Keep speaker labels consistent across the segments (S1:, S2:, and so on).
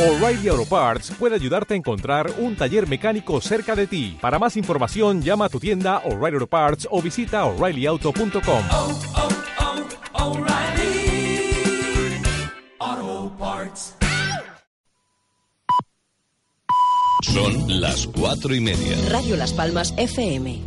S1: O'Reilly Auto Parts puede ayudarte a encontrar un taller mecánico cerca de ti. Para más información, llama a tu tienda O'Reilly Auto Parts o visita oreillyauto.com.
S2: oh, oh, O'Reilly Auto Parts.
S3: Son las cuatro y media.
S4: Radio Las Palmas FM.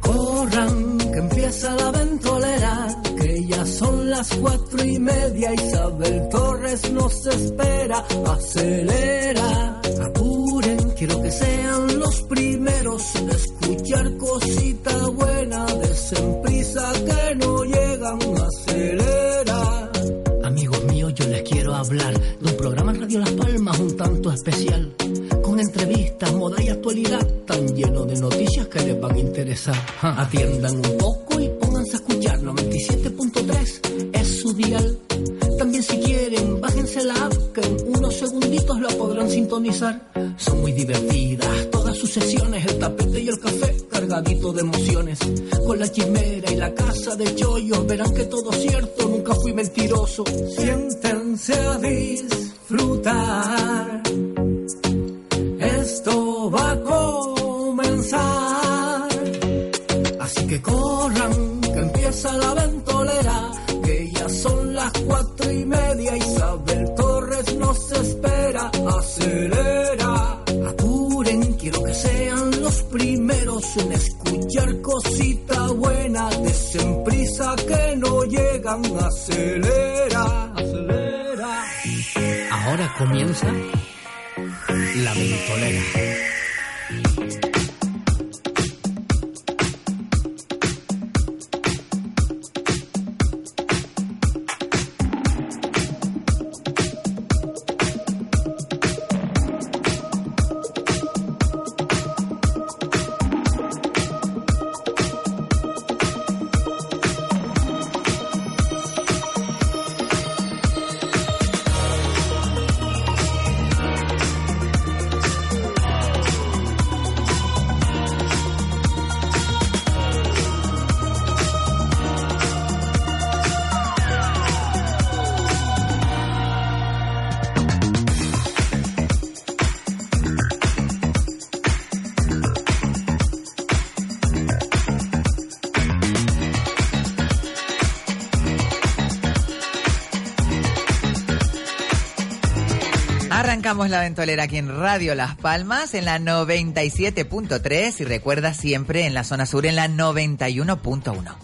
S5: Corran, que empieza la ventolera, que ya son las cuatro y media. Isabel Torres nos espera, acelera. Apuren, quiero que sean los primeros en escuchar cosita buena. Desen prisa que no llegan, acelera. Amigos míos, yo les quiero hablar de un programa en Radio Las Palmas un tanto especial. Con entrevistas, moda y actualidad, tan lleno de noticias que les van a interesar. Ja, Atiendan un poco y pónganse a escuchar. 97.3 es su dial. También si quieren, bájense la app que en unos segunditos la podrán sintonizar. Son muy divertidas todas sus sesiones, el tapete y el café cargadito de emociones. Con la chimera y la casa de chollos verán que todo es cierto, nunca fui mentiroso. Siéntense a disfrutar. Esto va a comenzar. Así que corran, que empieza la ventolera, que ya son las cuatro y media. Isabel Torres nos espera, acelera. Apuren, quiero que sean los primeros en escuchar cosita buena. Desen prisa que no llegan, acelera, acelera. Ahora comienza la ventolera.
S6: Arrancamos la ventolera aquí en Radio Las Palmas en la 97.3 y recuerda siempre en la zona sur en la 91.1.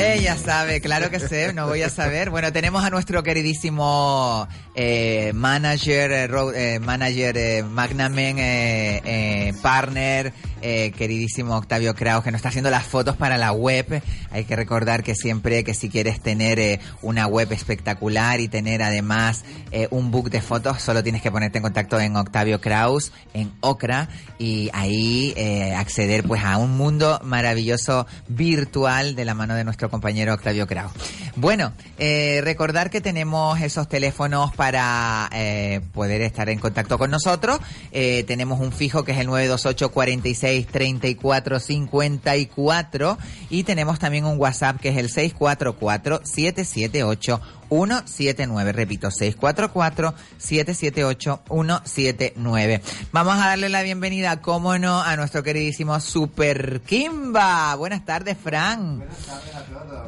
S6: Ella Eh, sabe, claro que sé, no voy a saber. Bueno, tenemos a nuestro queridísimo eh, manager, eh, ro- eh, manager eh, magnamen, eh, eh, partner, eh, queridísimo Octavio Kraus, que nos está haciendo las fotos para la web. Hay que recordar que siempre que si quieres tener eh, una web espectacular y tener además eh, un book de fotos, solo tienes que ponerte en contacto en Octavio Kraus, en Ocra, y ahí eh, acceder pues a un mundo maravilloso virtual de la mano de nuestro compañero Octavio Kraus. Bueno, eh, recordar que tenemos esos teléfonos para eh, poder estar en contacto con nosotros. Eh, tenemos un fijo que es el 928 46 34 54 y tenemos también un WhatsApp que es el 644 778 179, repito, 644-778-179. Vamos a darle la bienvenida, cómo no, a nuestro queridísimo Super Kimba. Buenas tardes, Fran.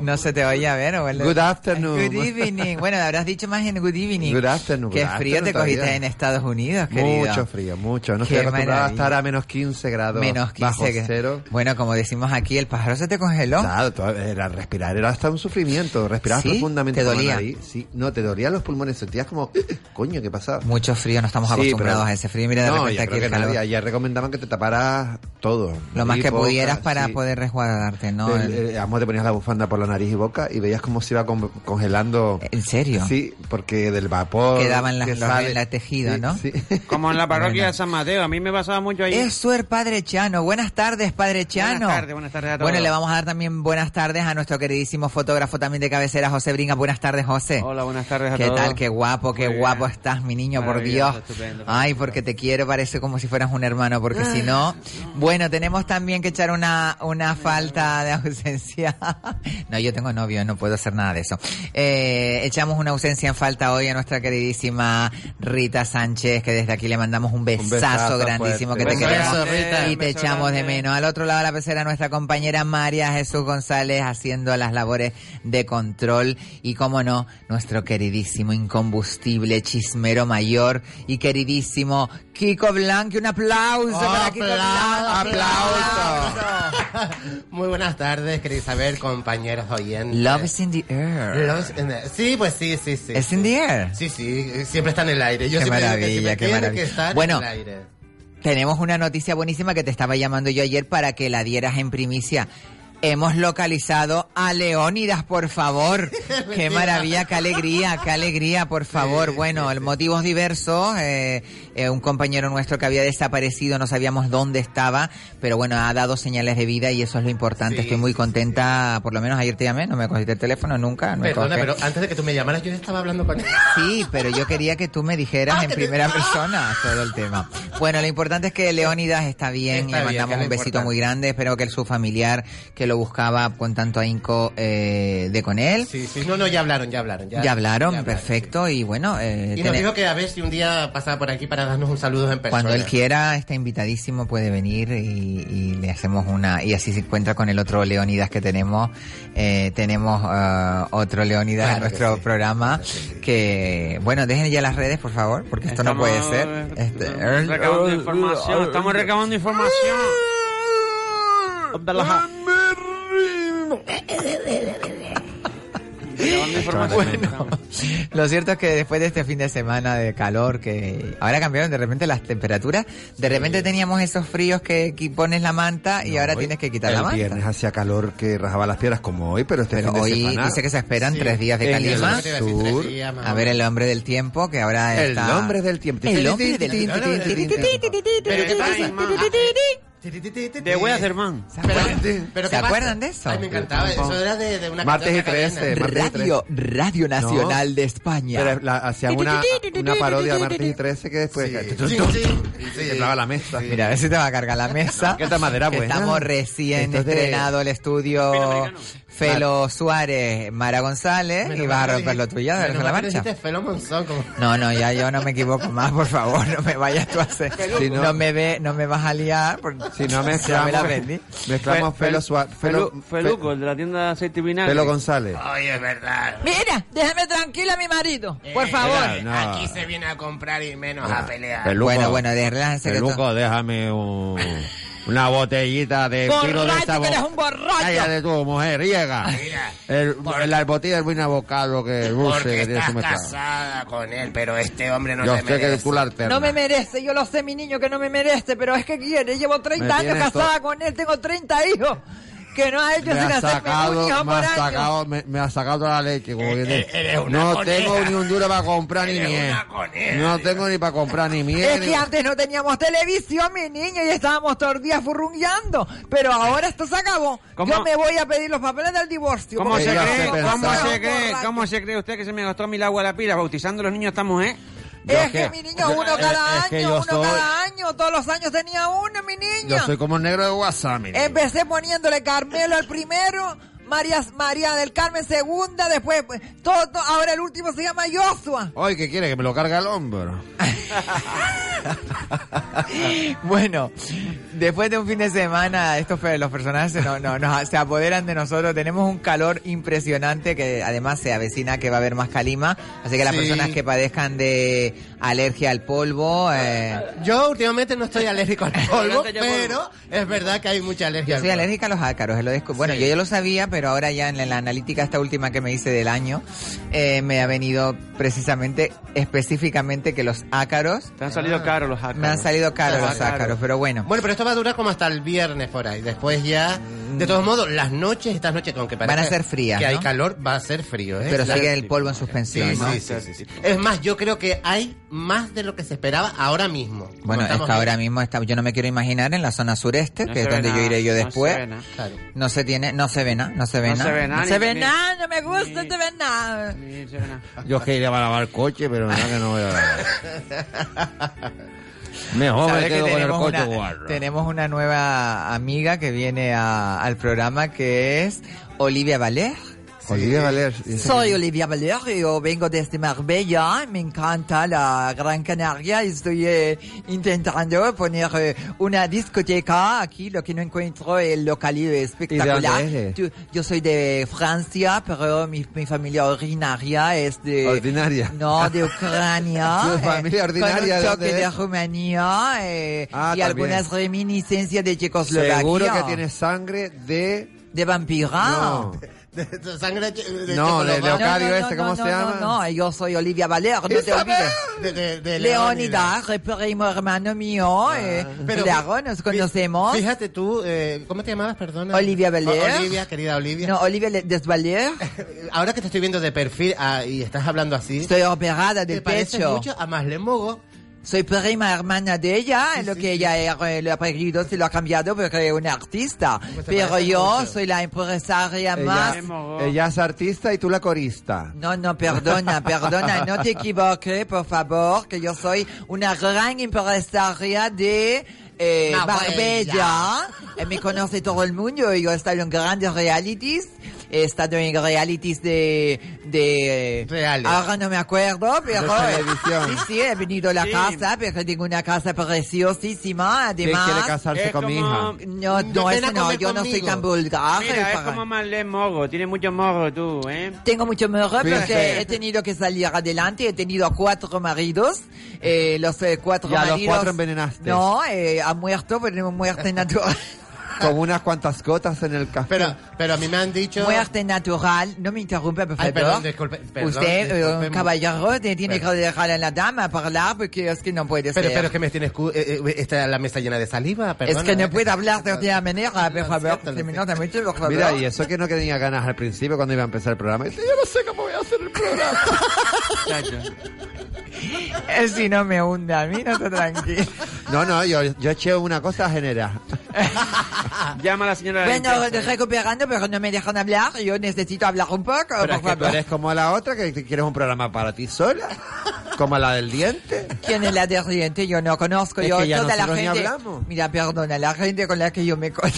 S6: No se te oye a ver. o el-
S7: Good afternoon.
S6: Good evening. Bueno, habrás dicho más en good evening.
S7: Good afternoon,
S6: Qué
S7: good
S6: frío te
S7: afternoon
S6: cogiste
S7: todavía.
S6: en Estados Unidos, querido.
S7: Mucho frío, mucho. No
S6: Qué
S7: estoy acostumbrado a
S6: maravilla.
S7: estar a menos 15 grados.
S6: Menos 15
S7: bajo
S6: que-
S7: cero.
S6: Bueno, como decimos aquí, el pájaro se te congeló.
S7: Claro, todo- era respirar, era hasta un sufrimiento. Respirar
S6: ¿Sí?
S7: profundamente.
S6: ¿Te
S7: por la
S6: dolía?
S7: nariz. Sí, no, te dolían los pulmones. Sentías como, coño, ¿qué pasaba?
S6: Mucho frío, no estamos
S7: Sí, pero-
S6: acostumbrados a ese frío. Mira, de
S7: no,
S6: repente
S7: ya
S6: aquí
S7: creo
S6: el
S7: que
S6: calor.
S7: nadie. Ayer recomendaban que te taparas todo.
S6: Lo más
S7: nariz,
S6: que
S7: boca,
S6: pudieras para
S7: sí.
S6: poder resguardarte, ¿no?
S7: El- el- a lo mejor te ponías la bufanda por la nariz y boca y veías cómo se iba con- congelando.
S6: ¿En serio?
S7: Sí, porque del vapor.
S6: Quedaban las-
S7: que
S6: los-
S7: sale-
S6: la tejida,
S7: sí,
S6: ¿no?
S7: sí.
S8: Como en la parroquia de San Mateo. A mí me pasaba mucho ahí.
S6: Eso es Padre Chano. Buenas tardes, Padre Chano.
S8: Buenas tardes, buenas tardes a todos.
S6: Bueno, le vamos a dar también buenas tardes a nuestro queridísimo fotógrafo también de cabecera, José Bringa. Buenas tardes, José.
S8: Hola, buenas tardes a
S6: ¿Qué
S8: todos.
S6: tal? Qué guapo, qué
S8: Muy bien.
S6: guapo estás, mi niño, por
S8: Maravilloso,
S6: Dios.
S8: estupendo.
S6: Ay, porque te quiero, parece como si fueras un hermano, porque si
S8: Ah,
S6: no... Bueno, tenemos también que echar una, una falta de ausencia. No, yo tengo novio, no puedo hacer nada de eso. Eh, echamos una ausencia en falta hoy a nuestra queridísima Rita Sánchez, que desde aquí le mandamos un besazo,
S7: besazo
S6: grandísimo,
S7: fuerte.
S6: que te
S7: Beso
S6: queremos
S8: grande,
S6: y te
S8: beso
S6: echamos de
S8: grande.
S6: menos. Al otro lado de la pecera, nuestra compañera María Jesús González haciendo las labores de control. Y cómo no, nuestro queridísimo, incombustible, chismero mayor y queridísimo Kiko Blanqui. Un aplauso para Kiko
S9: Apla-
S6: Blanqui.
S9: aplauso. Muy buenas tardes, querida Isabel, compañeros oyentes.
S6: Love is in the air.
S9: Love is in the- Sí, pues sí, sí, sí.
S6: Es in the air.
S9: Sí, sí, siempre está en el aire. Yo
S6: Qué
S9: siempre digo
S6: maravilla,
S9: que siempre
S6: qué
S9: tiene
S6: maravilla.
S9: que estar
S6: Bueno,
S9: en el aire.
S6: Tenemos una noticia buenísima que te estaba llamando yo ayer para que la dieras en primicia. Hemos localizado a Leónidas, por favor. qué maravilla, qué alegría, qué alegría, por favor. bueno, motivos diversos. eh, eh, un compañero nuestro que había desaparecido, no sabíamos dónde estaba, pero bueno, ha dado señales de vida y eso es lo importante.
S9: Sí,
S6: Estoy muy
S9: sí,
S6: contenta, por lo menos ayer te llamé, no me cogiste el teléfono nunca. No me
S9: Perdona,
S6: coges.
S9: pero antes de que tú me llamaras, yo ya estaba hablando con él.
S6: Sí, pero yo quería que tú me dijeras en primera persona todo el tema. Bueno, lo importante es que Leónidas está bien,
S9: Está bien, que
S6: le mandamos
S9: es lo
S6: un besito
S9: importante.
S6: muy grande, espero que su familiar que lo buscaba con tanto ahínco eh, de con él.
S9: Sí, sí, no, no, ya hablaron, ya hablaron. Ya,
S6: ya hablaron,
S9: ya
S6: perfecto, y bueno, eh,
S9: sí. Y nos
S6: tener-
S9: dijo que a ver si un día pasaba por aquí para darnos un saludo en persona.
S6: cuando él quiera está invitadísimo, puede venir y, y le hacemos una... Y así se encuentra con el otro Leónidas que tenemos. Eh, tenemos ah, otro Leónidas en
S9: Claro que
S6: nuestro
S9: sí,
S6: programa que... Bueno, dejen ya las redes, por favor, porque esto no puede
S8: Estamos,
S6: ser.
S8: eh,
S6: Este-
S8: estamos recabando información. Estamos recabando información. Abdallah. Recabando información. estamos.
S6: Lo cierto es que después de este fin de semana de calor, que ahora cambiaron de repente las temperaturas, de repente teníamos esos fríos que qui- pones la manta y ahora tienes que quitar la
S7: El
S6: manta.
S7: viernes hacía calor que rajaba las piedras como hoy, pero este
S6: Pero
S7: fin de
S6: hoy
S7: semana-
S6: dice que se esperan
S9: Sí.
S6: tres días de
S9: En
S6: calima.
S9: el sur.
S6: A ver, el hombre del tiempo, que ahora
S7: El
S6: está...
S7: hombre del tiempo.
S6: El hombre del
S7: El hombre del
S6: tiempo.
S9: Pero qué
S8: Ay, man.
S9: pasa.
S8: De weas, hermano.
S6: ¿Se
S9: Pero-
S6: acuerdan?
S9: pero ¿qué
S6: ¿Se
S9: pasa?
S6: acuerdan de eso?
S9: Ay, me encantaba. Eso era de, de una
S7: Martes y
S9: canción de
S7: 13,
S9: cadena.
S7: martes y
S6: Radio, Radio Nacional de España.
S7: Pero la- hacía una, una parodia de martes y 13 que después.
S9: Sí.
S7: tum,
S9: Sí,
S7: tum,
S9: sí,
S7: tum,
S9: sí.
S7: se temblaba la mesa.
S6: Mira, a ver si te va a cargar la mesa.
S7: Que esta madera
S6: Que
S7: buena.
S6: Estamos recién
S7: Esto es de-
S6: estrenado el
S8: Felo
S6: estudio
S8: americano.
S6: Felo Suárez, Mara González
S9: Menos
S6: y vas a
S9: mal que
S6: romper pues, lo
S9: dijiste-
S6: tuyo de
S9: menos
S6: la
S9: mal que
S6: marcha.
S9: dijiste Felo Monzón, como-
S6: No, no, ya yo no me equivoco más, por favor, no me vayas tú a hacer.
S7: Si
S6: no,
S7: no-
S6: me ve, no me vas a liar. por-
S7: Si no
S6: Ya me la
S7: mezclamos,
S6: vendí.
S7: mezclamos
S8: Fe-
S7: Felo Suárez. Felo,
S8: Felu- Feluco, el de la tienda de aceite y vinagre.
S7: Felo González.
S9: Ay, es verdad.
S4: Mira, déjame tranquila a mi marido.
S9: Eh,
S6: Por favor.
S7: Mira, no.
S9: Aquí se viene a comprar y menos
S6: Ah,
S9: a pelear.
S7: Feluco.
S6: Bueno, bueno, de- relájense que esto-
S7: Feluco, déjame un- una botellita de vino de esta
S4: Borracho, que eres
S7: bo-
S4: un borracho.
S7: Cállate tú, mujer, riega.
S9: Mira,
S7: El, la botella del buen abocado que dulce
S9: Porque
S7: que tiene
S9: estás
S7: su mezcla.
S9: casada con él, pero este hombre no
S7: Yo
S9: te
S7: sé que
S9: merece.
S7: tú la alternas.
S4: No me merece, yo lo sé, mi niño, que no me merece, pero es que quiere. Llevo 30
S7: Me
S4: años
S7: tienes to-
S4: casada con él, tengo 30 hijos. Que no ha hecho
S7: me
S4: sin
S7: ha
S4: hacerme un
S7: sacado,
S4: hijo
S7: me
S4: por
S7: ha
S4: año.
S7: sacado, me, me ha sacado toda la leche. como que
S9: eh, eres una
S7: no
S9: coneja.
S7: tengo ni un duro para comprar ni
S9: Eres
S7: miel.
S9: una coneja,
S7: No
S9: tío.
S7: tengo ni para comprar ni miel.
S4: Es
S7: ni-
S4: que antes no teníamos televisión, mi niño, y estábamos todos los días furrungueando. Pero ahora esto se acabó.
S8: ¿Cómo?
S4: Yo me voy a pedir los papeles del divorcio.
S8: ¿Cómo
S4: porque
S8: se
S7: yo
S4: yo
S8: cree?
S7: sé
S4: tengo que
S8: ¿Cómo
S7: pensar.
S4: ser
S8: se cree?
S4: borracho.
S8: ¿Cómo se cree usted que se me gastó a mí el agua a la pila? Bautizando a los niños estamos, ¿eh?
S7: Yo
S4: Es
S7: que-
S4: que, mi niño,
S7: yo-
S4: uno cada
S7: es- es
S4: año,
S7: que yo
S4: uno
S7: soy-
S4: cada año, todos los años tenía uno, mi niña.
S7: Yo soy como el negro de WhatsApp.
S9: Eh.
S7: mire.
S4: Empecé poniéndole Carmelo al primero, María, María del Carmen segunda, después pues, todo, todo- ahora el último se llama Joshua.
S7: Oye, ¿qué quiere? Que me lo cargue al hombro.
S6: Bueno, después de un fin de semana, estos pe- los personajes se- no, no, nos- se apoderan de nosotros. Tenemos un calor impresionante que además se avecina que va a haber más calima. Así que las
S9: Sí.
S6: personas que padezcan de alergia al polvo, eh,
S9: Yo últimamente no estoy alérgico al polvo,
S8: Adelante, ya
S9: pero es verdad que hay mucha alergia
S6: yo
S9: al
S6: soy
S9: polvo.
S6: alérgica a los ácaros. Lo descu- bueno,
S9: Sí.
S6: yo ya lo sabía, pero ahora ya en la, en la analítica esta última que me hice del año, eh, me ha venido precisamente, específicamente que los ácaros...
S8: Te han salido caros los ácaros.
S6: Me han salido caros
S9: Ah,
S6: los
S9: claro.
S6: ácaros, pero bueno.
S9: Bueno, pero esto va a durar como hasta el viernes por ahí. Después ya De todos modos, las noches, estas noches, aunque
S6: Van
S9: parezca
S6: a ser frías,
S9: Que hay
S6: ¿no?
S9: calor, va a ser frío, ¿eh?
S6: Pero
S9: Claro.
S6: sigue el polvo en suspensión,
S9: Sí,
S6: ¿no?
S9: sí, sí, sí, sí. Es más, yo creo que hay más de lo que se esperaba ahora mismo.
S6: Bueno, es
S9: Estamos
S6: que ahora
S9: ahí.
S6: mismo está, yo no me quiero imaginar en la zona sureste,
S8: No
S6: que es
S8: se ve
S6: donde yo
S8: nada,
S6: iré yo
S8: no se
S6: después.
S8: ve nada.
S9: Claro.
S6: No se tiene, no se ve nada, no se ve
S8: No
S6: nada.
S8: se ve nada.
S4: No
S8: ni-
S4: se ve
S8: ni-
S4: nada, no me gusta, no
S8: ni-
S4: se ve nada.
S8: ni se ve nada.
S10: Yo es que iría a lavar el coche, pero nada que no voy a lavar. Mejor me
S6: Sabes que
S10: quedo con el
S6: tenemos,
S10: coche
S6: una,
S10: guarro.
S6: tenemos una nueva amiga que viene a- al programa que es Olivia Valer.
S7: Olivia Valer.
S4: Soy Olivia Valero, yo vengo desde Marbella, me encanta la Gran Canaria, estoy eh, intentando poner eh, una discoteca aquí, lo que no encuentro el local es espectacular.
S7: eres?
S4: Tú- yo soy de Francia, pero mi, mi familia originaria es de...
S7: Ordinaria.
S4: No, de Ucrania. eh,
S7: Tu familia ordinaria,
S4: Con
S7: ¿de
S4: un toque
S7: dónde
S4: de
S7: es?
S4: Rumanía eh,
S7: Ah,
S4: y
S7: también.
S4: algunas reminiscencias de Checoslovaquia.
S7: Seguro que tienes sangre de...
S4: De vampira.
S7: No.
S9: De- de sangre de, de
S7: No, de
S9: Checoslovaquia.
S7: Leocadio este, ¿cómo se llama?
S4: No, no, yo soy Olivia Valer, no te olvides.
S9: De- de- de
S4: Leónidas, primo hermano mío, eh,
S9: Ah. Pero
S4: claro,
S9: fí-
S4: nos
S9: fí-
S4: conocemos.
S9: Fíjate tú, eh, ¿cómo te llamabas, perdona?
S4: Olivia Belair.
S9: O- Olivia, querida Olivia.
S4: No, Olivia Le- Desvalier,
S9: Ahora que te estoy viendo de perfil ah, y estás hablando así,
S4: estoy operada
S9: ¿te
S4: del
S9: parece
S4: pecho.
S9: mucho a Marlene Mogo?
S4: Soy prima hermana de ella, en lo que ella era, el apellido se lo ha cambiado porque es una artista.
S9: Pues te
S4: Pero
S9: parece
S4: yo
S9: mucho.
S4: soy la empresaria más...
S7: Ella, ella Eh, es artista y tú la corista.
S4: No, no, perdona, perdona, no te equivoques, por favor, que yo soy una gran empresaria de eh,
S9: Marbella.
S4: Marbella. Eh, me conoce todo el mundo, yo he estado en grandes realities, he estado en realities de... de
S9: Reales.
S4: Ahora no me acuerdo, pero...
S7: De televisión.
S4: Sí, sí, he venido a la
S8: Sí.
S4: casa, pero tengo una casa preciosísima,
S7: ¿Quién
S4: además...
S7: quiere casarse
S8: Es
S7: con mi
S8: como-
S7: hija?
S4: No,
S9: Ven
S4: no,
S9: a
S4: eso no,
S9: comer
S4: yo no soy
S9: conmigo.
S4: tan vulgar.
S8: Mira, es
S4: para-
S8: como Marlene Mogo, tiene mucho morro tú, ¿eh?
S4: Tengo mucho mejor porque
S7: Fíjate.
S4: he tenido que salir adelante, he tenido cuatro maridos, eh, los eh, cuatro
S7: Y a los
S4: maridos...
S7: cuatro envenenaste.
S4: No, eh, ha muerto, pero muerte natural.
S7: Con unas cuantas gotas en el café.
S9: Pero, pero a mí me han dicho...
S4: muerte natural, no me interrumpa, por favor.
S9: Ay, perdón, disculpe, perdón,
S4: Usted, eh, un
S9: disculpe.
S4: caballero, te tiene que dejar a la dama hablar porque es que no puede
S9: Pero,
S4: ser.
S9: pero es que me tienes... cu- eh, eh, está la mesa llena de saliva, perdón.
S4: es que no puede hablar de otra manera, por
S9: No,
S4: favor,
S9: cierto,
S4: se me
S9: sí.
S4: nota mucho, por favor.
S7: Mira, y eso que no tenía ganas al principio cuando iba a empezar el programa. Dice, yo no sé cómo voy a hacer el programa.
S4: Eh, si no me hunda, mira, está tranquilo.
S7: No, no, yo, yo eché una cosa general.
S8: Llama a la señora de la
S4: bueno,
S8: limpieza.
S4: recuperando, pero no me dejan hablar, yo necesito hablar un poco,
S7: Pero es
S4: por
S7: que tú
S4: favor.
S7: eres como la otra, que te quieres un programa para ti sola, como la del diente.
S4: ¿Quién es la derriente? Yo no conozco.
S7: Es
S4: yo
S7: que ya
S4: toda la
S7: nosotros ni
S4: gente.
S7: hablamos.
S4: Mira, perdona, la gente con la que yo me codé.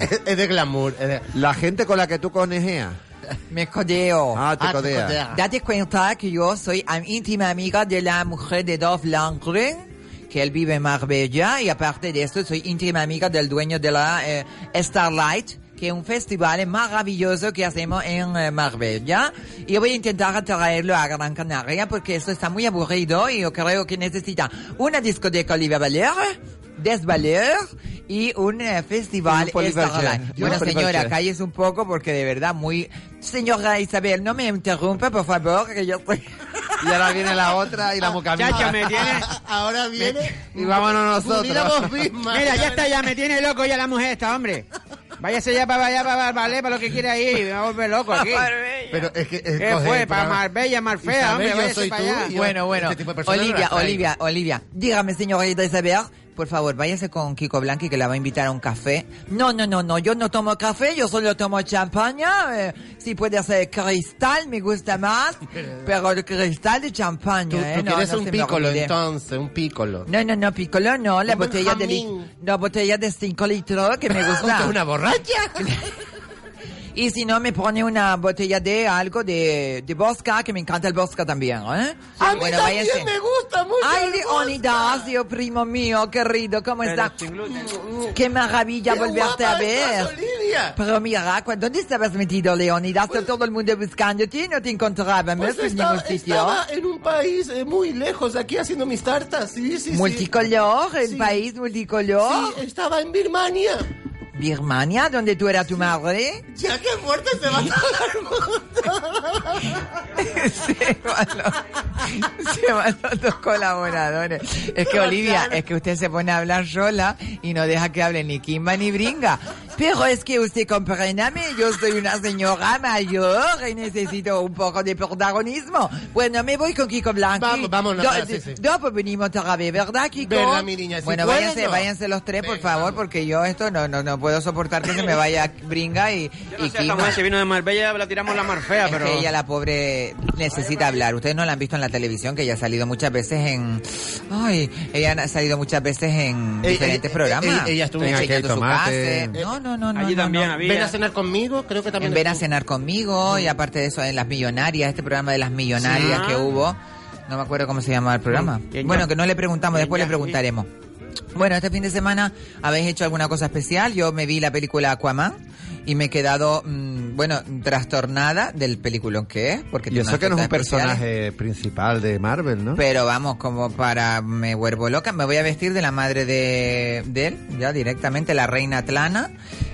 S9: Es es de glamour. es de-
S7: La gente con la que tú conejeas.
S4: Me codeo.
S7: Ah, te
S9: Ah, te
S7: codeas.
S9: codeas.
S4: Date cuenta que yo soy am- íntima amiga de la mujer de Dolph Lundgren que él vive en Marbella y aparte de esto soy íntima amiga del dueño de la eh, Starlight que es un festival maravilloso que hacemos en eh, Marbella y voy a intentar traerlo a Gran Canaria porque esto está muy aburrido y yo creo que necesita una discoteca Olivia Valer Desvaler y un eh, festival
S7: Y un Poliverger,
S4: Starlight.
S7: y un
S4: Bueno señora,
S7: Poliverger.
S4: acá calles un poco porque de verdad muy... Señora Isabel, no me interrumpa, por favor, que yo estoy... Ah,
S7: Y ahora viene la otra y la mucamita.
S8: Chacha, me tiene...
S9: Ahora viene...
S7: Y vámonos
S9: Mira
S7: nosotros.
S9: vos misma.
S8: Mira, ya está, ya me tiene loco ya la mujer esta, hombre. Váyase ya para allá, para Marbella, para lo que quiera ir. Me va a volver loco aquí.
S9: Pero es que...
S8: ¿Qué fue? Para Marbella, Marfea,
S9: Isabel,
S8: hombre,
S9: yo
S8: váyase
S9: soy
S8: para
S9: tú
S8: allá.
S9: y yo-
S4: Bueno, bueno.
S9: este tipo de personas no
S4: Olivia,
S9: las traigo.
S4: Olivia, Olivia. Dígame, señorita Isabel, por favor, váyase con Kiko Blanqui que la va a invitar a un café. No, no, no, no, yo no tomo café, yo solo tomo champaña. eh, si puede ser cristal, me gusta más. Pero el cristal de champaña,
S9: Tú,
S4: ¿eh?
S9: tú
S4: no,
S9: quieres
S4: no
S9: un
S4: se me
S9: pícolo,
S4: olvide.
S9: entonces, un pícolo.
S4: No, no, no, piccolo no, la
S9: Un buen
S4: botella de, li-
S9: jamín.
S4: la botella de 5 litros que me gusta.
S9: ¿Tú una borracha?
S4: Y si no, me pone una botella de algo de, de bosca, que me encanta el bosca también, ¿eh?
S9: A mí
S4: bueno,
S9: también
S4: váyase.
S9: me gusta mucho.
S4: Ay,
S9: el
S4: Leonidas, Dios primo mío, querido, ¿cómo
S8: Pero
S4: está?
S8: sin gluten.
S4: Qué maravilla
S9: Qué
S4: volverte
S9: guapa
S4: a
S9: estás,
S4: ver.
S9: Olivia.
S4: Pero mira, ¿cu- ¿dónde estabas metido, Leonidas? Todo el mundo buscándote y no te encontrábamos
S9: Pues
S4: en
S9: estaba,
S4: ningún sitio.
S9: estaba en un país eh, muy lejos, aquí haciendo mis tartas. Sí, sí, sí.
S4: multicolor, el
S9: Sí.
S4: país multicolor.
S9: Sí, estaba en Birmania.
S4: Birmania, donde tú eras tu madre.
S9: Ya que fuerte se va a todo el mundo.
S4: se van los, se van los dos colaboradores. Es que Olivia, es que usted se pone a hablar sola y no deja que hable ni Kimba ni Bringa.
S6: Pero es que usted compréndame, yo soy una señora mayor y necesito un poco de protagonismo. Bueno, me voy con Kiko Blanqui.
S9: Vamos, vámonos,
S6: Do-
S9: sí, sí.
S6: do- pues venimos otra vez, ¿verdad, Kiko?
S9: ¿Verdad, mi niña? Si
S6: bueno,
S9: puedes,
S6: váyanse,
S9: no.
S6: váyanse los tres, por
S9: Venga,
S6: favor,
S9: vamos.
S6: porque yo esto no, no, no puedo soportar que se me vaya bringa y,
S11: Yo no
S6: y
S11: sé, esta
S6: Kiko.
S11: mujer se vino de Marbella, la tiramos la marfea,
S6: Es
S11: pero...
S6: que ella, la pobre, necesita hablar. Ustedes no la han visto en la televisión, que ella ha salido muchas veces en... Ay, ella ha salido muchas veces en
S9: Ella-
S6: diferentes
S9: ella-
S6: programas.
S9: ella- ella estuvo Eh,
S7: en
S6: Enseñando
S7: Aquel
S6: su
S7: Tomate.
S6: casa. No, no, no, no.
S11: Allí
S6: no,
S11: también
S6: no.
S11: había...
S9: Ven a cenar conmigo, creo que también.
S6: En Ven a
S9: estuvo.
S6: cenar conmigo y aparte de eso en Las Millonarias, este programa de Las Millonarias
S11: Sí.
S6: que hubo. No me acuerdo cómo se llamaba el programa.
S11: Bien, ya.
S6: Bueno, que no le preguntamos, después le
S11: Bien, ya,
S6: preguntaremos. Bueno, este fin de semana habéis hecho alguna cosa especial. Yo me vi la película Aquaman y me he quedado, mm, bueno, trastornada del peliculón que es. Porque
S7: Y
S6: tiene
S7: eso
S6: unas
S7: que no es un
S6: cosas especiales.
S7: personaje principal de Marvel, ¿no?
S6: Pero vamos, como para me vuelvo loca, me voy a vestir de la madre de, de él, ya directamente, la reina Atlana,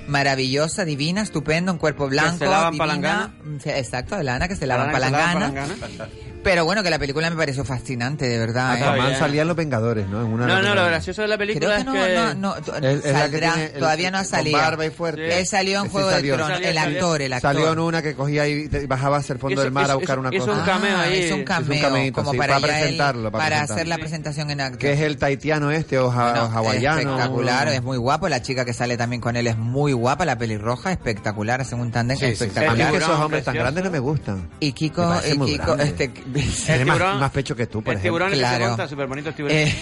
S6: maravillosa, divina, estupendo, un cuerpo blanco,
S11: se lavan
S6: divina. Mm,
S11: palangana.
S6: Sí, Exacto, de lana que se lavan
S11: Lana que se
S6: palangana.
S11: lavan palangana.
S6: Pero bueno, que la película me pareció fascinante, de
S11: Ah,
S6: verdad. ¿eh?
S11: está bien.
S7: Aquaman salía en Los Vengadores, ¿no? En una
S11: No, no, lo
S7: temporada.
S11: gracioso de la
S6: Creo
S11: película
S6: que
S11: es
S6: no,
S11: que...
S6: no, no, t-
S7: Es- es la que
S6: saldrá,
S7: tiene el-
S6: todavía no ha
S7: con
S6: salido.
S7: barba y fuerte.
S6: Él salió en
S7: Ese
S6: Juego
S7: salió.
S6: de Tronos,
S11: Salió,
S6: el
S11: salió.
S6: actor, el actor.
S7: Salió en una que cogía y te- bajaba hacia el fondo
S11: Hizo-
S7: del mar a
S11: hizo-
S7: buscar una
S11: hizo- hizo
S7: cosa.
S11: un cameo
S6: Ah,
S11: ahí.
S6: hizo un
S11: Hizo un
S6: cameo,
S7: cameíto,
S6: como
S7: sí,
S6: para,
S7: para
S6: ya él-
S7: presentarlo, para
S6: hacer la
S7: presentarlo.
S6: presentación en actor.
S7: Que es el taitiano este o, ja-
S6: Bueno,
S7: o hawaiano.
S6: Espectacular, es muy guapo. La chica que sale también con él es muy guapa, la pelirroja, espectacular, hacen un tándem
S7: Sí, sí, sí. A
S6: espectacular.
S7: mí es que esos
S11: Tiburón,
S7: hombres tan
S11: precioso.
S7: grandes no me gustan.
S6: Y
S7: Me
S6: Kiko,
S7: parece
S6: y
S7: muy
S6: Kiko,
S7: grande.
S6: este
S7: Tiene más,
S11: tiburón-
S7: más pecho que tú, por
S11: el
S7: ejemplo.
S11: tiburón el que se
S6: Claro.
S11: monta, súper bonito el tiburón.
S6: eh,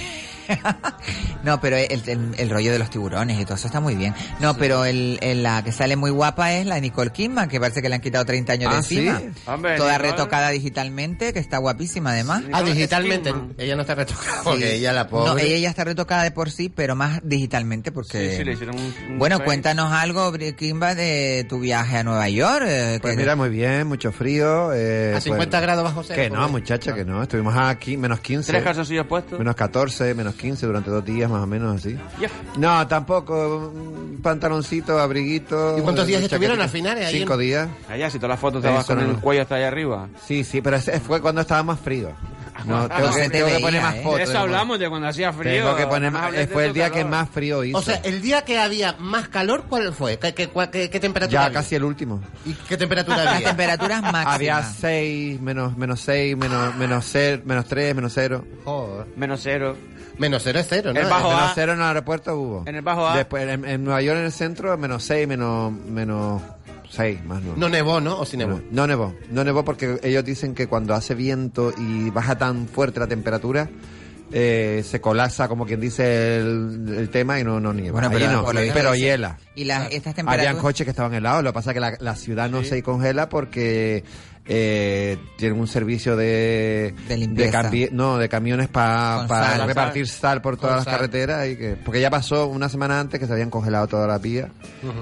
S6: no, pero el, el- el rollo de los tiburones y todo eso está muy bien. No, pero el, el- la que sale muy guapa es la Nicole Kidman, que parece que le han quitado 30 años de
S7: Ah, ¿sí?
S6: encima.
S11: Hombre,
S6: Toda
S11: Nicole-
S6: retocada digitalmente, que está guapísima además.
S9: Ah,
S11: Nicole
S9: digitalmente.
S11: Kidman.
S9: Ella no está retocada.
S6: Sí.
S9: Porque ella la pobre.
S6: No, ella ya está retocada de por sí, pero más digitalmente porque...
S11: Sí, sí, le hicieron un- un
S6: bueno,
S11: fake.
S6: cuéntanos algo, Bri- Kimba, de tu viaje a Nueva York. eh,
S7: Pues
S6: que-
S7: mira, muy bien, mucho frío. eh,
S9: A
S7: pues-
S9: 50 grados bajo cero.
S7: Que no, muchacha, que no. Estuvimos aquí menos 15.
S11: Tres calzoncillos puestos.
S7: Menos 14, menos 15 durante dos días más o menos así.
S11: Ya.
S7: No, tampoco. un Pantaloncito, abriguito.
S9: ¿Y cuántos días
S7: eh,
S9: estuvieron
S7: chaquetita.
S9: al final, ahí en-
S7: Cinco días.
S11: Allá, si todas las fotos te
S7: Eso
S11: vas con
S7: no.
S11: el cuello hasta allá arriba.
S7: Sí, sí, pero ese fue cuando estaba más frío. No, tengo,
S6: Ah, no
S7: que,
S6: se te
S7: tengo que
S6: veía,
S7: poner más
S6: ¿eh?
S7: fotos.
S11: de eso hablamos, de cuando hacía frío.
S7: Tengo que poner
S11: Además,
S7: más.
S11: hablaste
S7: Fue
S11: de
S7: el
S11: tu
S7: día
S11: calor.
S7: que más frío hizo.
S9: O sea, el día que había más calor, ¿cuál fue? ¿Qué, qué, cua- qué- qué temperatura
S7: ya
S9: había?
S7: casi el último.
S9: ¿Y qué temperatura
S6: Las
S9: había?
S6: temperaturas máximas.
S7: Había 6, menos, menos 6, menos, menos, cero, menos 3, menos 0.
S9: Joder.
S11: Menos cero.
S9: Menos cero es cero, ¿no?
S11: El bajo
S7: Menos
S11: A.
S7: 0 en el aeropuerto hubo.
S11: En el bajo A.
S7: Después, en, en Nueva York, en el centro, menos 6, menos, menos 6, más 9.
S9: No nevó, ¿no? ¿O sí nevó?
S7: No, no nevó, no nevó porque ellos dicen que cuando hace viento y baja tan fuerte la temperatura, eh, se colapsa, como quien dice, el, el tema y no, no nieva.
S6: Bueno,
S7: Allí
S6: pero-
S7: no,
S6: por lo visto
S7: pero
S6: dicen-
S7: hiela.
S9: pues.
S6: Y las, estas
S7: Habían
S6: temperaturas...
S7: coches que estaban helados, lo que pasa es que la, la ciudad no se congela porque eh, tienen un servicio de
S6: De limpieza.
S7: cambi- no, de camiones para
S6: Con sal.
S7: repartir sal por todas
S9: Con
S7: las
S9: sal.
S7: carreteras y que porque ya pasó una semana antes que se habían congelado todas las vías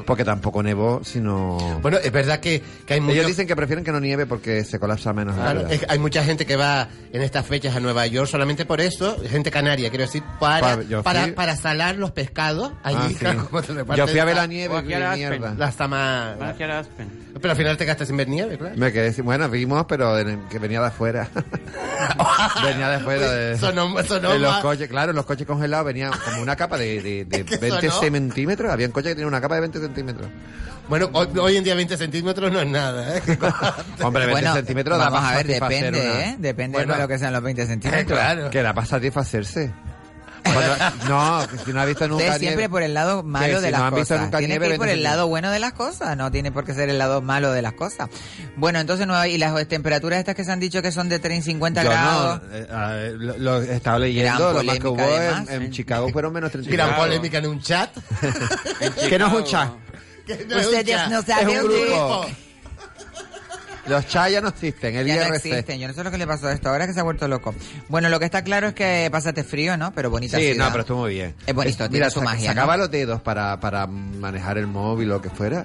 S7: porque tampoco nevó, sino
S9: Bueno, es verdad que, que hay
S7: ellos
S9: muchos...
S7: dicen que prefieren que no nieve porque se colapsa menos. la
S9: Claro,
S7: ciudad.
S9: es que hay mucha gente que va en estas fechas a Nueva York solamente por eso, gente canaria, quiero decir, para,
S7: Pa- yo fui-
S9: para, para salar los pescados allí.
S7: Ah, sí.
S9: como te reparten
S7: Yo fui a ver
S9: la-
S7: la nieve,
S11: o aquí
S7: vi
S11: a la
S7: mierda.
S9: Las tamas.
S11: Menos que era Aspen.
S9: Pero al final te gastas sin ver nieve, claro.
S7: Me quedé sin- bueno, vimos, pero de- que venía de afuera. venía de afuera de,
S9: Sonó- sonó
S7: de los
S9: más.
S7: coches, claro, los coches congelados venían como una capa de, de, de
S9: Es que
S7: 20
S9: sonó.
S7: centímetros. Había un coche que tenía una capa de 20 centímetros.
S9: Bueno, hoy, hoy en día 20 centímetros no es nada, ¿eh?
S7: Hombre, 20
S6: Bueno,
S7: centímetros da
S6: vamos
S7: para
S6: a ver,
S7: satisfacer
S6: depende,
S7: una-
S6: ¿eh? Depende
S9: Bueno.
S6: de lo que sean los 20 centímetros.
S9: claro.
S7: Que da para satisfacerse. Cuando- no, que si no has visto nunca.
S6: Ustedes
S7: nieve-
S6: siempre por el lado malo
S7: si
S6: de
S7: no
S6: las
S7: han visto
S6: cosas.
S7: nunca
S6: Tiene que
S7: nieve,
S6: ir por
S7: vete
S6: el
S7: a-
S6: lado bueno de las cosas, no tiene por qué ser el lado malo de las cosas. Bueno, entonces Nueva- y las temperaturas estas que se han dicho que son de 30 50
S7: Yo
S6: grados.
S7: no, eh, a ver, lo, lo estaba leyendo, lo más que
S6: polémica,
S7: hubo
S6: además.
S7: en, en Chicago fueron menos 30
S9: Gran
S11: Claro.
S9: polémica en un chat.
S7: Que no es un chat.
S9: Que no es un
S6: Ustedes
S9: chat,
S6: no
S9: es
S6: saben
S9: un
S7: de-
S9: grupo.
S7: Los chats ya no existen, el
S6: Ya no
S7: IRC.
S6: existen, yo no sé lo que le pasó a esto, ahora que se ha vuelto loco. Bueno, lo que está claro es que pasaste frío, ¿no? Pero bonita
S7: Sí,
S6: ciudad.
S7: no, pero estuvo muy bien.
S6: Es bonito,
S7: Es-
S6: tiene su
S7: sac-
S6: magia,
S7: Sacaba
S6: ¿no?
S7: los dedos para, para manejar el móvil o lo que fuera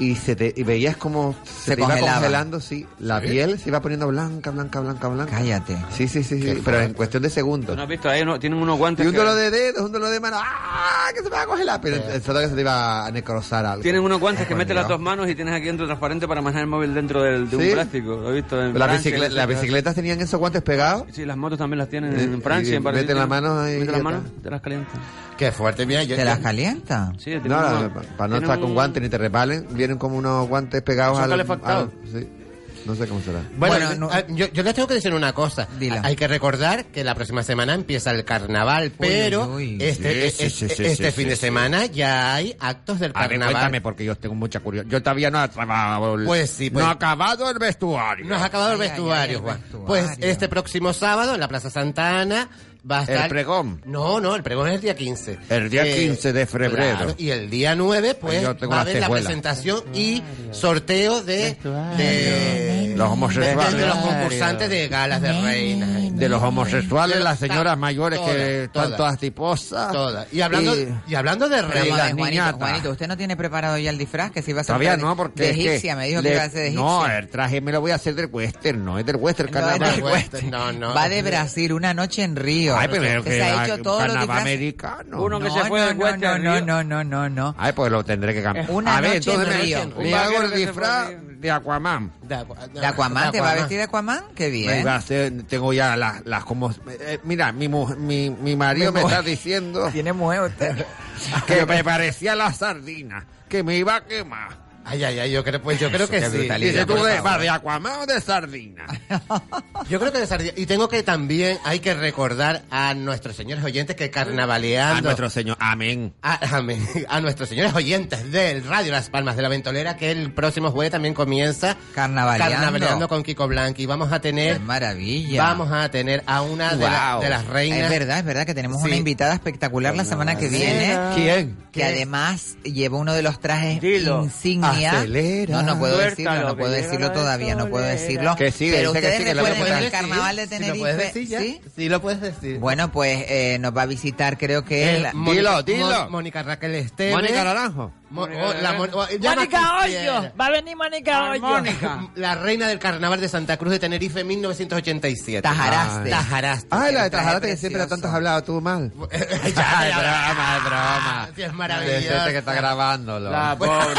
S7: y se te y veías como se,
S6: Se
S7: te iba
S6: congelaba.
S7: congelando, sí, la piel se iba poniendo blanca, blanca, blanca, blanca.
S6: Cállate.
S7: Sí, sí, sí, sí, pero en cuestión de
S11: ¿Tú
S7: segundos.
S11: no has visto? Ahí uno- tienen unos
S7: Y
S11: guantes
S7: un
S11: que-
S7: dolor de dedos, un dolor de mano, ¡ah! Que se me va a congelar, pero el que se te iba a necrosar algo.
S11: Tienen unos guantes que
S7: Ay,
S11: meten
S7: Dios.
S11: las dos manos y tienes aquí dentro transparente para manejar el móvil dentro del, de un
S7: Sí.
S11: plástico. Lo he visto en
S7: Las
S11: Francia,
S7: bicicle-
S11: en
S7: las
S11: otros lados.
S7: bicicletas tenían esos guantes pegados.
S11: Sí, las motos también las tienen
S7: Eh,
S11: en Francia.
S7: y
S11: en París
S7: meten la mano ahí,
S11: Meten las
S7: ya
S11: manos,
S7: está.
S11: te las calientan.
S9: Qué fuerte, mira. Yo,
S6: ¿Te las
S9: yo-
S6: calienta?
S11: Sí, tiene
S12: No,
S11: uno-
S12: no, pa- para no
S11: tiene
S12: estar con
S11: un-
S12: guantes ni te repalen, vienen como unos guantes pegados
S9: Son
S12: al,
S9: calefactados.
S12: al- sí. No sé cómo será.
S9: Bueno,
S6: Bueno, no-
S9: ah, yo, yo les tengo que decir una cosa.
S6: Dila.
S9: Hay que recordar que la próxima semana empieza el carnaval, pero
S6: uy.
S9: este,
S7: Sí,
S9: e-
S7: sí,
S9: e-
S7: sí, sí,
S9: este
S7: sí,
S9: fin
S7: sí,
S9: de
S7: sí.
S9: semana ya hay actos del
S7: A ver,
S9: carnaval.
S7: cuéntame, pues, porque yo tengo mucha curiosidad. Yo todavía no he acabado el...
S9: Pues sí, pues-
S7: No ha acabado el vestuario.
S9: Nos ha acabado el
S6: Ay, ay, ay,
S9: vestuario,
S6: el
S9: Juan.
S6: vestuario.
S9: Pues este próximo sábado en la Plaza Santa Ana va a
S7: El
S9: estar...
S7: pregón.
S9: No, no, el pregón es el día 15.
S7: El día 15 de febrero.
S9: Eh, y el día 9, pues,
S7: Ay, yo tengo
S9: va a
S7: una
S9: haber la
S7: tejuela.
S9: presentación y sorteo de... de
S7: Los homosexuales.
S9: de- de los concursantes de galas de reinas.
S7: De los homosexuales,
S9: De los-
S7: las señoras mayores que
S9: todas,
S7: están
S9: todas.
S7: todas tiposas.
S9: Todas. Y hablando, y, hablando de
S6: Pero,
S7: Diga,
S9: reinas,
S6: madre, Juanito,
S7: niñata.
S6: Juanito, ¿usted no tiene preparado ya el disfraz? Que se iba a hacer
S7: Todavía
S6: de-
S7: no, porque.
S6: De
S7: es que
S6: egipcia, me dijo
S7: le-
S6: que iba a ser de egipcia.
S7: No, eh. el traje me lo voy a hacer del western, no es del western,
S6: No,
S7: carnaval.
S6: es del
S9: western, no, no.
S6: Va de Brasil, una noche en Río.
S7: Ay, pero
S6: Usted
S7: que
S6: se
S7: la-
S6: ha hecho todo lo
S7: carnaval
S6: que
S7: americano.
S11: Uno- que se fue del
S6: no,
S11: Western
S6: no,
S11: Río.
S6: no, no, no, no, no.
S7: Ay, pues lo tendré que cambiar.
S6: Una
S7: a ver,
S6: noche
S7: entonces
S6: en
S7: me-
S6: Río.
S7: le
S11: Un
S7: hago
S11: vaquero
S7: el
S11: que se
S7: disfraz
S11: fue de-
S7: de Aquaman.
S9: de, de-
S6: ¿De Aquaman? ¿Te va a
S9: Aquaman.
S6: vestir de Aquaman? Qué
S7: Me
S6: bien.
S7: va a hacer- tengo ya las, las como... eh, mira, mi, mu- mi, mi marido
S6: Mi
S7: me
S6: mujer.
S7: está diciendo
S6: Tiene mujer usted.
S7: que me parecía la sardina, que me iba a quemar.
S9: Ay, ay, ay, yo creo, pues yo creo que
S6: qué
S9: sí.
S6: brutalidad.
S7: Dice,
S9: Dice,
S7: ¿tú
S9: por
S7: de,
S9: favor.
S7: vas de Aquaman o de sardina?
S9: Yo creo que de sardina. Y tengo que también, hay que recordar a nuestros señores oyentes que carnavaleando.
S7: A nuestro señor, amén.
S9: A, amén. a nuestros señores oyentes del Radio Las Palmas de la Ventolera, que el próximo jueves también comienza
S6: Carnavaleando.
S9: Carnavaleando con Kiko Blanqui. Vamos a
S6: Qué
S9: tener,
S6: maravilla.
S9: vamos a tener a una de, la-
S7: Wow.
S9: de las reinas.
S6: Es verdad, es verdad que tenemos
S9: Sí.
S6: una invitada espectacular la semana que viene.
S7: ¿Quién?
S6: Que además lleva uno de los trajes
S11: Dilo.
S6: insignia.
S7: Acelera.
S6: No, no puedo
S11: Suéltalo,
S6: decirlo, no
S11: que
S6: puedo
S11: llega
S6: decirlo
S11: la
S6: todavía, no puedo
S11: solera.
S6: decirlo.
S7: Que sí,
S6: Pero
S7: dice que
S6: ustedes
S7: sí, que lo
S9: ¿Lo
S6: recuerden
S7: puede
S9: puedes
S6: el
S9: decir?
S6: carnaval de
S9: Sí, ¿Lo puedes
S6: Tenerife.
S9: decir ya?
S6: ¿sí?
S9: Sí, lo puedes decir.
S6: Bueno, pues eh, nos va a visitar, creo que él.
S9: Eh, Mónica-
S7: Dilo, dilo.
S9: Mo- Mónica Raquel Esteves.
S7: Mónica Naranjo.
S9: Mo-
S11: Mónica
S9: o- la Mon- o- llama
S11: Mónica
S9: quisiera.
S11: Hoyo. Va a venir
S6: Ah,
S11: Mónica Hoyo. Mónica.
S9: La reina del carnaval de Santa Cruz de Tenerife 1987.
S6: Tajaraste.
S9: Ay. Tajaraste.
S12: Ah, la de
S6: el traje
S12: Tajarate que siempre
S6: precioso.
S12: tanto has hablado tú mal.
S9: Ay,
S7: Ay, broma, es broma.
S9: Sí, es
S7: Es
S9: maravilloso.
S7: este que está grabándolo.
S11: La pobre.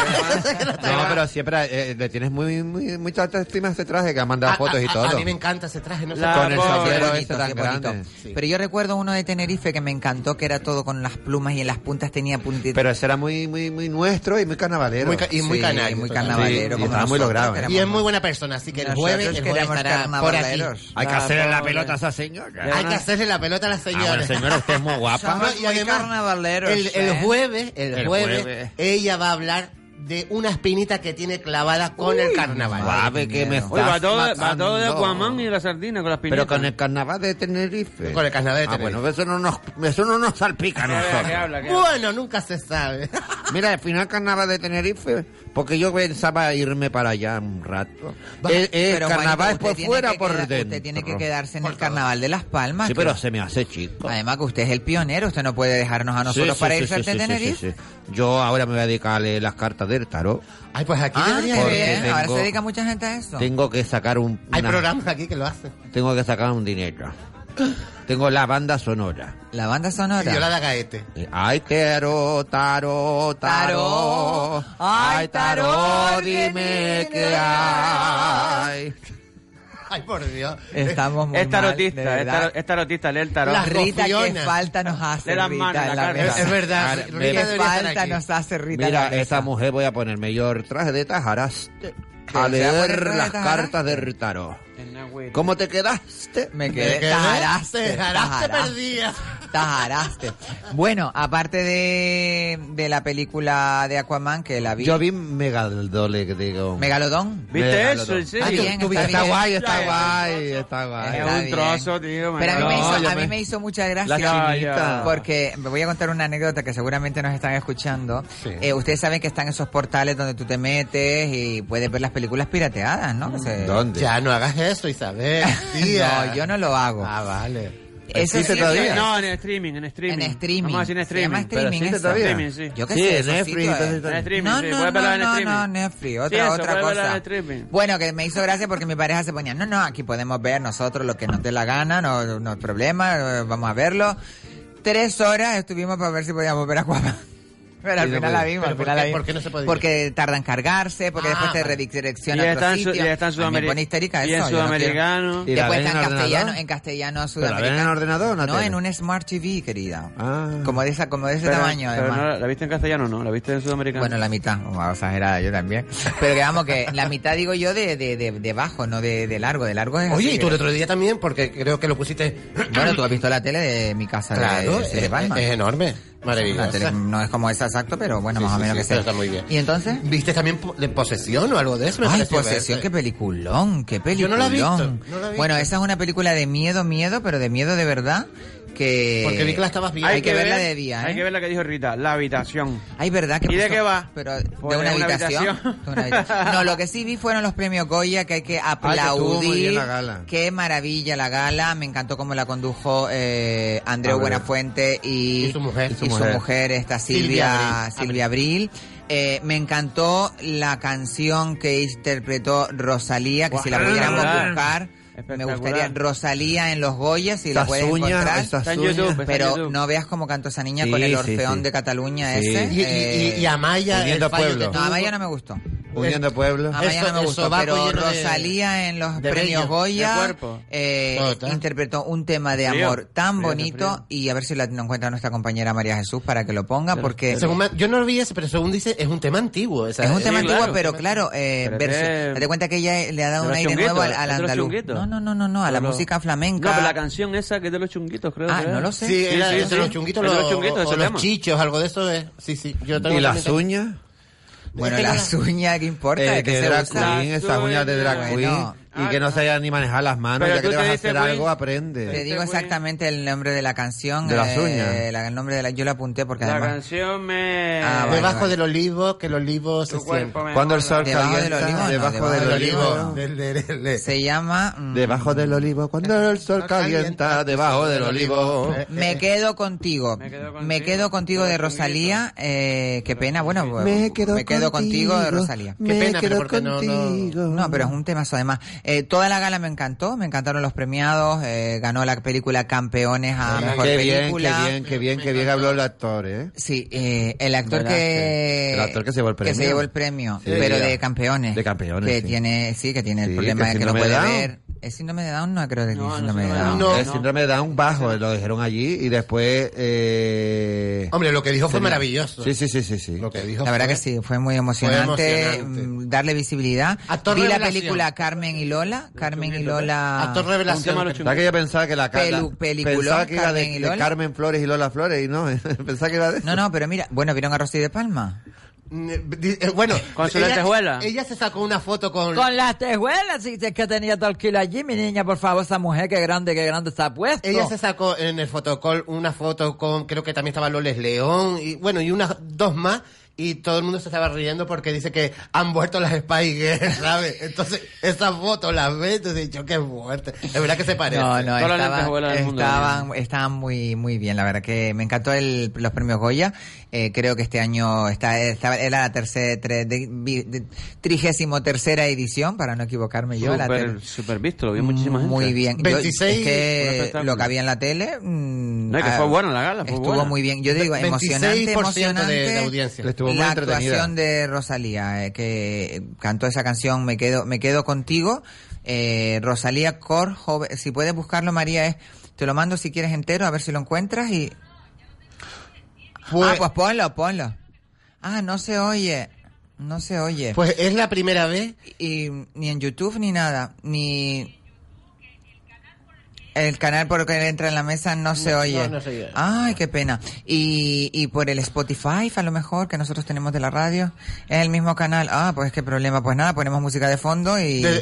S12: No, pero siempre eh, le tienes muy, muy, mucha alta estima a ese traje que ha mandado
S9: A-
S12: fotos y
S9: a- a-
S12: todo.
S9: A mí me encanta ese traje, no sé
S11: La
S9: por
S12: Con
S9: qué.
S12: el
S11: pobre.
S6: Qué
S12: sombrero ese
S6: bonito,
S12: tan
S6: qué bonito.
S12: grande.
S6: Pero yo recuerdo uno de Tenerife que me encantó, que era todo con las plumas y en las puntas tenía puntitas.
S12: Pero ese era muy, muy, muy nuestro y muy carnavalero.
S9: Muy ca- y muy
S6: Sí,
S9: canario.
S6: muy
S9: totalmente.
S6: carnavalero.
S12: Sí,
S6: como
S12: estaba muy
S6: nosotros,
S12: logrado,
S6: que
S12: ¿eh?
S6: éramos
S9: Y es muy buena persona, así que el
S6: Nosotros
S9: jueves, el jueves
S6: queremos
S9: estará por aquí.
S6: carnavaleros.
S7: Hay que
S11: La
S7: hacerle la
S11: pobre.
S7: pelota a esa señora.
S9: Hay que hacerle la pelota a la
S7: Ah, bueno,
S9: señora.
S7: señora, usted es muy guapa.
S6: Somos muy carnavaleros,
S9: el, el
S6: ¿eh?
S9: jueves, el,
S7: El
S9: jueves,
S7: jueves.
S9: ella va a hablar de una espinita que tiene clavada con el carnaval.
S7: Guave que me
S11: Oye, va
S7: estás
S11: todo, de- va
S7: matando.
S11: todo de Aquaman y la sardina con las pinetas.
S7: Pero con el carnaval de Tenerife.
S9: Con el carnaval de
S7: Ah,
S9: Tenerife.
S7: bueno, eso no nos, eso no nos salpica a
S11: A ver, ¿qué
S7: nosotros.
S11: habla? ¿Qué habla?
S9: Bueno, nunca se sabe.
S7: Mira, al final carnaval de Tenerife, porque yo pensaba irme para allá un rato. El, el
S6: Pero,
S7: Eh, carnaval
S6: Juanito,
S7: es
S6: usted
S7: por
S6: tiene
S7: fuera
S6: que
S7: o por
S6: quedar-
S7: dentro.
S6: Usted tiene que quedarse en el carnaval de Las Palmas.
S7: Sí,
S6: que-
S7: pero se me hace chico.
S6: Además que usted es el pionero, usted no puede dejarnos a nosotros
S7: Sí,
S6: para
S7: sí,
S6: irse
S7: sí,
S6: al
S7: sí, sí, sí,
S6: Tenerife.
S7: sí. Yo ahora me voy a dedicarle las cartas del tarot.
S9: Ay, pues aquí
S6: Ah,
S9: debería
S6: qué
S9: haber-
S6: bien. Ahora
S7: tengo-
S6: se dedica mucha gente a eso.
S7: Tengo que sacar un
S9: Hay
S7: una-
S9: programas aquí que lo hacen.
S7: tengo que sacar un dinero. Tengo la banda sonora.
S6: La banda
S9: Y yo la
S6: sonora.
S9: da gaete.
S7: Ay, tarot, tarot, tarot.
S6: Tarot. Ay, tarot,
S7: dime
S6: qué
S7: qué
S6: linda.
S7: hay.
S9: Ay, por Dios.
S6: Estamos muy
S11: Es
S6: mal,
S11: tarotista,
S6: de
S11: es,
S6: verdad.
S11: taro- es tarotista, lee el tarot.
S9: Las
S6: Rita, qué
S9: gofionas.
S6: falta nos hace,
S11: Le
S6: Rita,
S11: dan mano en la cara.
S9: Es, es verdad.
S7: Ahora,
S9: Rita
S7: Ah, mira,
S6: Qué
S9: debería estar
S6: falta
S9: aquí.
S6: nos hace Rita.
S7: Mira,
S6: Labresa.
S7: esta mujer voy a ponerme yo el traje de tajaraste
S6: ¿Te
S7: a
S6: vas a poner
S7: leer
S6: traje de
S7: las
S6: Tajaraste?
S7: cartas del tarot.
S11: En la güey.
S7: ¿Cómo te quedaste?
S6: Me
S9: Me
S6: quedé,
S9: quedé-
S6: tajaraste,
S9: tajaraste
S6: tajaraste.
S9: perdida.
S6: Tajaraste. Bueno, aparte de, de la película de Aquaman que la vi,
S7: Yo vi Megadole, que digo.
S6: Megalodón.
S11: ¿Viste eso? ¿En
S6: Ah,
S11: serio?
S6: bien,
S7: Tú- tú-
S6: está
S7: está
S6: bien.
S7: guay, está
S11: Ya,
S7: guay, está guay.
S11: Es
S6: Está
S11: un
S6: bien.
S11: trozo, tío.
S6: Pero a mí, me,
S7: No,
S6: hizo,
S7: yo
S6: a mí
S7: me-
S6: me hizo mucha
S7: La
S6: gracia.
S7: chinita.
S6: Porque me voy a contar una anécdota que seguramente nos están escuchando. Eh, ustedes saben que están esos portales donde tú te metes y puedes ver las películas pirateadas, ¿no? Que se-
S7: ¿Dónde?
S9: Ya no hagas eso, Isabel. tía.
S6: No, yo no lo hago.
S9: Ah, vale.
S6: Eso
S7: ¿Existe
S6: sí-
S7: todavía?
S11: No, en streaming, en streaming.
S6: En streaming.
S11: Vamos a decir en
S6: Se
S11: streaming.
S6: llama
S7: Pero
S6: streaming
S7: existe
S6: eso.
S7: todavía.
S11: Streaming, sí.
S6: Yo qué
S7: Sí,
S6: sé,
S7: en
S6: esos
S7: Netflix,
S6: sitios,
S7: entonces,
S6: eh.
S11: En streaming,
S6: no,
S11: sí,
S6: no,
S11: puedes
S6: no,
S11: verla en
S6: no,
S11: streaming.
S6: no, Netflix, otra,
S11: Sí, eso,
S6: otra
S11: puedes verla en
S6: cosa.
S11: streaming.
S6: Bueno, que me hizo gracia porque mi pareja se ponía, no, no, aquí podemos ver nosotros lo que nos dé la gana, no, no hay problema, eh, vamos a verlo. Tres horas estuvimos para ver si podíamos ver a Aquaman. Pero al
S7: Sí, no
S6: final la
S7: podía.
S6: vimos, al
S9: ¿Pero por
S6: final
S9: qué-
S6: la vimos.
S9: por qué no se podía?
S6: Porque tarda en cargarse, porque
S9: Ah,
S6: después te
S9: vale.
S6: redirecciona
S11: Y
S6: a
S11: está
S6: otro
S11: en, su-
S6: sitio.
S11: y está en
S6: A mí me pone histérica
S11: Sudamericano. Y en
S6: eso, yo no quiero-
S7: ¿Y
S11: Sudamericano.
S7: la
S6: Después
S7: ven
S6: está
S7: en
S6: en
S7: ordenador?
S6: castellano, en castellano
S7: ¿Pero la ven en
S6: sudamericano.
S7: ordenador o en la
S6: No,
S7: tele?
S6: en un Smart TV, querida.
S7: Ah.
S6: Como de esa, como de ese
S11: Pero-
S6: tamaño,
S11: pero
S6: además.
S11: no la- ¿La viste en castellano o no? ¿La viste en Sudamericano?
S6: Bueno, la mitad, vamos a exagerada yo también. Pero que vamos, que la mitad digo yo de, de, de, de bajo, no de, de largo, de largo es
S9: Oye,
S6: así,
S9: y tú el
S6: que-
S9: otro día también, porque creo que lo pusiste.
S6: Bueno, tú has visto la tele de mi casa de-
S9: Claro,
S6: de,
S9: es,
S6: de Palma.
S9: es enorme.
S6: Una tele-
S9: Maravilloso.
S6: no es como esa exacto, pero bueno,
S9: Sí,
S6: más o
S9: sí,
S6: menos
S9: sí,
S6: que
S9: pero
S6: sea.
S9: está muy bien.
S6: ¿Y entonces?
S9: ¿Viste también po- de posesión o algo de eso? Me
S6: Ay,
S9: pareció
S6: posesión,
S9: verte.
S6: qué peliculón, qué
S9: Yo no
S6: peliculón.
S9: la he visto, no la he visto.
S6: Bueno, esa es una película de miedo, miedo, pero de miedo de verdad. Que...
S9: Porque vi que la estabas viendo.
S6: Hay que verla de día, ¿eh?
S11: Hay que ver la que dijo Rita, la habitación.
S6: Ay, ¿verdad? que
S11: ¿Y de
S6: puso-
S11: qué va?
S6: Pero, ¿De
S11: Pues,
S6: una
S11: de una
S6: habitación?
S11: habitación.
S6: De una habitación. No, lo que sí vi fueron los premios Goya, que hay que
S7: Ah, que estuvo muy bien
S6: aplaudir.
S7: la gala.
S6: Qué maravilla la gala. Me encantó cómo la condujo eh, Andreu
S7: A ver.
S6: Buenafuente y,
S9: Y su mujer.
S6: y su
S9: Y su mujer.
S6: mujer, esta
S9: Silvia
S6: Silvia, Silvia Abril. Eh, me encantó la canción que interpretó Rosalía, que si la
S11: Guau.
S6: pudiéramos
S11: Espectacular.
S6: buscar, me
S11: Espectacular.
S6: gustaría Rosalía en los Goya, si la
S7: Estas
S6: puedes
S7: uñas,
S6: encontrar.
S7: estas
S11: Está en
S7: uñas.
S11: YouTube. Pues está en
S6: Pero
S11: YouTube.
S6: no veas cómo cantó esa niña
S7: Sí,
S6: con el
S7: sí,
S6: Orfeón
S7: sí.
S6: de Cataluña
S7: Sí.
S6: ese.
S9: Y, y, y, y
S6: eh,
S9: Amaya,
S7: Huyendo
S9: el fallo
S7: pueblo.
S9: que
S6: no,
S9: tuvo.
S6: a Maya no me gustó.
S7: Uniendo pueblo.
S6: A Maya
S9: Eso-
S6: no Ah, me
S9: el
S6: gustó,
S9: sobaco
S6: pero
S9: lleno de-
S6: Rosalía en los
S9: de
S6: premios
S9: vello,
S11: de
S6: Goya
S11: cuerpo.
S6: eh,
S9: Total.
S6: interpretó un tema de
S11: Frío,
S6: amor tan
S11: frío,
S6: bonito
S11: frío.
S6: y a ver si la no encuentra nuestra compañera María Jesús para que lo ponga porque
S9: Según ma- yo no lo vi ese, pero según dice, es un tema antiguo. o sea,
S6: es un
S9: eh,
S6: tema
S11: Sí,
S6: antiguo,
S11: claro.
S6: pero claro, eh,
S11: Pero
S6: versus-
S11: es-
S6: date cuenta que ella le ha dado
S11: De
S6: un
S11: los
S6: aire
S11: chunguitos,
S6: nuevo al, al
S11: es de los
S6: andaluz.
S11: chunguitos.
S6: No, no, no, no, no, a la
S11: Pero-
S6: música flamenca.
S11: No, pero la canción esa que es de los chunguitos, creo.
S6: Ah,
S11: que
S6: no
S11: era.
S6: lo sé.
S9: Sí,
S11: Sí,
S9: era
S11: sí,
S9: entre
S11: ¿Ah, sí.
S9: los chunguitos,
S11: Es de
S9: los,
S11: los chunguitos,
S9: o
S11: ese
S9: los
S11: tema.
S9: chichos, algo de eso es. Sí, sí. Yo tengo también-
S7: ¿Y las uñas?
S6: bueno,
S9: Es que
S6: las
S9: no-
S6: uñas, ¿qué importa?
S7: Eh,
S6: ¿De qué
S7: de
S6: se
S7: drag
S6: usa?
S7: queen, esas uñas de drag
S6: Bueno.
S7: queen. Y que no se hayan ni manejar las
S9: Ah,
S7: manos,
S11: Pero
S7: ya que
S11: tú
S7: te
S11: te
S7: vas a
S11: dices,
S7: hacer
S11: Queen,
S7: algo,
S6: Te
S7: aprende.
S6: digo
S11: Este güey.
S6: exactamente el nombre de la canción.
S7: De las
S6: eh,
S7: uñas.
S6: la- el nombre de la, yo la apunté porque
S11: La
S6: además...
S11: canción me...
S6: Ah, vale,
S9: Debajo
S6: vale.
S9: del olivo, que el olivo se
S11: Tu cuerpo
S9: siente.
S11: me
S7: Cuando el
S11: mola.
S7: sol
S6: Debajo del
S7: calienta,
S6: olivo, no,
S7: debajo
S6: debajo
S7: del
S6: del
S7: olivo.
S9: Del- del- del- del-
S6: Se llama... mm,
S7: Debajo del olivo, cuando el sol calienta, debajo del olivo.
S9: Eh,
S6: Me
S9: eh,
S6: quedo contigo.
S11: Me quedo
S6: Me
S11: contigo.
S6: quedo contigo de
S11: Todo
S6: Rosalía. Eh, qué pena. Bueno,
S7: Me quedo,
S6: contigo de Rosalía.
S9: Qué pena, pero porque no- no-
S6: No, pero es un temazo además. Eh, toda la gala me encantó, me encantaron los premiados, eh, ganó la película Campeones a Mejor
S7: Qué bien,
S6: Película.
S7: qué bien, qué bien, qué bien habló el actor, ¿eh?
S6: Sí, eh, el actor
S11: ¿Verdad?
S6: que...
S7: El actor que se llevó el premio.
S6: que se llevó el premio,
S7: Sí,
S6: pero
S7: ya.
S6: de campeones.
S7: De campeones,
S6: Que
S7: sí.
S6: tiene, sí, que tiene el
S7: Sí,
S6: problema
S7: que
S6: de que no
S7: síndrome
S6: puede
S7: de Down.
S6: ver. ¿Es síndrome de Down? No creo que
S11: No,
S6: tiene
S11: no
S6: síndrome de
S11: síndrome de
S6: Down.
S11: Down. No,
S7: el
S11: no.
S7: síndrome de Down bajo, eh, lo dijeron allí y después... Eh...
S9: Hombre, lo que dijo fue maravilloso.
S7: Sí, sí, sí, sí. sí.
S9: Lo que dijo
S6: La verdad
S9: fue-
S6: que sí, fue muy emocionante,
S9: Fue emocionante.
S6: mm, darle visibilidad.
S9: Actor
S6: Vi la
S9: revelación.
S6: película Carmen y Lola, Carmen y Lola.
S9: Actor
S11: Un tema de
S9: revelación.
S11: los
S7: ¿Sabes que yo pensaba que la Carla-
S6: Pelu- peliculón,
S7: pensaba que era de,
S6: Carmen y
S7: de
S6: Lola.
S7: Carmen Flores y Lola Flores y no, pensaba que era de...
S6: No, no, pero mira, bueno, ¿vieron a Rosy de Palma?
S9: Mm, di- eh, Bueno,
S11: Con su
S9: ella-
S11: lentejuela.
S9: Ella se sacó una foto con.
S4: las tejuelas, si es que tenía todo el kilo allí, mi niña, por favor, esa mujer, qué grande, qué grande está puesto.
S9: Ella se sacó en el fotocall una foto con, creo que también estaba Loles León, y bueno, y unas dos más, y todo el mundo se estaba riendo porque dice que han vuelto las Spy Girls, ¿sabes? Entonces, esa foto la ve, entonces yo, qué fuerte. Es verdad que se parece.
S6: No, no,
S11: Todas las
S6: estaban,
S11: lentejuelas del mundo,
S6: estaban, estaban muy, muy bien, la verdad que me encantó el, los premios Goya. Eh, creo que este año está, estaba- era la tercera, tre- de- vi- de- trigésimo tercera edición, para no equivocarme yo. la ter-
S11: Súper, súper visto, lo vi muchísima gente.
S6: Muy bien. Yo-
S9: 26,
S6: es
S11: un
S6: que
S11: espectáculo.
S6: lo que había en la tele. mm,
S11: No, y que
S6: ah,
S11: fue buena la gala, fue
S6: Estuvo
S11: buena.
S6: muy bien. Yo digo, emocionante,
S9: 26%
S6: emocionante.
S9: de, de audiencia.
S7: Estuvo muy
S6: la
S7: entretenida.
S6: actuación de Rosalía, eh, que cantó esa canción Me quedo, me quedo contigo. Eh, Rosalía Cor, joven- si puedes buscarlo, María, es, te lo mando si quieres entero, a ver si lo encuentras. y Ah,
S9: Pues,
S6: pues ponlo, ponlo. Ah, no se oye. No se oye.
S9: pues es la primera vez.
S6: Y, ni en YouTube ni nada, ni el canal por el que entra en la mesa no se oye.
S9: no se oye.
S6: Ay, qué pena. Y, y por el Spotify, a lo mejor, que nosotros tenemos de la radio, es el mismo canal. Ah, pues qué problema. Pues nada, ponemos música de fondo y...
S9: De,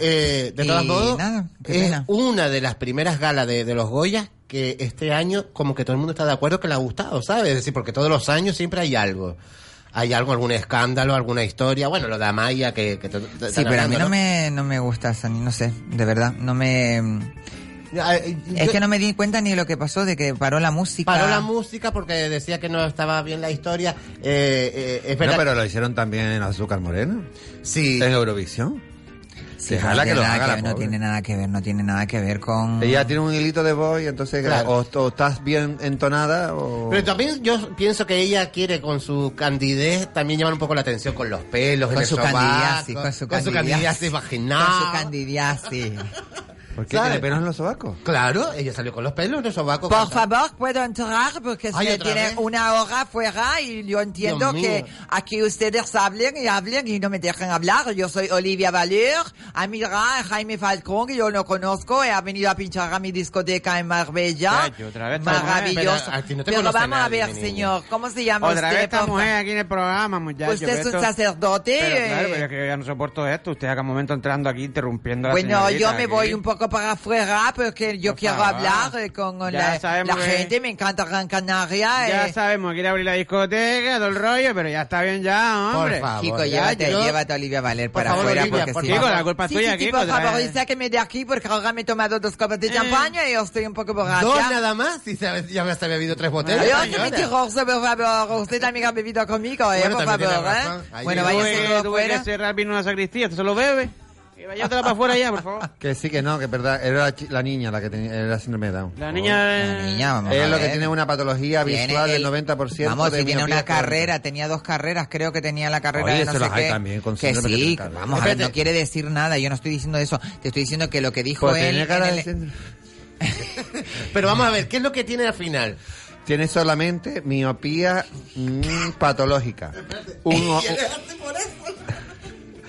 S9: eh, de
S6: y
S9: todos modos,
S6: nada, qué
S9: es
S6: pena.
S9: una de las primeras galas de, de los Goyas que este año como que todo el mundo está de acuerdo que le ha gustado, ¿sabes? Es decir, porque todos los años siempre hay algo. Hay algo, algún escándalo, alguna historia. Bueno, lo de Amaya que... que te- te- te
S6: Sí,
S9: están
S6: pero a mí
S9: hablando,
S6: no me, no me gusta, Sani, no sé, de verdad, no me...
S9: Ah, eh,
S6: Es
S9: yo-
S6: que no me di cuenta ni de lo que pasó, de que paró la música.
S9: Paró la música porque decía que no estaba bien la historia. Eh, eh, es
S7: No,
S9: verdad.
S7: pero lo hicieron también en Azúcar Moreno,
S9: sí.
S7: en Eurovisión.
S6: Sí,
S7: Déjala
S6: no
S7: que
S6: tiene
S7: lo
S6: nada
S7: haga
S6: que
S7: la
S6: ver, No
S7: pobre.
S6: tiene nada que ver, no tiene nada que ver con...
S7: Ella tiene un hilito de voz y entonces
S4: Claro.
S7: o, o estás bien entonada o...
S4: Pero también yo pienso que ella quiere con su candidez también llamar un poco la atención con los pelos,
S6: Con
S4: en el
S6: su
S4: sobaco,
S6: candidiasis, con su candidiasis.
S4: candidiasis vaginal.
S6: Con su candidiasis.
S7: ¿Por qué
S4: ¿Sabe?
S7: tiene pelos en los sobacos?
S4: Claro, ella salió con los pelos en el sobaco.
S6: Por
S4: cantando.
S6: favor, puedo entrar porque
S4: Ay,
S6: se
S4: ¿otra
S6: tiene
S4: vez?
S6: una hora fuera y yo entiendo
S4: Dios
S6: que
S4: mío.
S6: aquí ustedes hablen y hablen y no me dejan hablar. Yo soy Olivia Valeur, amiga de Jaime Falcón, que yo no conozco, he venido a pinchar a mi discoteca en Marbella.
S11: Ay, otra vez esta mujer,
S6: Maravilloso.
S4: pero a ti no te
S6: Pero
S4: conoce
S6: vamos a
S4: nadie,
S6: ver,
S4: mi niña.
S6: señor, ¿cómo se llama
S11: Otra vez
S6: usted?
S11: esta
S6: por
S11: mujer
S6: favor?
S11: aquí en el programa, muchachos.
S6: usted
S11: que
S6: es un
S11: esto-
S6: sacerdote.
S11: Pero claro,
S6: eh.
S11: pero es que yo ya no soporto esto. Usted a cada momento entrando aquí, interrumpiendo a la
S6: Bueno, yo
S11: señorita
S6: me
S11: aquí.
S6: voy un poco para afuera porque yo
S11: Por
S6: quiero
S11: favor.
S6: hablar eh, con
S11: Ya
S6: la,
S11: sabemos
S6: la
S11: que-
S6: gente, me encanta Gran Canaria.
S11: Ya
S6: eh.
S11: sabemos, quiere abrir la discoteca, todo el rollo, pero ya está bien ya,
S4: Por
S11: hombre.
S4: favor.
S6: Kiko,
S4: ya,
S6: llévate,
S4: yo-
S6: llévate a Olivia Valer
S4: Por
S6: para
S4: favor,
S6: afuera
S4: Olivia,
S6: porque
S4: por
S6: si
S11: Kiko,
S6: no-
S11: la culpa es
S6: sí,
S11: tuya,
S6: sí, sí,
S11: Kiko,
S6: por
S11: trae-
S6: favor, y sáqueme de aquí porque ahora me he tomado dos copas de
S11: Eh.
S6: champaña y yo estoy un poco borracha.
S4: Dos nada más, y se- ya me hasta había bebido tres botellas.
S6: Yo soy
S4: señora.
S6: mentiroso, por favor. Usted también ha bebido conmigo, eh,
S4: Bueno,
S6: por
S4: también
S6: favor,
S4: tiene
S6: eh.
S4: razón. Ahí
S6: Bueno, pues.
S4: viene.
S11: Tuve,
S6: vaya
S11: que-
S6: señor
S11: tuve que
S6: fuera.
S11: cerrar vino en la sacristía, esto se lo bebe. Y váyatela para afuera ya, por favor.
S7: Que sí, que no, que es verdad, era la, chi- la niña la que tenía era síndrome de Down.
S11: La niña...
S6: La niña, vamos a
S7: Es lo que
S6: ver.
S7: tiene una patología
S6: Tiene
S7: visual
S6: el-
S7: del 90%.
S6: Vamos,
S7: de
S6: si tiene
S7: miopía
S6: una
S7: crónica.
S6: carrera, tenía dos carreras, creo que tenía la carrera
S7: Oye,
S6: de no
S7: se
S6: sé
S7: las hay
S6: qué.
S7: también, con
S6: que
S7: síndrome que
S6: sí,
S7: tiene carrera.
S6: vamos a ver, no
S4: Espérate.
S6: quiere decir nada, yo no estoy diciendo eso, te estoy diciendo que lo que dijo
S7: Pues
S6: él
S7: tenía cara
S6: en
S7: de
S6: el-
S7: síndrome-
S4: Pero vamos a ver, ¿qué es lo que tiene al final?
S7: Tiene solamente miopía mm, patología. Un, o-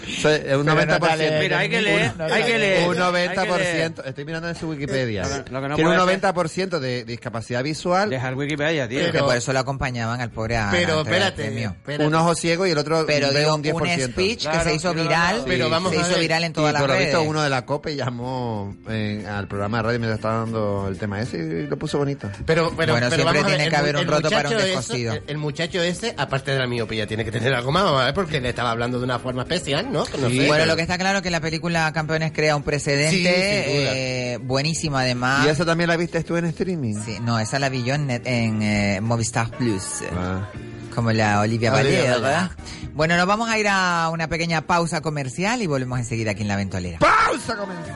S7: Sí, es un 90%.
S11: Mira, hay que leer, hay que leer.
S7: Un
S11: hay que leer.
S7: 90%, estoy mirando en su Wikipedia.
S11: Lo que- lo que no
S7: Tiene un
S11: puede ser-
S7: 90% de discapacidad visual,
S11: Deja el Wikipedia, tío.
S6: que
S4: Pero-
S6: por eso lo acompañaban al pobre
S7: Ah,
S6: a- a
S4: Pero
S6: entregar el
S4: espérate,
S6: premio.
S4: espérate.
S7: un ojo ciego y el otro
S6: Pero
S7: ve
S6: digo,
S7: un
S6: un,
S7: 10%.
S6: speech que
S11: Claro,
S6: se hizo
S11: pero
S6: viral,
S11: no,
S4: pero vamos
S6: se
S4: a
S6: hizo
S4: ver.
S6: viral en todas
S7: y
S6: las
S7: por lo
S6: redes.
S7: visto uno de la COPE llamó eh, al programa de radio mientras estaba dando el tema ese y lo puso bonito.
S4: Pero, pero,
S6: Bueno,
S4: pero
S6: siempre
S4: vamos a ver,
S6: tiene que
S4: el-
S6: haber un
S4: el
S6: roto para un
S4: muchacho ese-
S7: eh,
S6: descosido.
S4: el, el muchacho ese, aparte de la miopía, tiene que tener algo más, vamos a ver, porque le estaba hablando de una forma especial, ¿no? Que no sé.
S6: Bueno, lo que está claro es que la película Campeones crea un precedente
S4: Sí, sin duda.
S6: eh, buenísimo además.
S7: ¿Y esa también la viste tú en streaming?
S6: Sí, no, esa la vi yo en, net- en eh, Movistar Plus.
S7: Ah.
S6: Como la Olivia
S4: Olivia
S6: Valera.
S4: Valero.
S6: Bueno, nos vamos a ir a una pequeña pausa comercial y volvemos enseguida aquí en La Ventolera.
S7: ¡Pausa comercial!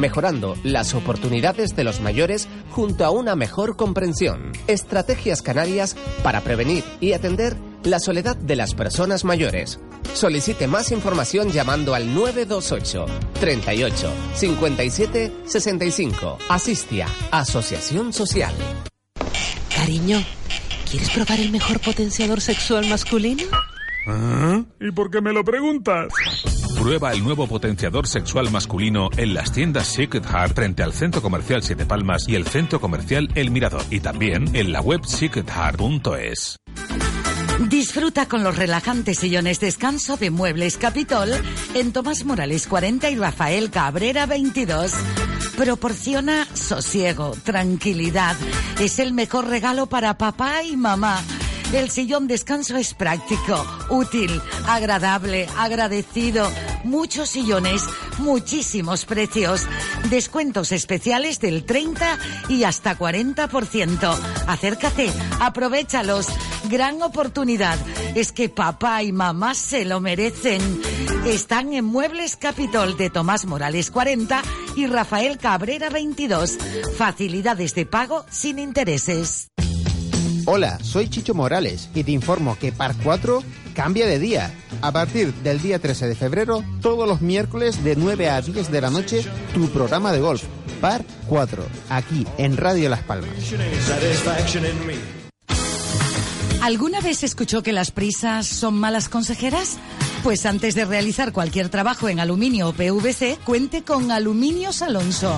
S9: mejorando las oportunidades de los mayores junto a una mejor comprensión. Estrategias canarias para prevenir y atender la soledad de las personas mayores. Solicite más información llamando al 928 38 57 65. Asistia, Asociación Social.
S13: Cariño, ¿quieres probar el mejor potenciador sexual masculino?
S8: ¿Y por qué me lo preguntas?
S14: Prueba el nuevo potenciador sexual masculino en las tiendas Secret Heart frente al Centro Comercial Siete Palmas y el Centro Comercial El Mirador. Y también en la web secretheart.es.
S13: Disfruta con los relajantes sillones descanso de Muebles Capitol en Tomás Morales 40 y Rafael Cabrera 22. Proporciona sosiego, tranquilidad. Es el mejor regalo para papá y mamá. El sillón descanso es práctico, útil, agradable, agradecido. Muchos sillones, muchísimos precios. Descuentos especiales del 30 y hasta 40%. Acércate, aprovechalos. Gran oportunidad. Es que papá y mamá se lo merecen. Están en Muebles Capitol de Tomás Morales 40 y Rafael Cabrera 22. Facilidades de pago sin intereses.
S9: Hola, soy Chicho Morales y te informo que Par 4 cambia de día.
S15: A partir del día 13 de febrero, todos los miércoles de 9 a 10 de la noche, tu programa de golf, Par 4, aquí en Radio Las Palmas.
S13: ¿Alguna vez escuchó que las prisas son malas consejeras? Pues antes de realizar cualquier trabajo en aluminio o PVC, cuente con Aluminios Alonso.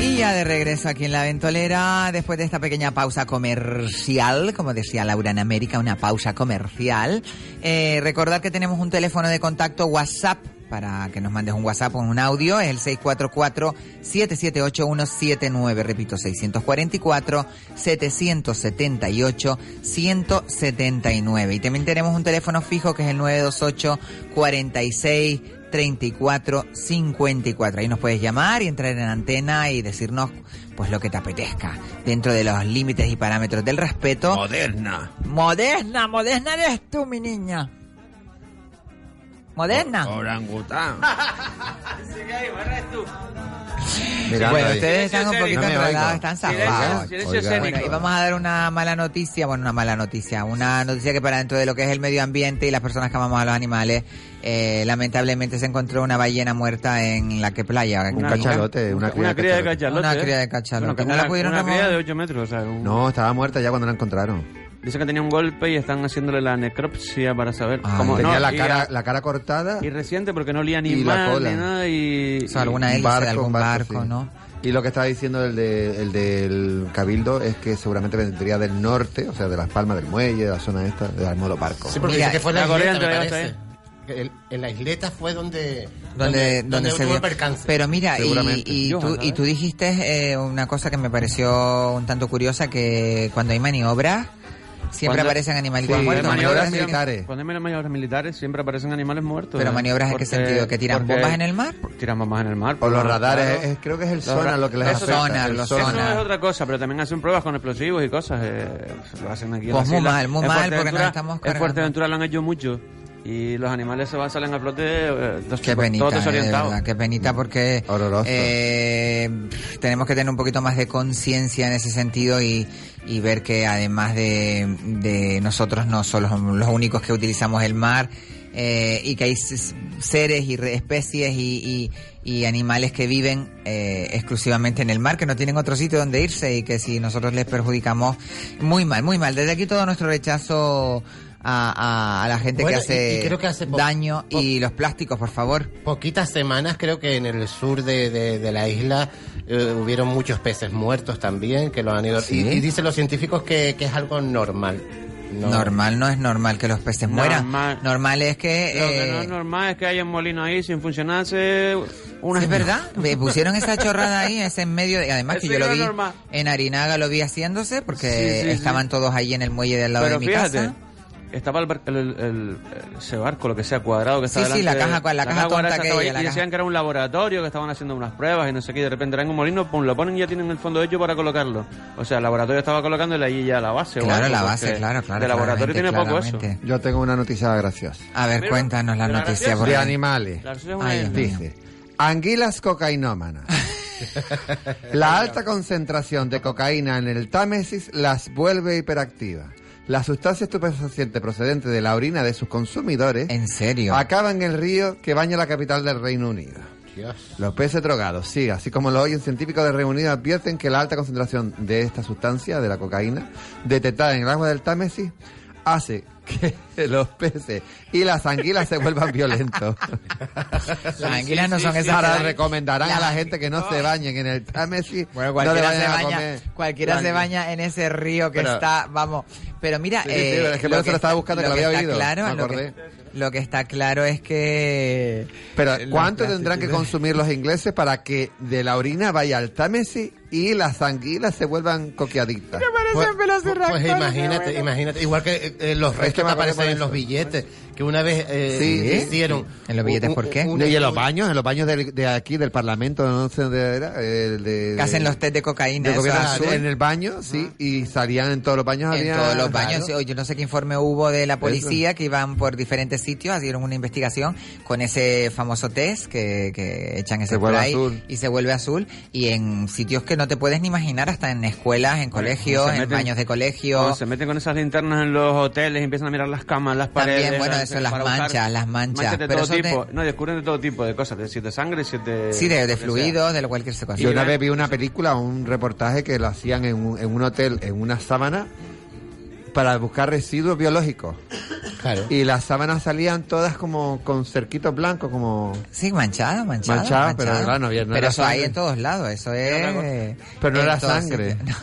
S6: Y ya de regreso aquí en la ventolera, después de esta pequeña pausa comercial, como decía Laura en América, una pausa comercial. Eh, recordad que tenemos un teléfono de contacto WhatsApp para que nos mandes un WhatsApp o un audio, es el 644-778-179, repito, 644-778-179. Y también tenemos un teléfono fijo que es el 928 46 34 54. Ahí nos puedes llamar y entrar en antena y decirnos pues lo que te apetezca, dentro de los límites y parámetros del respeto.
S10: Moderna.
S6: Moderna, moderna eres tú, mi niña. Moderna.
S10: Orangután.
S6: Bueno,
S10: Mirando ahí.
S6: ustedes están un
S10: Silencio
S6: poquito
S10: escénico.
S6: atragados,
S10: No me
S6: están
S10: oigo. Silencio-
S6: zafados.
S10: silencio
S6: Bueno,
S10: escénico.
S6: y vamos a dar una mala noticia, bueno, una mala noticia, una noticia que para dentro de lo que es el medio ambiente y las personas que amamos a los animales, eh, lamentablemente se encontró una ballena muerta en la que playa.
S7: Un cachalote, una cría
S11: Una cría de cachalote.
S6: Una cría de cachalote.
S11: Bueno,
S6: ¿No la
S11: una-
S6: pudieron
S11: Una cría
S6: remover?
S11: de 8 metros, o sea, un-
S7: No, estaba muerta ya cuando la encontraron.
S11: Dicen que tenía un golpe y están haciéndole la necropsia para saber cómo...
S7: Ah, Tenía
S11: no,
S7: la,
S11: y-
S7: cara, la cara cortada.
S11: Y reciente porque no olía ni
S7: y la
S11: mal,
S7: cola.
S11: ni nada y...
S6: O sea, alguna
S7: Un
S6: hélice de algún
S7: un
S6: barco,
S7: sí.
S6: ¿no?
S7: Y lo que estaba diciendo el, de- el del Cabildo es que seguramente vendría del norte, o sea, de Las Palmas del Muelle, de la zona esta, de Almolo Barco.
S9: Sí, porque dice que fue la,
S11: la
S9: isleta,
S11: corriente
S9: me
S11: la
S9: parece. Que el- en la isleta fue donde...
S6: donde, donde se
S9: tuvo
S6: vio.
S9: el percance.
S6: Pero mira, y,
S9: Seguramente.
S6: y,
S9: Johan,
S6: tú, y
S9: ¿sabes?
S6: tú dijiste eh, una cosa que me pareció un tanto curiosa, que cuando hay maniobras, siempre
S11: Cuando-
S6: aparecen animalitos
S11: cuando hay
S6: muertos.
S11: maniobras
S6: maniobras que-
S11: militares. Cuando hay maniobras militares siempre aparecen animales muertos.
S6: Pero
S11: ¿eh?
S6: maniobras en qué
S11: Porque-
S6: sentido, que tiran
S11: porque
S6: bombas en el mar.
S11: Tiran bombas en el mar.
S7: O los
S11: claro.
S7: radares, es- creo que es el
S11: Los
S7: zona
S11: ra-
S7: lo que les
S11: Eso-
S7: afecta.
S6: sonar,
S7: el
S6: los
S7: sonar.
S11: Eso es otra cosa, pero también hacen pruebas con explosivos y cosas. eh, lo hacen aquí en
S6: Pues
S11: las
S6: muy
S11: islas.
S6: mal, muy
S11: En
S6: mal, porque
S11: Fuerteventura-
S6: nos estamos
S11: En
S6: cargando.
S11: Fuerteventura lo han hecho mucho. Y los animales se van, salen a flote eh, dos-
S6: Qué penita,
S11: todos
S6: eh, de
S11: desorientados.
S6: verdad, qué penita porque
S7: Horroroso.
S6: eh, tenemos que tener un poquito más de conciencia en ese sentido y, y ver que además de, de nosotros no somos los únicos que utilizamos el mar eh, y que hay s- seres y re- especies y, y- y animales que viven eh, exclusivamente en el mar, que no tienen otro sitio donde irse y que si nosotros les perjudicamos, muy mal, muy mal. Desde aquí todo nuestro rechazo. A, a- a la gente
S9: Bueno,
S6: que hace,
S9: y- y creo que hace po-
S6: daño
S9: po-
S6: y los plásticos, por favor.
S9: Poquitas semanas creo que en el sur de, de- de la isla eh, hubieron muchos peces muertos también que los han ido...
S6: Sí.
S9: Y, y dicen los científicos que, que es algo normal. No-
S6: Normal no es normal que los peces
S11: Normal.
S6: mueran. Normal es que...
S11: Lo que no
S6: eh,
S11: es normal es que haya un molino ahí sin funcionarse. Una...
S6: es verdad, me pusieron esa chorrada ahí, ese en medio, de- además que
S11: Eso
S6: yo lo
S11: no es
S6: vi
S11: normal.
S6: en Arinaga, lo vi haciéndose porque
S11: Sí, sí,
S6: estaban todos ahí en el muelle del lado
S11: Pero
S6: de mi
S11: fíjate,
S6: casa.
S11: estaba el, bar- el- el- el- ese barco, lo que sea, cuadrado que
S6: Sí,
S11: estaba
S6: sí, la
S11: delante de-
S6: caja- la caja tonta
S11: cuadrada estaba
S6: aquella,
S11: ahí
S6: la
S11: y decían
S6: caja.
S11: que era un laboratorio, que estaban haciendo unas pruebas y no sé qué, y de repente traen un molino, pum, lo ponen y ya tienen el fondo hecho para colocarlo. O sea, el laboratorio estaba colocándole ahí ya la base. o
S6: Claro,
S11: algo,
S6: la base,
S11: porque
S6: claro, claro,
S11: pues, De laboratorio
S6: claramente,
S11: tiene poco eso.
S6: claramente.
S7: Yo tengo una noticia graciosa.
S6: A ver,
S11: Mira,
S6: cuéntanos la
S11: de la
S6: noticia.
S11: graciosa.
S6: porque-
S7: De animales.
S11: La graciosa es una
S6: Ay,
S11: de-
S6: Dios mío.
S7: Dice, anguilas cocainómanas. La alta concentración de cocaína en el Támesis las vuelve hiperactivas. La sustancia estupefaciente procedente de la orina de sus consumidores
S6: ¿En serio?
S7: acaba en el río que baña la capital del Reino Unido. Los peces drogados, sí, así como lo oyen científicos de Reino Unido advierten que la alta concentración de esta sustancia, de la cocaína, detectada en el agua del Támesis, hace que los peces y las anguilas se vuelvan violentos.
S6: Las anguilas no son esas que
S7: Ahora
S6: dan-
S7: recomendarán a la
S6: las-
S7: gente que no se bañen en el Ah, Támesis.
S6: Bueno,
S7: no le
S6: cualquiera,
S7: vayan
S6: se,
S7: a
S6: baña,
S7: comer.
S6: cualquiera se baña en ese río que
S7: Pero-
S6: está, vamos. Pero mira,
S7: Sí, sí,
S6: eh,
S7: pero es que por eso lo estaba buscando, que lo había
S6: está
S7: oído,
S6: Claro,
S7: me
S6: lo, que,
S7: acordé.
S6: lo que está claro es que.
S7: Pero
S6: los
S7: ¿cuánto tendrán que
S6: plásticos-
S7: consumir los ingleses para que de la orina vaya al Támesis y las anguilas se vuelvan coqueaditas?
S9: Pues, pues imagínate, imagínate. Igual que eh, eh, los restos que aparecen en los billetes, que una vez eh,
S7: Sí.
S9: hicieron.
S7: ¿En los billetes
S9: un-
S7: por qué?
S9: un-
S7: y en los baños, en los baños del- de, aquí, del Parlamento, no sé dónde era. eh, de-
S6: Que hacen los test de cocaína.
S7: de cocaína
S6: esos azules.
S7: en el baño, sí, y salían en todos los baños.
S6: En
S7: había-
S6: todos los
S7: Claro.
S6: baños. sí, Yo no sé qué informe hubo de la policía que iban por diferentes sitios, hicieron una investigación con ese famoso test que, que echan ese
S7: Se vuelve
S6: spray
S7: azul.
S6: y se vuelve azul. Y en sitios que no te puedes ni imaginar, hasta en escuelas, en colegios,
S11: se
S6: en
S11: meten-
S6: baños de
S11: Cuando
S6: colegio.
S11: se meten con esas linternas en los hoteles, empiezan a mirar las camas, las paredes.
S6: También, bueno,
S11: las-
S6: eso, las
S11: para buscar
S6: manchas, las manchas,
S11: de
S6: pero
S11: todo
S6: eso te-
S11: tipo. No, descubren de todo tipo de cosas, de, si de sangre, si de...
S6: Sí, de, de
S11: lo que sea.
S6: fluidos, de lo cualquier cosa.
S7: Yo una vez vi una película, un reportaje que lo hacían en un, en un hotel, en una sábana, para buscar residuos biológicos.
S9: Claro.
S7: Y las sábanas salían todas como con cerquitos blancos, como...
S6: Sí, manchada, manchada.
S7: Manchada, pero claro, no había- no
S6: Pero
S7: era
S6: eso hay
S7: sangre.
S6: en todos lados, eso es.
S7: Pero no
S6: en
S7: era
S6: todos
S7: sangre.
S6: sitios.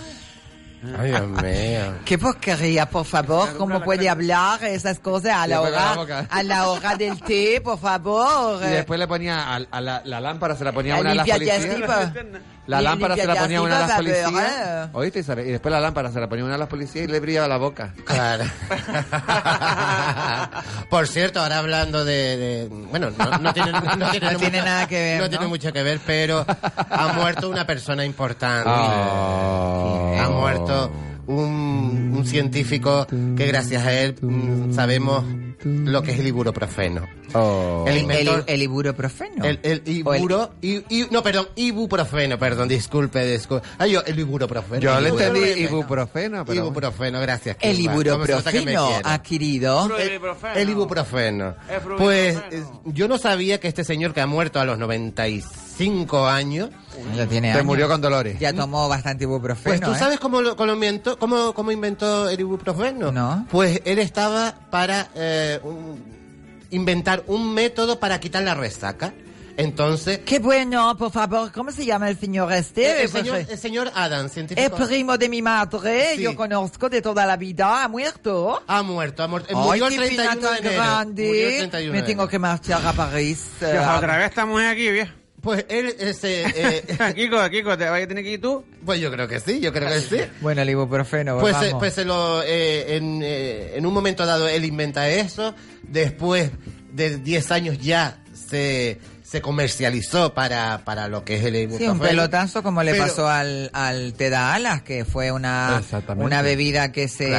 S9: Ay, Dios mío.
S6: Qué porquería, por favor. ¿Cómo puede hablar esas cosas a la
S7: Le pega la
S6: hora,
S7: boca.
S6: a la hora del té, por favor?
S7: Y después le ponía a, a la, la lámpara, se la ponía
S6: La
S7: una de las
S6: limpia
S7: policías.
S6: digestiva.
S7: La
S6: Li-
S7: lámpara se
S6: limpia
S7: la ponía una de las
S6: digestiva, pero,
S7: policías. ¿Oíste, Isabel? Y después la lámpara se la ponía una de las policías y le brillaba la boca.
S9: Claro. Por cierto, ahora hablando de, de- bueno, no, no tiene, no tiene
S6: No tiene
S9: mucho-
S6: nada que ver,
S9: no,
S6: ¿no?
S9: tiene mucho que ver, pero ha muerto una persona importante.
S7: Ah.
S9: Ha muerto un, un científico que gracias a él mm, sabemos lo que es el ibuprofeno. El
S6: El, el,
S9: inventor-
S6: el ibuprofeno.
S9: El, el iburo, i- i- no, perdón, ibuprofeno, perdón, disculpe, disculpe. Ay, yo, el ibuprofeno.
S7: Yo le entendí
S9: Ibuprofeno.
S7: ibuprofeno, pero...
S9: Ibuprofeno, gracias.
S6: El
S9: Kimba. ¿Cómo se nota que me
S6: ibuprofeno
S9: quiere?
S6: adquirido.
S9: El, el ibuprofeno.
S11: El ibuprofeno.
S9: Pues eh, yo no sabía que este señor que ha muerto a los 95 años,
S6: Ya tiene
S7: Te
S6: años.
S7: murió con dolores.
S6: Ya tomó bastante ibuprofeno.
S9: pues tú
S6: ¿eh?
S9: sabes cómo, lo, cómo, lo inventó, cómo, cómo inventó el ibuprofeno.
S6: No.
S9: Pues él estaba para eh, un- inventar un método para quitar la resaca. Entonces, Eh,
S6: Qué bueno, por favor. ¿Cómo se llama el señor este?
S9: el señor,
S6: Pues,
S9: el señor Adam,
S6: es
S9: científico.
S6: primo de mi madre,
S9: Sí.
S6: yo conozco de toda la vida, ha muerto.
S9: Ha muerto, ha muerto. Eh,
S6: Ay,
S9: Murió el
S6: qué
S9: 31
S6: pena
S9: de
S6: tan
S9: enero.
S6: grande.
S9: Murió el 31
S6: Me
S9: de
S6: tengo
S9: enero.
S6: que marchar a París. eh,
S11: Ya,
S6: a-
S11: Otra vez estamos aquí, viejo.
S9: Pues él, ese, eh,
S11: Kiko, Kiko, ¿te vas a tener que ir tú?
S9: pues yo creo que sí, yo creo que sí.
S6: Bueno, el ibuprofeno,
S9: Pues,
S6: vamos.
S9: eh, pues se lo, eh, en, eh, en un momento dado él inventa eso, después de 10 años ya se, se comercializó para, para lo que es el
S6: Sí, un
S9: ibuprofeno.
S6: pelotazo como le
S9: Pero-
S6: pasó al, al Te da alas, que fue una,
S7: Exactamente.
S6: una bebida que se...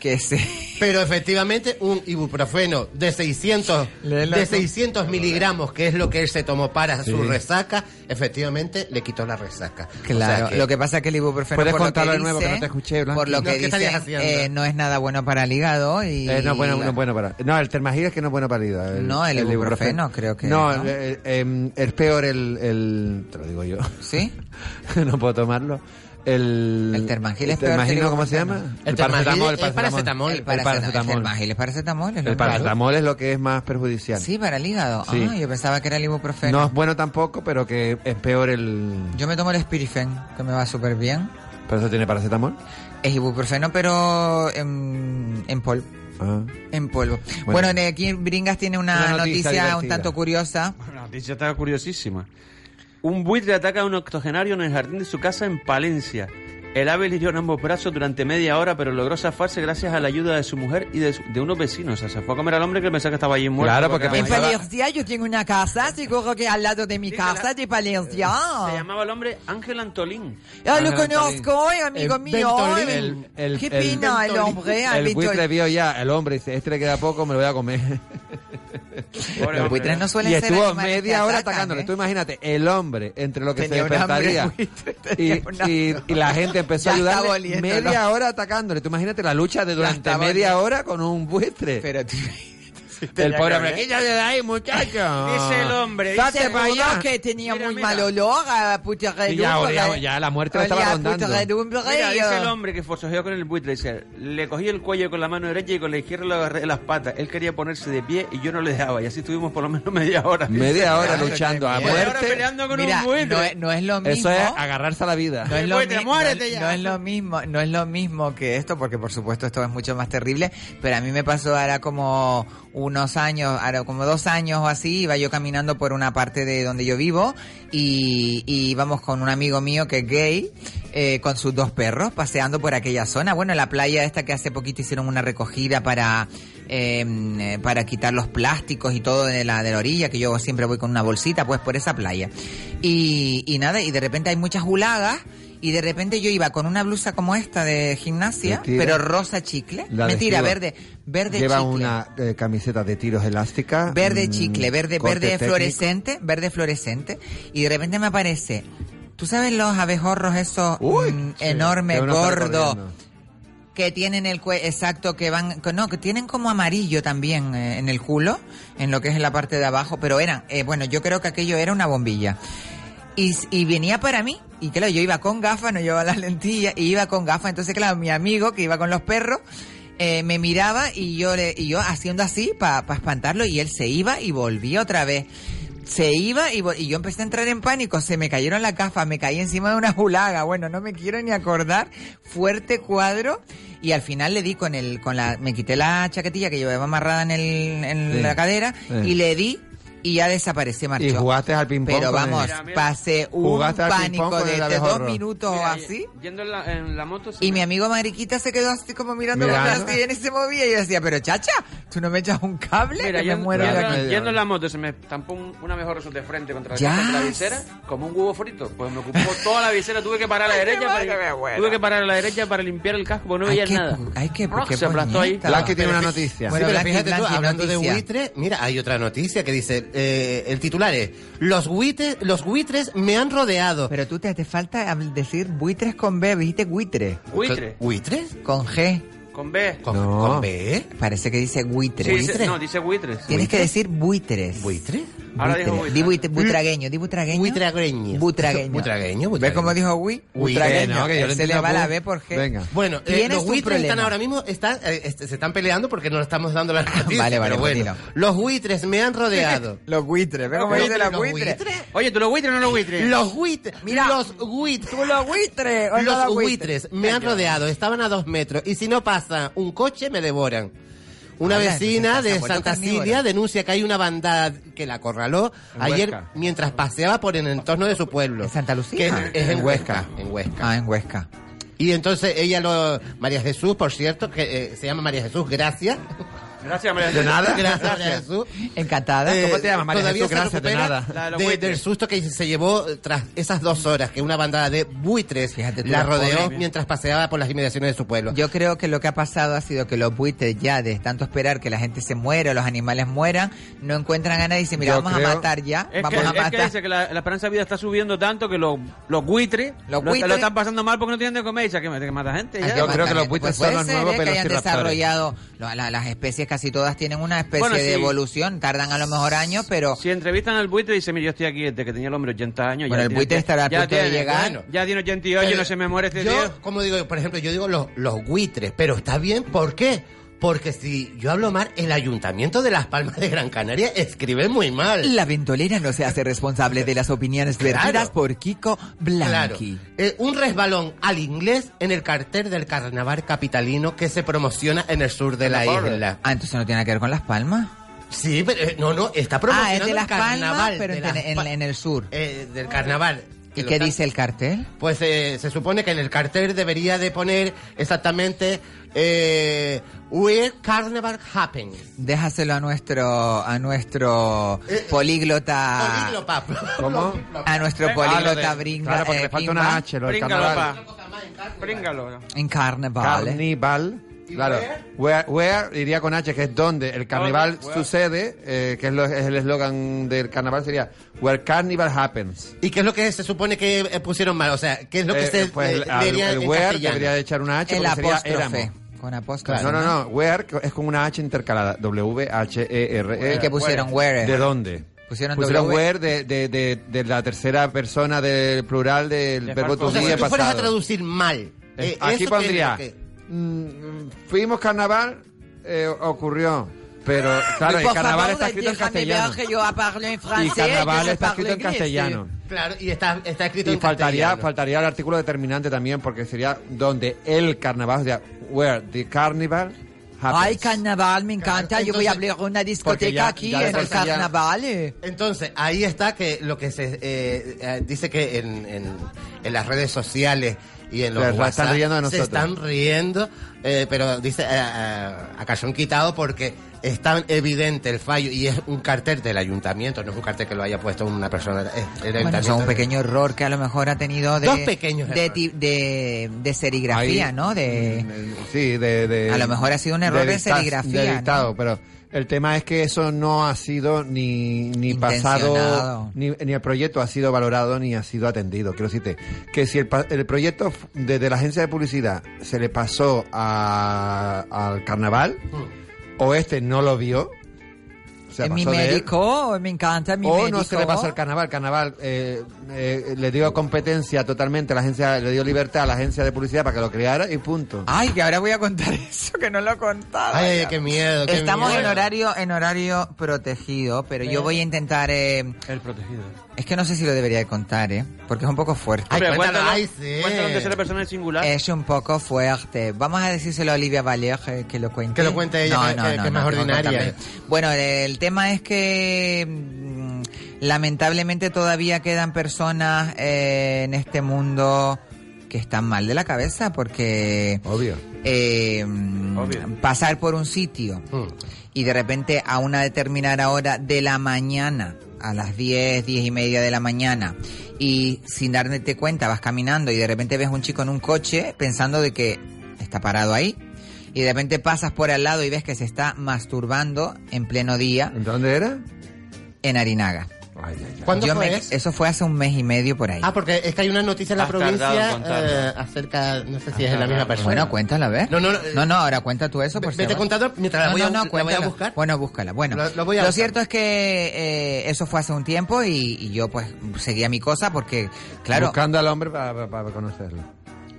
S6: que se...
S9: Pero efectivamente un ibuprofeno de 600,
S6: Léelo
S9: de
S6: tú.
S9: 600 miligramos, que es lo que él se tomó para su
S7: Sí.
S9: resaca, efectivamente le quitó la resaca. O sea
S6: Claro,
S9: que-
S6: lo que pasa es que el ibuprofeno,
S7: ¿Puedes
S6: por lo que
S7: contarlo de nuevo, que
S6: dicen-
S7: no te escuché, Blanqui?
S6: por lo
S9: No,
S6: que
S9: ¿qué
S6: dicen,
S9: estarías haciendo?
S6: eh, no es nada bueno para el hígado y...
S7: Eh, no, bueno, no, bueno para. No, el termagil es que no es bueno para el hígado.
S6: No, el ibuprofeno, creo que
S7: No,
S6: no.
S7: eh, eh, em, es peor el, el. Te lo digo yo.
S6: ¿Sí?
S7: no puedo tomarlo. El,
S6: El Termagil es
S7: el
S6: peor que el
S7: Termagil, ¿cómo se
S6: ibuprofeno.
S7: llama?
S9: El Termagil
S7: el
S9: es paracetamol.
S6: El paracetamol. El termagil es paracetamol. es lo
S7: El
S6: malo.
S7: paracetamol es lo que es más perjudicial.
S6: Sí, para el hígado.
S7: Sí.
S6: Ah, yo pensaba que era el ibuprofeno.
S7: no es bueno tampoco, pero que es peor el.
S6: Yo me tomo el Spirifen, que me va súper bien.
S7: ¿Pero eso tiene paracetamol?
S6: Es ibuprofeno, pero en, en polvo.
S7: Ah.
S6: En polvo. Bueno,
S7: Bueno.
S6: de aquí Bringas tiene una,
S7: Una
S6: noticia,
S7: noticia
S6: un
S7: divertida.
S6: tanto curiosa.
S11: La noticia está curiosísima. Un buitre ataca a un octogenario en el jardín de su casa en Palencia. El ave le hirió en ambos brazos durante media hora, pero logró zafarse gracias a la ayuda de su mujer y de, su- de unos vecinos. O sea, se fue a comer al hombre que pensaba que estaba allí muerto.
S7: Claro, porque
S11: era
S6: En
S7: pensaba-
S11: mayor.
S6: Palencia yo tengo una casa, seguro que al lado de mi
S11: Sí,
S6: casa
S11: la-
S6: de Palencia.
S11: Se llamaba el hombre Ángel Antolín.
S6: Ya lo
S7: Eh, Ángel Antolín.
S6: conozco, es amigo
S7: El
S6: mío.
S7: Ventolin,
S6: eh.
S7: el- el-
S6: Qué
S7: el
S6: pena el,
S7: Ventolin.
S6: hombre. eh, al
S7: El
S6: Ventolin.
S7: buitre vio ya, el hombre dice, este le queda poco, me lo voy a comer. Pobre
S6: Los buitres no suelen
S7: y
S6: ser
S7: estuvo
S6: animales que
S7: media hora
S6: atacan,
S7: atacándole.
S6: ¿eh?
S7: Tú imagínate, el hombre, entre lo que
S6: Tenía
S7: se
S6: un hambre
S7: despertaría.
S6: el buitre,
S7: Y,
S6: tenía un
S7: y-
S6: hambre.
S7: y la gente empezó a
S6: Ya está
S7: ayudarle
S6: oliéndolo.
S7: media hora atacándole. Tú imagínate la lucha de durante
S6: está
S7: media
S6: oliendo.
S7: hora con un buitre.
S6: Pero
S7: el
S6: tenía
S7: pobre
S6: que
S7: hombre,
S6: haber.
S7: "Quítate de ahí, muchacho.
S6: Dice
S7: Date
S6: el
S7: para allá.
S6: uno que tenía muy mal olor a
S7: Y
S6: puterredumbre.
S7: ya, olía- ya la muerte le
S6: Olía
S7: estaba
S6: a
S7: rondando.
S6: puterredumbre
S11: Mira,
S6: y,
S11: dice
S6: eh,
S11: el hombre que forcejeó con el buitre, dice, le cogí el cuello con la mano derecha y con la izquierda le agarré las patas. Él quería ponerse de pie y yo no le dejaba. Y así estuvimos por lo menos media hora.
S7: Media hora luchando a
S11: Media hora
S7: muerte.
S11: peleando con
S6: Mira,
S11: un buitre.
S6: no es- no es lo
S7: Eso
S6: mismo.
S7: es agarrarse a la vida.
S6: No es, lo mi- no- no es lo mismo, no es lo mismo que esto, porque por supuesto esto es mucho más terrible, pero a mí me pasó ahora como unos años, ahora como dos años o así, iba yo caminando por una parte de donde yo vivo y, y íbamos con un amigo mío que es gay, eh, con sus dos perros, paseando por aquella zona. Bueno, la playa esta que hace poquito hicieron una recogida para eh, para quitar los plásticos y todo de la, de la orilla, que yo siempre voy con una bolsita, pues por esa playa. Y, y nada, y de repente hay muchas hulagas. Y de repente yo iba con una blusa como esta de gimnasia,
S7: Mentira.
S6: pero rosa chicle.
S7: La de
S6: Mentira,
S7: Cuba.
S6: verde. Verde
S7: Lleva
S6: chicle.
S7: una eh, camiseta de tiros elástica.
S6: Verde
S7: mm,
S6: chicle, verde,
S7: corte
S6: verde
S7: técnico.
S6: fluorescente, verde fluorescente. Y de repente me aparece, ¿tú sabes los abejorros esos mm, enormes,
S7: Que uno sale
S6: gordos,
S7: corriendo.
S6: que tienen el cuello exacto que van que no que tienen como amarillo también eh, en el culo en lo que es en la parte de abajo pero eran eh, bueno yo creo que aquello era una bombilla y, s- y venía para mí y claro yo iba con gafas no llevaba las lentillas y iba con gafas entonces claro mi amigo que iba con los perros eh, me miraba y yo le- y yo haciendo así para espantarlo y él se iba y volvía otra vez se iba y, vol- y yo empecé a entrar en pánico, se me cayeron las gafas, me caí encima de una julaga, bueno, no me quiero ni acordar, fuerte cuadro y al final le di con el con la me quité la chaquetilla que llevaba amarrada en el en
S7: Sí,
S6: la cadera
S7: sí.
S6: y le di y ya desapareció, marchó.
S7: Y jugaste al ping-pong.
S6: Pero
S7: con él.
S6: vamos, pasé un
S7: Jugaste al ping-pong
S6: pánico
S7: con
S6: de,
S7: el
S6: de dos
S7: abejorro.
S6: minutos o así.
S11: Yendo en la, en la moto... se
S6: Y
S11: me-
S6: mi amigo Mariquita se quedó así como mirando como
S11: Mirando.
S6: así, y él se movía y yo decía, pero chacha, tú no me echas un cable,
S11: Mira,
S6: que
S11: yo,
S6: me muero de
S11: yendo,
S6: aquí.
S11: yendo en la moto se me estampó un- una mejor de frente contra la,
S6: Ya.
S11: parte de la visera, como un huevo frito. Pues me ocupó toda la visera, tuve que parar a la
S6: Ay, qué
S11: derecha
S6: mal que me
S11: para,
S6: muero.
S11: tuve que parar a la derecha para limpiar el casco, porque no veía
S6: qué
S11: nada.
S6: pu- ay, qué-
S11: Rock,
S6: qué
S11: se aplastó ahí.
S6: bonita. Blanqui tiene
S9: Pero
S6: una
S9: fi-
S6: noticia.
S9: Sí,
S6: Bueno,
S9: pero
S6: Blanqui,
S9: fíjate tú,
S6: Blanqui,
S9: hablando
S6: noticia.
S9: de buitre, mira, hay otra noticia que dice, eh, el titular es, los buitres, los buitres me han rodeado.
S6: Pero tú te, te falta hab- decir buitres con B, dijiste buitre.
S11: ¿Buitre?
S9: ¿Buitres?
S6: Con G.
S11: Con B.
S9: ¿Con,
S6: con
S9: B?
S6: Parece que dice buitre.
S11: Sí, dice- no, dice buitres.
S6: Tienes que decir buitres.
S9: ¿Buitre?
S11: Ahora dijo buitre.
S6: Di buitre- butragueño, di butragueño.
S9: Buitragueño.
S6: Butragueño.
S9: Butragueño,
S6: ¿Ves cómo dijo Wi? Butragueño.
S9: Buitre, no, que yo lo
S6: se le
S9: entiendo
S6: va la
S9: por-
S6: B por G.
S9: Bueno, eh,
S6: Tienes
S9: los
S6: un
S9: buitres están
S6: problema.
S9: ahora mismo, están, eh, est- se están peleando porque no le estamos dando la noticia.
S6: Vale, vale,
S9: pero bueno,
S6: continúa.
S9: los buitres me han rodeado.
S6: los buitres, ¿ves cómo
S9: Los
S6: dice los
S9: buitres, los
S6: buitres?
S11: Oye, ¿tú los buitres o no los buitres?
S9: Los buitres, mira, los buitres.
S6: los buitres, o no
S9: Los
S6: los
S9: buitres
S6: buitres?
S9: me han rodeado, estaban a dos metros y si no pasa un coche me devoran. Una
S6: Ala,
S9: vecina
S6: entonces
S9: de
S6: se han
S9: Santa
S6: vuelto
S9: Cilia
S6: carnívoras.
S9: denuncia que hay una bandada que la acorraló
S6: En
S9: ayer
S6: Huesca.
S9: mientras paseaba por el entorno de su pueblo. ¿En
S6: Santa Lucía?
S9: es en
S6: En
S9: Huesca, en Huesca.
S6: Ah, en Huesca.
S9: Y entonces ella lo... María Jesús, por cierto, que eh, se llama María Jesús, gracias.
S11: Gracias, María
S9: De nada. Gracias, María
S6: Gracias.
S9: Jesús.
S6: Encantada.
S9: Eh, todavía se recupera de- del susto que se llevó tras esas dos horas que una bandada de buitres
S6: tú,
S9: la
S6: la
S9: rodeó
S6: pobre.
S9: mientras paseaba por las inmediaciones de su pueblo.
S6: Yo creo que lo que ha pasado ha sido que los buitres ya de tanto esperar que la gente se muera, los animales mueran, no encuentran a nadie y dicen, mira,
S11: Yo
S6: vamos
S11: creo-
S6: a matar ya,
S11: Es que,
S6: vamos a
S11: es que
S6: matar.
S11: dice que la, la esperanza de vida está subiendo tanto que los, los buitres
S6: Los
S11: lo-
S6: buitres.
S11: lo están pasando mal porque no tienen de comer y dice que, que mata gente. ya.
S6: Hay matar. Pues puede ser, ¿eh? que hayan desarrollado la- la- las especies casi todas tienen una especie
S11: Bueno, sí.
S6: Pues de evolución, tardan a lo mejor años, pero
S11: Si entrevistan al buitre y dicen, mira, yo estoy aquí desde que tenía el hombre 80 años.
S6: Bueno, el
S11: tiene-
S6: buitre estará a
S11: ya
S6: punto de
S11: tiene-
S6: llegar.
S11: bueno, ya tiene 88,
S9: Pero
S11: no se me muere este
S9: yo,
S11: tío.
S9: como digo, yo, por ejemplo, yo digo los, los buitres, pero está bien, ¿por qué? Porque si yo hablo mal, el ayuntamiento de Las Palmas de Gran Canaria escribe muy mal.
S6: la ventolera no se hace responsable de las opiniones
S9: Claro.
S6: vertidas por Kiko
S9: Claro.
S6: Blanqui.
S9: Eh, un resbalón al inglés en el cartel del carnaval capitalino que se promociona en el sur de la isla.
S6: Ah, entonces no tiene nada que ver con Las Palmas.
S9: Sí, pero eh, no, no, está
S6: Ah,
S9: promocionando
S6: es de Las
S9: el carnaval
S6: Palmas, pero
S9: de
S6: en,
S9: Las
S6: en-
S9: Pal-
S6: en el sur.
S9: eh, del carnaval.
S6: ¿Y
S9: lo
S6: qué
S9: está-
S6: dice el cartel?
S9: Pues eh, se supone que en el cartel debería de poner exactamente eh, Where Carnival Happens.
S6: Déjaselo a nuestro a nuestro
S9: Eh,
S6: políglota
S9: Políglopa.
S7: ¿Cómo?
S6: a
S11: Eh,
S6: nuestro políglota bringa
S7: Claro, porque
S6: eh,
S7: le falta
S6: Pimba
S7: una H, lo del
S11: Príngalo,
S7: carnaval.
S11: pa. Príngalo.
S6: en carnaval.
S7: Carnival. Claro, where, where iría con H, que es donde el carnaval
S9: Where.
S7: sucede, eh, que es, lo- es el eslogan del carnaval, sería Where Carnival Happens.
S9: ¿Y qué es lo que se supone que eh, pusieron mal? O sea, ¿qué es lo que
S7: Eh,
S9: se
S7: pues,
S9: eh,
S7: el- al-
S9: debería
S7: el
S9: en
S7: where
S9: castellano?
S7: debería echar una H,
S6: El
S7: porque sería
S6: apóstrofe.
S7: éramos.
S6: Con apóstrofe.
S7: no, no, no, where es con una H intercalada, W-H-E-R-E.
S6: ¿Y qué pusieron where?
S7: E. ¿De dónde?
S6: Pusieron W.
S7: where de, de, de, de la tercera persona del plural del verbo to
S9: o sea,
S7: be
S9: si tú fueras a
S7: pasado.
S9: traducir mal. eh,
S7: Aquí
S9: eso que-
S7: pondría,
S9: que-
S7: Mm, Fuimos carnaval, eh, ocurrió. Pero, claro, el
S6: Pues Por
S7: carnaval
S6: Ah. favor,
S7: está escrito en
S6: déjame
S7: castellano.
S6: ver que yo hablo en francés.
S7: carnaval
S6: yo
S7: está
S6: hablo
S7: escrito en
S6: inglés,
S7: castellano.
S9: Claro, y está, está escrito
S7: Y
S9: en
S7: faltaría,
S9: castellano.
S7: faltaría el artículo determinante también, porque sería donde el carnaval, o sea, where the carnival happens.
S9: Pues,
S6: Ay, carnaval, me encanta. yo voy a abrir una discoteca
S9: ya-
S6: aquí
S9: ya de
S6: en
S9: por
S6: el
S9: sí ya-
S6: carnaval. eh.
S9: Entonces, ahí está que lo que se eh, eh, dice que en, en- en las redes sociales y en los
S7: Se están
S9: WhatsApp
S7: riendo de
S9: se
S7: nosotros.
S9: están riendo, eh, pero dice eh, eh, a cachón quitado porque es tan evidente el fallo y es un cartel del ayuntamiento, no es un cartel que lo haya puesto una persona. eh, el
S6: Bueno,
S9: ayuntamiento
S6: son un pequeño error que a lo mejor ha tenido de,
S9: Dos pequeños
S6: de, ti- de, de serigrafía,
S7: Ahí-
S6: ¿no? De,
S7: Sí, de, de-
S6: A lo mejor ha sido un error de
S7: dicta-
S6: serigrafía,
S7: de
S6: ¿no?
S7: dictado, pero el tema es que eso no ha sido ni, ni pasado,
S6: Intencionado.
S7: ni, ni el proyecto ha sido valorado ni ha sido atendido. Quiero decirte que si el, pa- el proyecto f- desde la agencia de publicidad se le pasó a- al carnaval, o este no lo vio, se
S6: de Mm. mi
S7: pasó de él,
S6: médico, me encanta mi
S7: o
S6: médico.
S7: no se le pasó al carnaval. Carnaval eh, eh, le dio competencia totalmente, la agencia le dio libertad a la agencia de publicidad para que lo creara y punto.
S6: Ay, que ahora voy a contar eso que no lo he contado.
S9: Ay,
S7: Eh,
S6: Ya.
S9: qué miedo, qué
S6: Estamos
S9: miedo.
S6: en horario en horario protegido, pero yo voy a intentar. eh,
S4: El protegido.
S6: es que no sé si lo debería de contar, ¿eh? Porque es un poco fuerte.
S4: Hombre,
S9: cuéntalo,
S4: cuéntalo,
S9: ay, sí.
S4: cuéntalo en tercera persona en singular.
S6: Es un poco fuerte. Vamos a decírselo a Olivia Valer que, Eh, que lo cuente.
S9: Que lo cuente ella, que- que- que es más
S6: tengo
S9: ordinaria.
S6: contarle. Bueno, el tema es que mm, lamentablemente todavía quedan personas eh, en este mundo que están mal de la cabeza porque
S7: Obvio.
S6: eh, mm, pasar por un sitio y de repente a una determinada hora de la mañana, a las 10, 10 y media de la mañana, y sin darte cuenta vas caminando y de repente ves un chico en un coche pensando de que está parado ahí, y de repente pasas por al lado y ves que se está masturbando en pleno día.
S7: ¿En dónde era?
S6: En Arinaga.
S9: ¿Cuándo
S6: Yo
S9: fue
S6: me-
S9: eso?
S6: eso fue hace un mes y medio por ahí.
S9: Ah, porque es que hay una noticia en la
S6: Has tardado
S9: provincia
S6: en contarlo.
S9: eh, acerca, no sé si es de la misma persona.
S6: Bueno, cuéntala, a ver. No, no, no, ahora cuenta tú eso. Por
S9: eh, Vete
S6: si-
S9: contando mientras la
S6: No,
S9: voy a-
S6: no, no,
S9: la voy a
S6: cuéntalo.
S9: buscar.
S6: Bueno, búscala. Bueno,
S9: Lo-
S6: lo,
S9: lo voy a buscar.
S6: cierto es que eh, eso fue hace un tiempo y, y yo pues seguía mi cosa porque, claro,
S7: Buscando al hombre para, para- para conocerlo.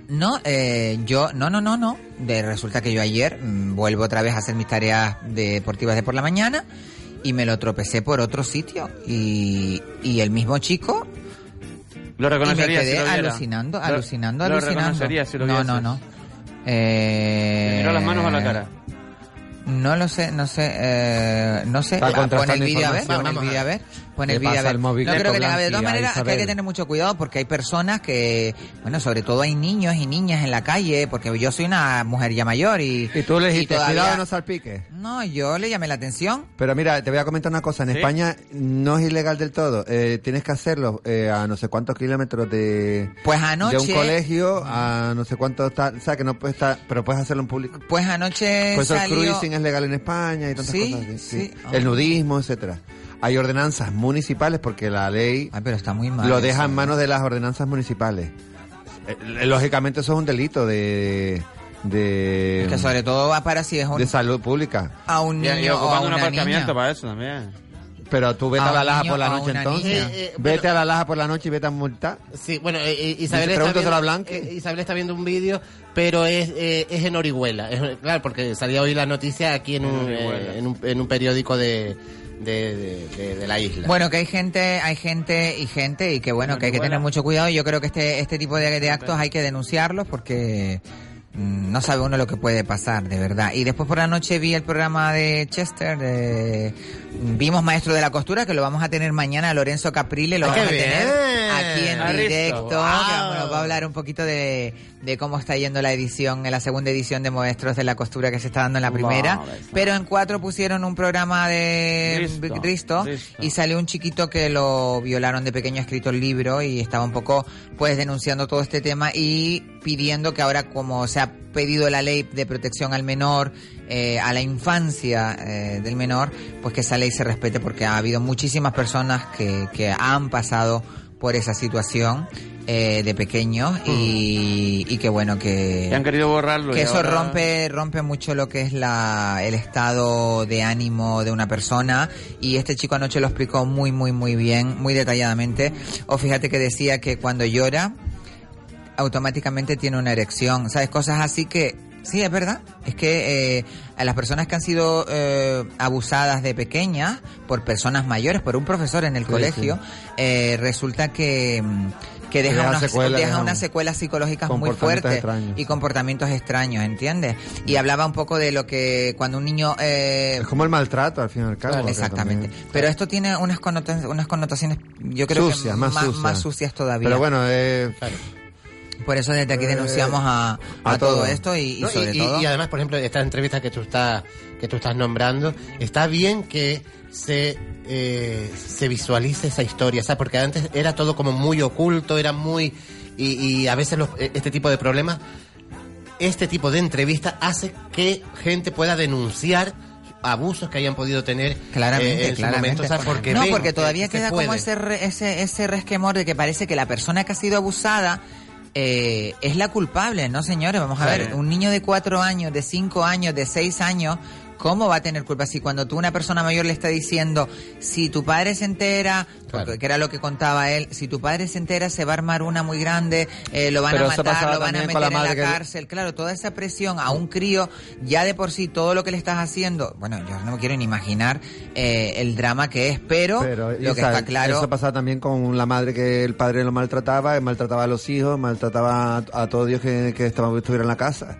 S6: no, eh, yo, no, no, no, no. De, resulta que yo ayer mm, vuelvo otra vez a hacer mis tareas deportivas de por la mañana y me lo tropecé por otro sitio y, y el mismo chico
S4: Lo reconocería
S6: y me quedé
S4: si lo viera.
S6: alucinando,
S4: Lo-
S6: alucinando,
S4: lo
S6: alucinando.
S4: reconocería si lo
S6: no,
S4: vieses.
S6: no, no. Eh,
S4: ¿Te miró las manos o la cara?
S6: No lo sé, no sé, eh, no sé.
S4: Para
S6: Ah, pon
S4: contrastar
S6: el
S4: la
S6: vídeo a ver,
S4: información.
S6: pon el
S4: Vamos
S6: vídeo
S4: a
S6: a ver,
S4: ver.
S6: pon
S4: Le
S6: el vídeo a
S4: pasa
S6: ver.
S4: el
S6: No
S4: móvil
S6: creo que le haga de todas
S4: Blanqui a
S6: maneras que hay que
S4: Isabel.
S6: tener mucho cuidado porque hay personas que, bueno, sobre todo hay niños y niñas en la calle, porque yo soy una mujer ya mayor y
S7: Y tú le dijiste,
S6: todavía-
S7: cuidado, no salpique.
S6: No, yo le llamé la atención.
S7: Pero mira, te voy a comentar una cosa. En
S6: ¿Sí?
S7: España no es ilegal del todo. Eh, tienes que hacerlo eh, a no sé cuántos kilómetros de,
S6: Pues anoche-
S7: de un colegio, a no sé cuántos... ta- O sea, que no puedes estar... Pero puedes hacerlo en público.
S6: Pues anoche
S7: Por eso el
S6: salió
S7: cruising es legal en España y tantas
S6: Sí,
S7: cosas. así,
S6: sí. Ah.
S7: El nudismo, etcétera. Hay ordenanzas municipales porque la ley
S6: pero está muy mal
S7: lo
S6: eso, ¿eh?
S7: deja en
S6: ¿no?
S7: manos de las ordenanzas municipales. Eh, eh, Lógicamente eso es un delito de... de
S6: que sobre todo va para si es un,
S7: de salud pública.
S6: a un niño
S4: Y, y
S6: o a
S4: ocupando un
S6: una
S4: aparcamiento
S6: niña.
S4: para eso también.
S7: Pero tú vete
S4: A
S7: a, la
S4: un
S7: laja
S4: niño
S7: por
S4: o
S7: la
S4: a
S7: noche
S4: una
S7: entonces.
S4: niña.
S9: Eh, eh,
S7: vete a la laja por la noche y vete a multar.
S9: Sí, bueno, eh, eh, Isabel,
S7: Dice,
S9: está
S7: pregúntaselo a
S9: viendo, eh, Isabel está viendo un vídeo, pero es, eh, es en Orihuela. Es- claro, porque salía hoy la noticia aquí en,
S4: En
S9: un,
S4: Orihuela.
S9: eh, en un, en un periódico de, de, de- de- de la isla.
S6: Bueno, que hay gente, hay gente y gente y que bueno, que hay que tener mucho cuidado. Yo creo que este, este tipo de, de actos hay que denunciarlos porque mm, no sabe uno lo que puede pasar, de verdad. Y después por la noche vi el programa de Chester, de Vimos Maestro de la Costura, que lo vamos a tener mañana, Lorenzo Caprile, lo
S4: Ah,
S6: vamos
S4: qué
S6: a tener
S4: bien. Ah,
S6: aquí en
S4: Ha visto.
S6: directo. que
S4: Wow.
S6: nos va a hablar un poquito de, de cómo está yendo la edición, la segunda edición de Maestros de la Costura que se está dando en la primera.
S4: Vale.
S6: Pero en cuatro pusieron un programa de
S4: Risto.
S6: Risto,
S4: Risto.
S6: y salió un chiquito que lo violaron de pequeño, ha escrito el libro y estaba un poco pues denunciando todo este tema y pidiendo que ahora como se ha pedido la ley de protección al menor, eh, a la infancia eh, del menor, pues que esa ley se respete porque ha habido muchísimas personas que, que han pasado por esa situación eh, de pequeños y, y que bueno que...
S11: Mm. Y han querido borrarlo.
S6: Que
S11: y
S6: eso
S11: ahora-
S6: rompe, rompe mucho lo que es la, el estado de ánimo de una persona. Y este chico anoche lo explicó muy, muy, muy bien, muy detalladamente. O fíjate que decía que cuando llora, automáticamente tiene una erección. ¿Sabes? Cosas así que. Sí, es verdad. Es que eh, a las personas que han sido eh, abusadas de pequeñas por personas mayores, por un profesor en el
S4: Sí,
S6: colegio, eh, resulta que, mm, que deja,
S4: deja
S6: unas-
S4: secuelas,
S6: deja
S4: deja
S6: unas
S4: un-
S6: secuelas psicológicas muy
S4: Comportamientos
S6: fuertes
S4: extraños.
S6: y comportamientos extraños, ¿entiendes? Y hablaba un poco de lo que cuando un niño... eh,
S7: Es como el maltrato, al fin y al cabo.
S6: Claro,
S7: porque
S6: exactamente.
S7: también-
S6: pero esto tiene unas connotaciones, unas connotaciones yo creo
S7: Sucias,
S6: que
S7: más
S6: más, más
S7: sucias.
S6: sucias. todavía.
S7: Pero bueno, eh,
S6: Por eso desde aquí
S9: Eh,
S6: denunciamos a, a todo. esto y, y
S9: No,
S6: sobre todo...
S9: y además, por ejemplo, esta entrevista que tú estás, que tú estás nombrando, está bien que se, eh, se visualice esa historia, ¿sabes? Porque antes era todo como muy oculto, era muy... Y, y a veces los- este tipo de problemas, este tipo de entrevista hace que gente pueda denunciar abusos que hayan podido tener
S6: Claramente,
S9: eh, en su
S6: claramente.
S9: momento, ¿sabes? Porque
S6: no,
S9: ven
S6: porque
S9: que-
S6: todavía
S9: que se
S6: queda como
S9: puede.
S6: ese, re- ese, ese resquemor de que parece que la persona que ha sido abusada eh, es la culpable, ¿no, señores? Vamos a
S4: Claro.
S6: ver, un niño de cuatro años, de cinco años, de seis años, ¿cómo va a tener culpa? Si cuando tú una persona mayor le está diciendo, si tu padre se entera, porque- que era lo que contaba él, si tu padre se entera se va a armar una muy grande, eh, lo van
S4: Pero
S6: a
S4: eso
S6: matar,
S4: pasaba
S6: lo van a
S4: también
S6: meter
S4: con la
S6: en la
S4: madre que-
S6: cárcel, claro, toda esa presión a un crío, ya de por sí todo lo que le estás haciendo, bueno, yo no me quiero ni imaginar eh, el drama que es, pero,
S7: Pero,
S6: lo que
S7: Isa,
S6: está claro...
S7: Eso pasaba también con la madre que el padre lo maltrataba, que maltrataba a los hijos, maltrataba a, a todo Dios que, que estaba, estuviera en la casa.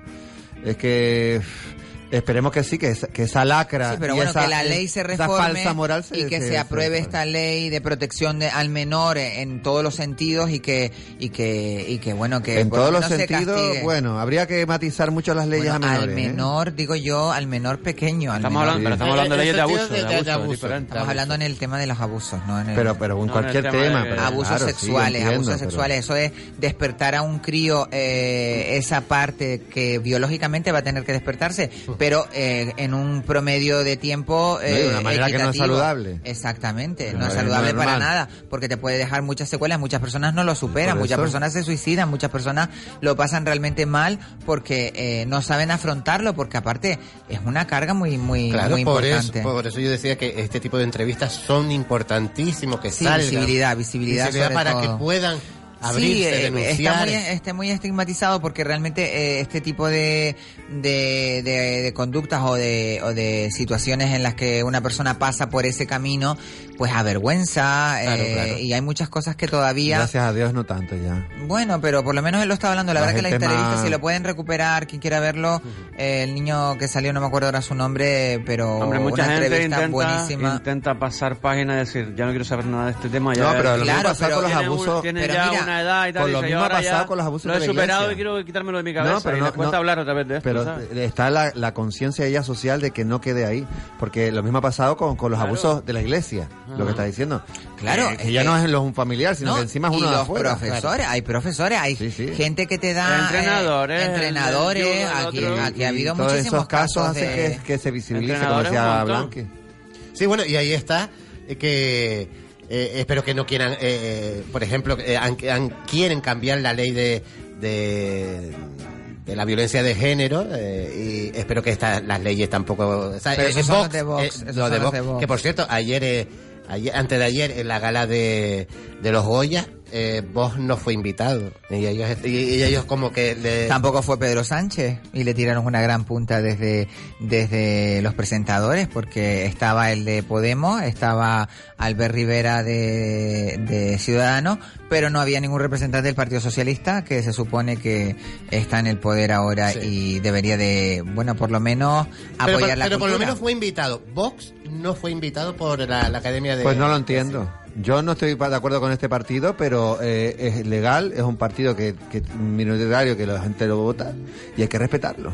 S7: Es que pff, esperemos que sí, que, esa- que esa lacra.
S6: Sí, pero
S7: y
S6: bueno,
S7: esa-
S6: que la ley se
S7: esa
S6: reforme
S7: falsa moral se-
S6: y que se, apruebe esta ley de protección de- al menor en, en todos los sentidos y que y que y que bueno que
S7: en
S6: por lo
S7: todos los
S6: menos se
S7: sentidos,
S6: castigue.
S7: bueno, habría que matizar mucho las leyes
S6: Bueno,
S7: a
S6: al
S7: menores. ¿eh?
S6: menor, digo yo, al menor pequeño. Al
S7: Estamos
S6: menor.
S7: hablando- pero estamos hablando de leyes de abuso, de abuso, es diferente.
S6: Estamos
S7: Abuso.
S6: hablando en el tema de los abusos, no en el-
S7: Pero- pero en
S6: no
S7: cualquier
S6: el
S7: tema,
S6: de-
S7: pero
S6: abusos
S7: claro, sí, yo
S6: sexuales,
S7: entiendo,
S6: abusos
S7: pero-
S6: sexuales. Eso es despertar a un crío eh, esa parte que biológicamente va a tener que despertarse, pero eh, en un promedio de tiempo.
S7: No, y de una
S6: eh,
S7: manera que no es
S6: equitativo.
S7: saludable.
S6: Exactamente,
S7: No,
S6: no es
S7: no
S6: saludable
S7: es
S6: para
S7: normal.
S6: nada, porque te puede dejar muchas secuelas. Muchas personas no lo superan,
S7: Por
S6: muchas
S7: eso.
S6: personas se suicidan, muchas personas lo pasan realmente mal porque eh, no saben afrontarlo, porque aparte es una carga muy, muy,
S9: Claro,
S6: muy
S9: por
S6: importante.
S9: Eso, por eso yo decía que este tipo de entrevistas son importantísimos, que
S6: Sí,
S9: salgan.
S6: visibilidad, visibilidad sobre
S9: para
S6: todo.
S9: que puedan
S6: Sí,
S9: abrirse,
S6: eh, está
S9: denunciar.
S6: muy, está muy estigmatizado porque realmente eh, este tipo de, de, de- de conductas o de, o de situaciones en las que una persona pasa por ese camino, pues avergüenza
S7: Claro,
S6: eh,
S7: claro.
S6: y hay muchas cosas que todavía...
S7: Gracias a Dios no tanto ya.
S6: Bueno, pero por lo menos él lo está hablando. La,
S7: La
S6: verdad que la
S7: gente
S6: entrevista,
S7: más-
S6: si lo pueden recuperar, quien quiera verlo, eh, el niño que salió, no me acuerdo ahora su nombre, pero
S11: Hombre, mucha
S6: una
S11: gente
S6: entrevista
S11: intenta,
S6: buenísima.
S11: intenta pasar página y decir, ya no quiero saber nada de este tema. Ya
S7: No, pero lo mismo
S11: Claro,
S7: pasaba
S11: pero
S7: con los
S11: tiene un-
S7: abusos-
S11: Tiene
S7: pero
S11: ya
S7: mira,
S11: una edad y tal.
S7: con lo
S11: dice,
S7: mismo
S11: "Yo ahora
S7: ha pasado
S11: ya
S7: con los abusos
S11: Lo
S7: de
S11: he
S7: la
S11: superado
S7: iglesia".
S11: y quiero quitármelo de mi cabeza.
S7: No, pero
S11: y
S7: no-
S11: me cuesta
S7: no.
S11: hablar otra vez de esto.
S7: Pero
S11: ¿sabes?
S7: está la, la conciencia ya social de que no quede ahí, porque lo mismo ha pasado con, con los abusos de la iglesia, lo
S6: Ajá.
S7: que está diciendo.
S6: Claro,
S7: Eh, que
S6: es
S7: ya
S6: que-
S7: no es los un familiar, sino
S6: No,
S7: que encima es
S6: y
S7: uno de
S6: los
S7: afuera.
S6: profesores, hay profesores, hay gente que te da... eh,
S11: Entrenadores,
S6: entrenadores,
S11: el uno, el
S6: aquí,
S11: otro.
S6: aquí ha habido
S7: Y todos
S6: muchísimos
S7: esos casos
S6: casos
S7: hace
S6: de...
S7: que, que se visibilice, como
S9: Entrenadores,
S7: decía
S9: un montón.
S7: Blanqui.
S9: Sí, bueno, y ahí está eh, que eh, espero que no quieran, eh, eh, por ejemplo, eh, han- han- quieren cambiar la ley de, de, de la violencia de género eh, y espero que estas las leyes tampoco... o sea,
S6: Pero
S9: eh,
S6: esos
S9: eh,
S6: son los
S9: Vox,
S6: de Vox,
S9: eh,
S6: esos
S9: los
S6: son
S9: de
S6: los de
S9: Vox,
S6: Vox.
S9: Que por cierto, ayer, eh, ayer- antes de ayer en la gala de, de los Goya... Eh, Vox no fue invitado y ellos, y, y ellos como que le-
S6: Tampoco fue Pedro Sánchez y le tiraron una gran punta desde, desde los presentadores porque estaba el de Podemos, estaba Albert Rivera de, de Ciudadanos, pero no había ningún representante del Partido Socialista que se supone que está en el poder ahora y debería de, bueno, por lo menos apoyar
S9: pero,
S6: la
S9: pero por lo
S6: cultura.
S9: menos fue invitado. Vox no fue invitado por la, la Academia de...
S7: Pues no lo entiendo. Yo no estoy pa- de acuerdo con este partido, pero eh, es legal, es un partido que, que minoritario, que la gente lo vota y hay que respetarlo.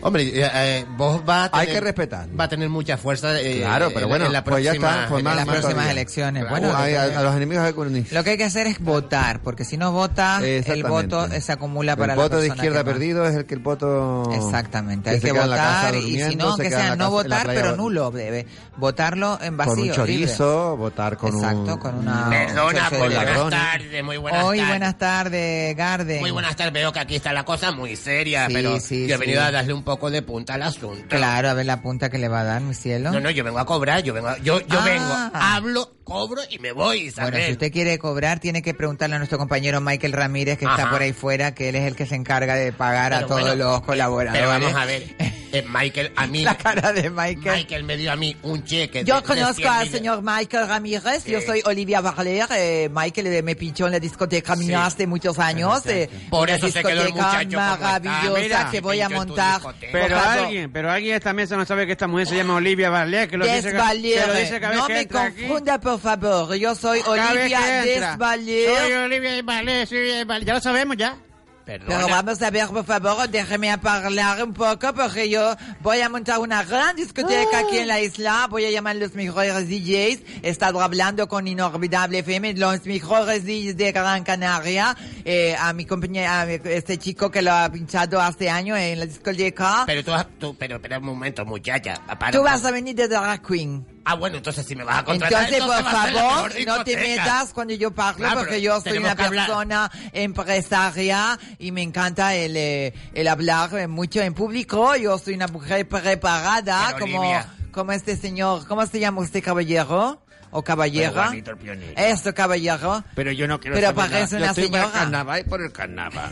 S9: Hombre, eh, eh, vos va a
S7: Hay
S9: tener-
S7: que respetar.
S9: Va a tener mucha fuerza eh,
S7: Claro, pero
S9: en-
S7: bueno,
S9: en la
S7: pues ya
S9: próxima-
S7: está, pues
S9: en
S7: más-
S9: la
S7: más
S9: próxima
S7: todavía.
S4: elecciones.
S7: Claro,
S4: Bueno,
S7: hay-
S4: lo que-
S7: a, a los enemigos hay que unirse.
S4: Lo que hay que hacer es votar, porque si no votas, el
S7: Exactamente.
S4: voto eh, se acumula para
S7: el
S4: la
S7: voto de
S4: persona que
S7: izquierda
S4: va.
S7: perdido es el que el voto.
S4: Exactamente, hay
S7: se
S4: que
S7: queda en la casa
S4: votar y si no,
S7: durmiendo, se
S4: aunque
S7: queda en
S4: sea
S7: la
S4: no
S7: casa- en la
S4: votar,
S7: playa
S4: pero nulo, debe. Votarlo en vacío.
S7: Con un
S4: libre.
S7: chorizo, votar con un.
S4: Exacto, con una.
S9: Perdona,
S4: un
S9: pues,
S4: chorizo.
S9: buenas tardes, muy buenas
S4: Hoy,
S9: tardes.
S4: buenas tardes, Garden.
S9: Muy buenas tardes, veo que aquí está la cosa muy seria,
S4: Sí,
S9: pero
S4: sí,
S9: yo he venido
S4: sí.
S9: a darle un poco de punta al asunto.
S4: Claro, a ver la punta que le va a dar, mi cielo.
S9: No, no, yo vengo a cobrar, yo vengo, a- yo, yo
S4: Ah.
S9: vengo, hablo, cobro y me voy, Isabel.
S4: Bueno, si usted quiere cobrar, tiene que preguntarle a nuestro compañero Michael Ramírez, que está
S9: Ajá.
S4: por ahí fuera, que él es el que se encarga de pagar a
S9: Pero
S4: todos
S9: bueno, eh,
S4: los colaboradores.
S9: Pero vamos a ver, eh, Michael, a mí...
S4: La cara de Michael.
S9: Michael me dio a mí un cheque. de-
S4: Yo
S9: de
S4: conozco
S9: 100
S4: al
S9: mil-
S4: señor Michael Ramírez, yo
S9: Sí.
S4: soy Olivia Barler, eh, Michael eh, me pinchó en la discoteca Minas hace muchos años, eh,
S9: Por
S4: una
S9: eso se quedó el
S4: discoteca
S9: muchacho como está.
S4: maravillosa
S9: Mira,
S4: que voy a
S9: pinchó en tu
S4: montar.
S11: Pero
S4: Por tanto,
S11: alguien, pero alguien en esta mesa no sabe que esta mujer se llama Olivia Barlet, que lo dice, ca- que lo dice
S4: Desvalier,
S11: cada vez
S4: no
S11: que
S4: me
S11: entra aquí.
S4: confunda por favor, yo soy
S11: Cada vez
S4: Olivia
S11: que entra. Soy
S4: Desvalier.
S11: Olivia Barlet, soy Olivia Barlet. Ya lo sabemos, ya.
S4: Pero vamos a ver, por favor, déjeme hablar un poco porque yo voy a montar una gran discoteca aquí en la isla. Voy a llamar los mejores DJs. He estado hablando con Inorbitable FM, los mejores DJs de Gran Canaria. Eh, a mi compañero, a este chico que lo ha pinchado hace años en la discoteca.
S9: Pero tú, has- tú- pero espera un momento, muchacha. para-
S4: Tú vas a venir de Drag Queen.
S9: Ah, bueno, entonces si me vas a contratar...
S4: Entonces, por
S9: va a ser la
S4: favor,
S9: mejor
S4: no te
S9: discoteca.
S4: metas cuando yo parlo,
S9: Claro,
S4: porque
S9: pero
S4: yo soy
S9: tenemos
S4: una
S9: que hablar.
S4: persona empresaria y me encanta el, eh, el hablar eh, mucho en público. Yo soy una mujer preparada,
S9: Pero,
S4: como,
S9: Olivia.
S4: como este señor. ¿Cómo se llama usted, caballero? ¿O
S10: Pero
S4: caballera?
S10: Juanito el pionero.
S4: Esto, caballero.
S10: Pero yo no quiero
S4: Eh, Pero
S10: saber
S4: parece
S10: nada.
S4: una
S10: yo estoy por el
S4: señora.
S10: carnaval y por el carnaval.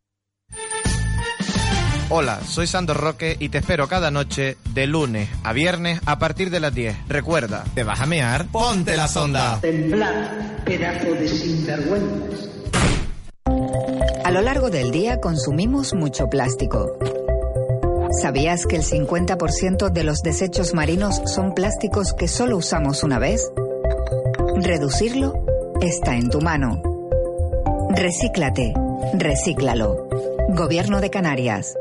S16: Hola, soy Sandro Roque y te espero cada noche de lunes a viernes a partir de las 10. Recuerda, te vas a mear, ponte la sonda.
S17: Temblad, pedazo de sinvergüenza.
S2: A lo largo del día consumimos mucho plástico. ¿Sabías que el 50% de los desechos marinos son plásticos que solo usamos una vez? Reducirlo está en tu mano. Recíclate. Recíclalo. Gobierno de Canarias.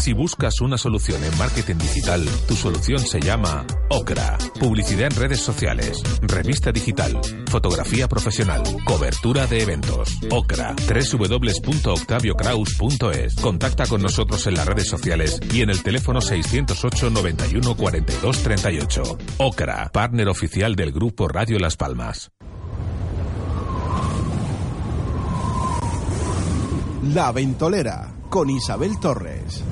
S14: Si buscas una solución en marketing digital, tu solución se llama OCRA. Publicidad en redes sociales, revista digital, fotografía profesional, cobertura de eventos. OCRA. www.octaviocraus.es. Contacta con nosotros en las redes sociales y en el teléfono 608 91 42 38. OCRA, partner oficial del grupo Radio Las Palmas.
S18: La Ventolera con Isabel Torres.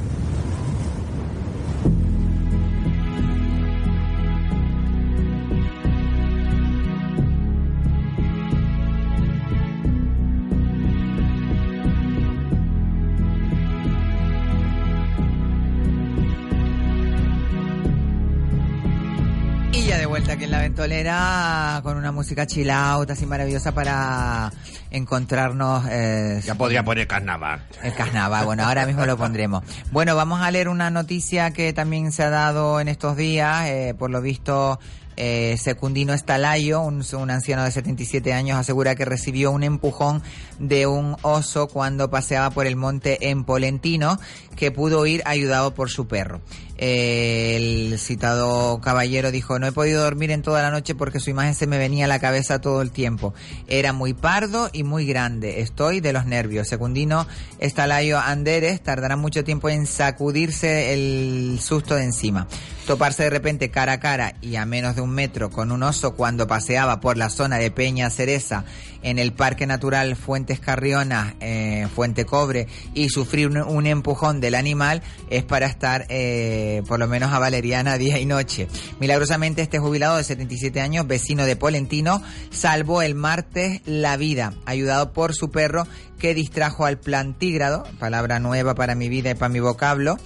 S6: Y ya de vuelta aquí en la ventolera con una música chill out así maravillosa para encontrarnos. eh,
S19: Ya podría poner carnaval.
S6: El carnaval, bueno, ahora mismo lo pondremos. Bueno, vamos a leer una noticia que también se ha dado en estos días. eh, por lo visto, eh, Secundino Estalayo, un, un anciano de 77 años, asegura que recibió un empujón de un oso cuando paseaba por el monte en Polentino, que pudo ir ayudado por su perro. Eh, el citado caballero dijo, no he podido dormir en toda la noche porque su imagen se me venía a la cabeza todo el tiempo. Era muy pardo y muy grande. Estoy de los nervios. Secundino Estalayo Anderes tardará mucho tiempo en sacudirse el susto de encima. Toparse de repente cara a cara y a menos de un metro con un oso cuando paseaba por la zona de Peña Cereza en el Parque Natural Fuentes Carriona, eh, Fuente Cobre, y sufrir un, un empujón del animal es para estar eh, por lo menos a Valeriana día y noche. Milagrosamente este jubilado de 77 años, vecino de Polentino, salvó el martes la vida, ayudado por su perro que distrajo al plantígrado, palabra nueva para mi vida y para mi vocablo,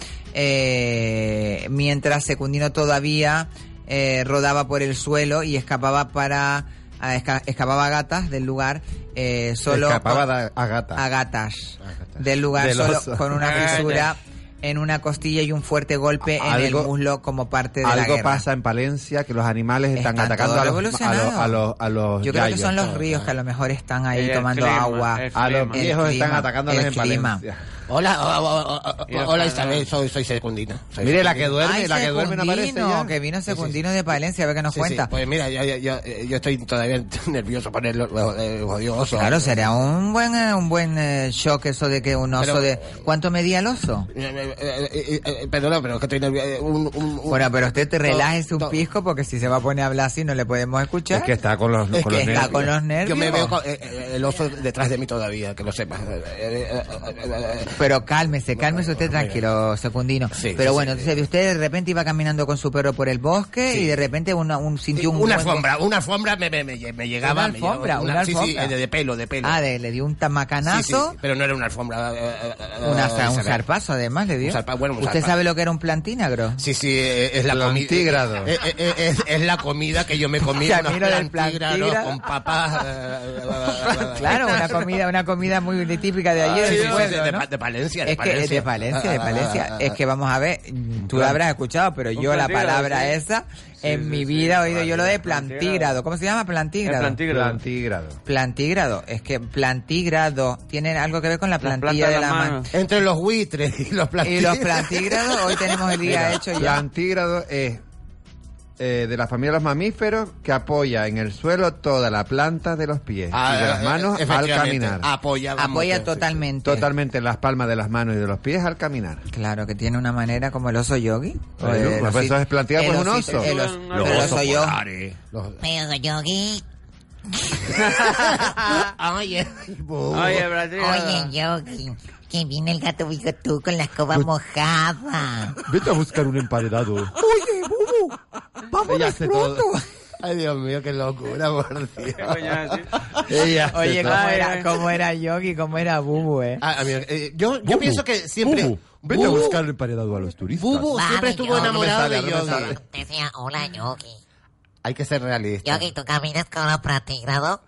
S6: eh, mientras Secundino todavía eh, rodaba por el suelo y escapaba para a esca- escapaba a gatas del lugar eh, solo
S7: Escapaba
S6: con-
S7: de- a gatas.
S6: a gatas del lugar
S7: Del
S6: solo
S7: oso.
S6: con una fisura en una costilla y un fuerte golpe en el
S7: Algo-
S6: muslo como parte de la
S7: Algo
S6: guerra.
S7: pasa en Palencia que los animales están,
S6: Están
S7: atacando
S6: todo
S7: a los, a los,
S6: revolucionado.
S7: a los, a los
S6: Yo creo que
S7: yayos.
S6: son los ríos que a lo mejor están ahí
S7: El
S6: tomando
S7: clima,
S6: agua.
S7: el A los clima. viejos
S6: El
S7: están
S6: clima,
S7: atacándoles
S6: el
S7: en
S6: clima.
S7: Palencia.
S9: Hola, o- o- o- o- hola Isabel, soy, soy Secundina. Soy
S7: Mire, la que
S9: Secundina.
S7: duerme, la que duerme no aparece
S6: Secundino,
S7: ya.
S6: que vino Secundino de Palencia, a ver qué nos
S9: Sí, sí,
S6: cuenta.
S9: Pues mira, yo, yo, yo- yo estoy todavía nervioso por el eh, odioso.
S6: Claro, sería un buen eh, un buen eh, shock eso de que un oso
S9: Pero-
S6: de... ¿Cuánto medía el oso?
S9: Eh, eh, eh, eh, eh, Perdona, pero es que estoy nervioso. eh, un- un- un-
S6: Bueno, pero usted te
S9: to-
S6: relájese
S9: to-
S6: un pisco porque si se va a poner a hablar así no le podemos escuchar.
S7: Es que está con los,
S6: Es
S7: con los
S6: que está
S7: nervios.
S6: con los nervios.
S9: Yo me veo con- eh, eh, el oso detrás de mí todavía, que lo sepas. Eh, eh, eh, eh, eh,
S6: Pero cálmese, cálmese usted tranquilo, Secundino. Pero
S9: sí,
S6: bueno, entonces usted de repente iba caminando con su perro por el bosque y de repente una- un, sintió un...
S9: una
S6: buen-
S9: alfombra, una alfombra me, me, me- me llegaba.
S6: eh, Una
S9: me llegaba,
S6: alfombra, una
S9: sí,
S6: alfombra.
S9: Sí, eh, de, de pelo, de pelo.
S6: Ah, de- le dio un
S9: Sí, sí,
S6: tamacanazo,
S9: pero no era una alfombra. eh, eh, eh,
S6: una-
S9: Isabel.
S6: un zarpazo además le dio.
S9: Un zarpa- bueno, un
S6: ¿Usted
S9: zarpa.
S6: sabe lo que era un plantínagro?
S9: Sí, sí, eh, es la
S7: Plantígrado.
S9: comida. eh, eh, eh, Es, es la comida que yo me comí.
S6: Camino
S9: unos
S6: del
S9: plantígrados
S6: plantígrado.
S9: con papas. eh,
S6: Claro, una comida, una comida muy típica de
S9: Sí, Ah,
S6: ayer.
S9: sí,
S6: del
S9: sí,
S6: pueblo,
S9: de,
S6: ¿no?
S9: Pa- de Palencia, de
S6: es que
S9: Palencia.
S6: es de Palencia, de
S9: Ah,
S6: Palencia.
S9: ah, ah,
S6: es que vamos a ver, mm, tú lo habrás escuchado, pero yo la
S20: plantígrado,
S6: palabra
S20: sí.
S6: esa en mi vida he oído yo lo de plantígrado. ¿Cómo se llama plantígrado?
S20: plantígrado.
S7: Plantígrado.
S6: Plantígrado. Es que plantígrado tiene algo que ver con la plantilla
S9: plantas las
S6: de la mano.
S9: manos. Entre los buitres y los
S6: Y
S9: plantígrados.
S6: los plantígrados, hoy tenemos el día
S7: Mira,
S6: hecho ya.
S7: Plantígrado es eh, de la familia de los mamíferos que apoya en el suelo toda la planta de los pies
S9: Ah,
S7: y de las
S9: eh,
S7: manos al
S9: efectivamente, Ah,
S7: caminar.
S9: Apoya, vamos,
S6: Apoya
S9: que-
S6: totalmente.
S7: Totalmente en las palmas de las manos y de los pies al caminar.
S6: Claro, que tiene una manera como el oso yogi. o
S7: Oye,
S6: el
S7: pues
S6: osito-
S7: eso es planteado
S6: el
S7: por un
S6: osito-
S7: oso.
S6: el os-
S7: Los
S6: pero el
S7: osos
S6: oso yo-
S7: polares,
S21: Pero Yogi,
S9: Oye,
S20: Oye, Brasil.
S21: oye, Yogi, que viene el gato bigotú con la escoba mojada.
S7: Vete a buscar un emparedado.
S21: Oye, Bubu,
S9: Ella hace todo. Ay, Dios mío, qué locura, por Dios. Ella hace
S6: Oye,
S9: todo.
S6: ¿cómo era, cómo era Yogi? ¿Cómo era Bubu, eh?
S9: Ah, amigo, eh, yo, yo pienso que siempre.
S7: Vete a
S9: Bubu,
S7: buscar un emparedado a los turistas.
S9: Bubu siempre estuvo enamorado de Yogi.
S21: Decía, hola, Yogi.
S9: Hay que ser realista.
S21: Yogi, ¿tú caminas con los plantígrados?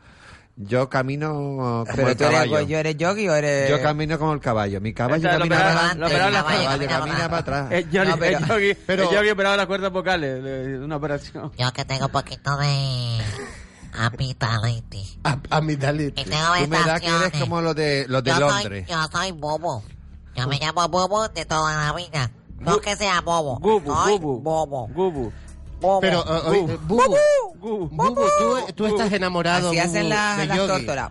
S7: Yo camino eh, como
S6: Pero
S7: el
S6: tú eres,
S7: caballo.
S6: yo eres yogui o eres...
S7: Yo camino como el caballo. Mi caballo
S11: Esta lo
S7: camina
S11: operaba-
S7: para adelante.
S11: lo operaba
S7: mi
S11: la- Eh,
S7: caballo
S11: caballo
S7: camina para atrás.
S11: El Johnny,
S7: No, pero-
S11: el Yogi-
S7: pero-
S11: el Yogi operaba las cuerdas vocales de una operación.
S21: Yo que tengo un poquito de amigdalitis.
S9: Amigdalitis.
S21: Y tengo
S7: Tú me das que eres
S21: estaciones.
S7: como los de, los de
S21: yo
S7: Londres.
S21: Soy, yo soy bobo. Yo me llamo bobo de toda la vida. No que sea bobo.
S11: Gubu,
S21: soy
S11: gubu.
S21: bobo.
S11: Gubu.
S21: Bobo.
S9: Pero, eh, oye, eh, Bubu, Bubu, tú, e-, tú estás enamorado.
S6: Así hacen
S9: Bubu, de
S6: las, las
S9: Yogi.
S6: tórtolas.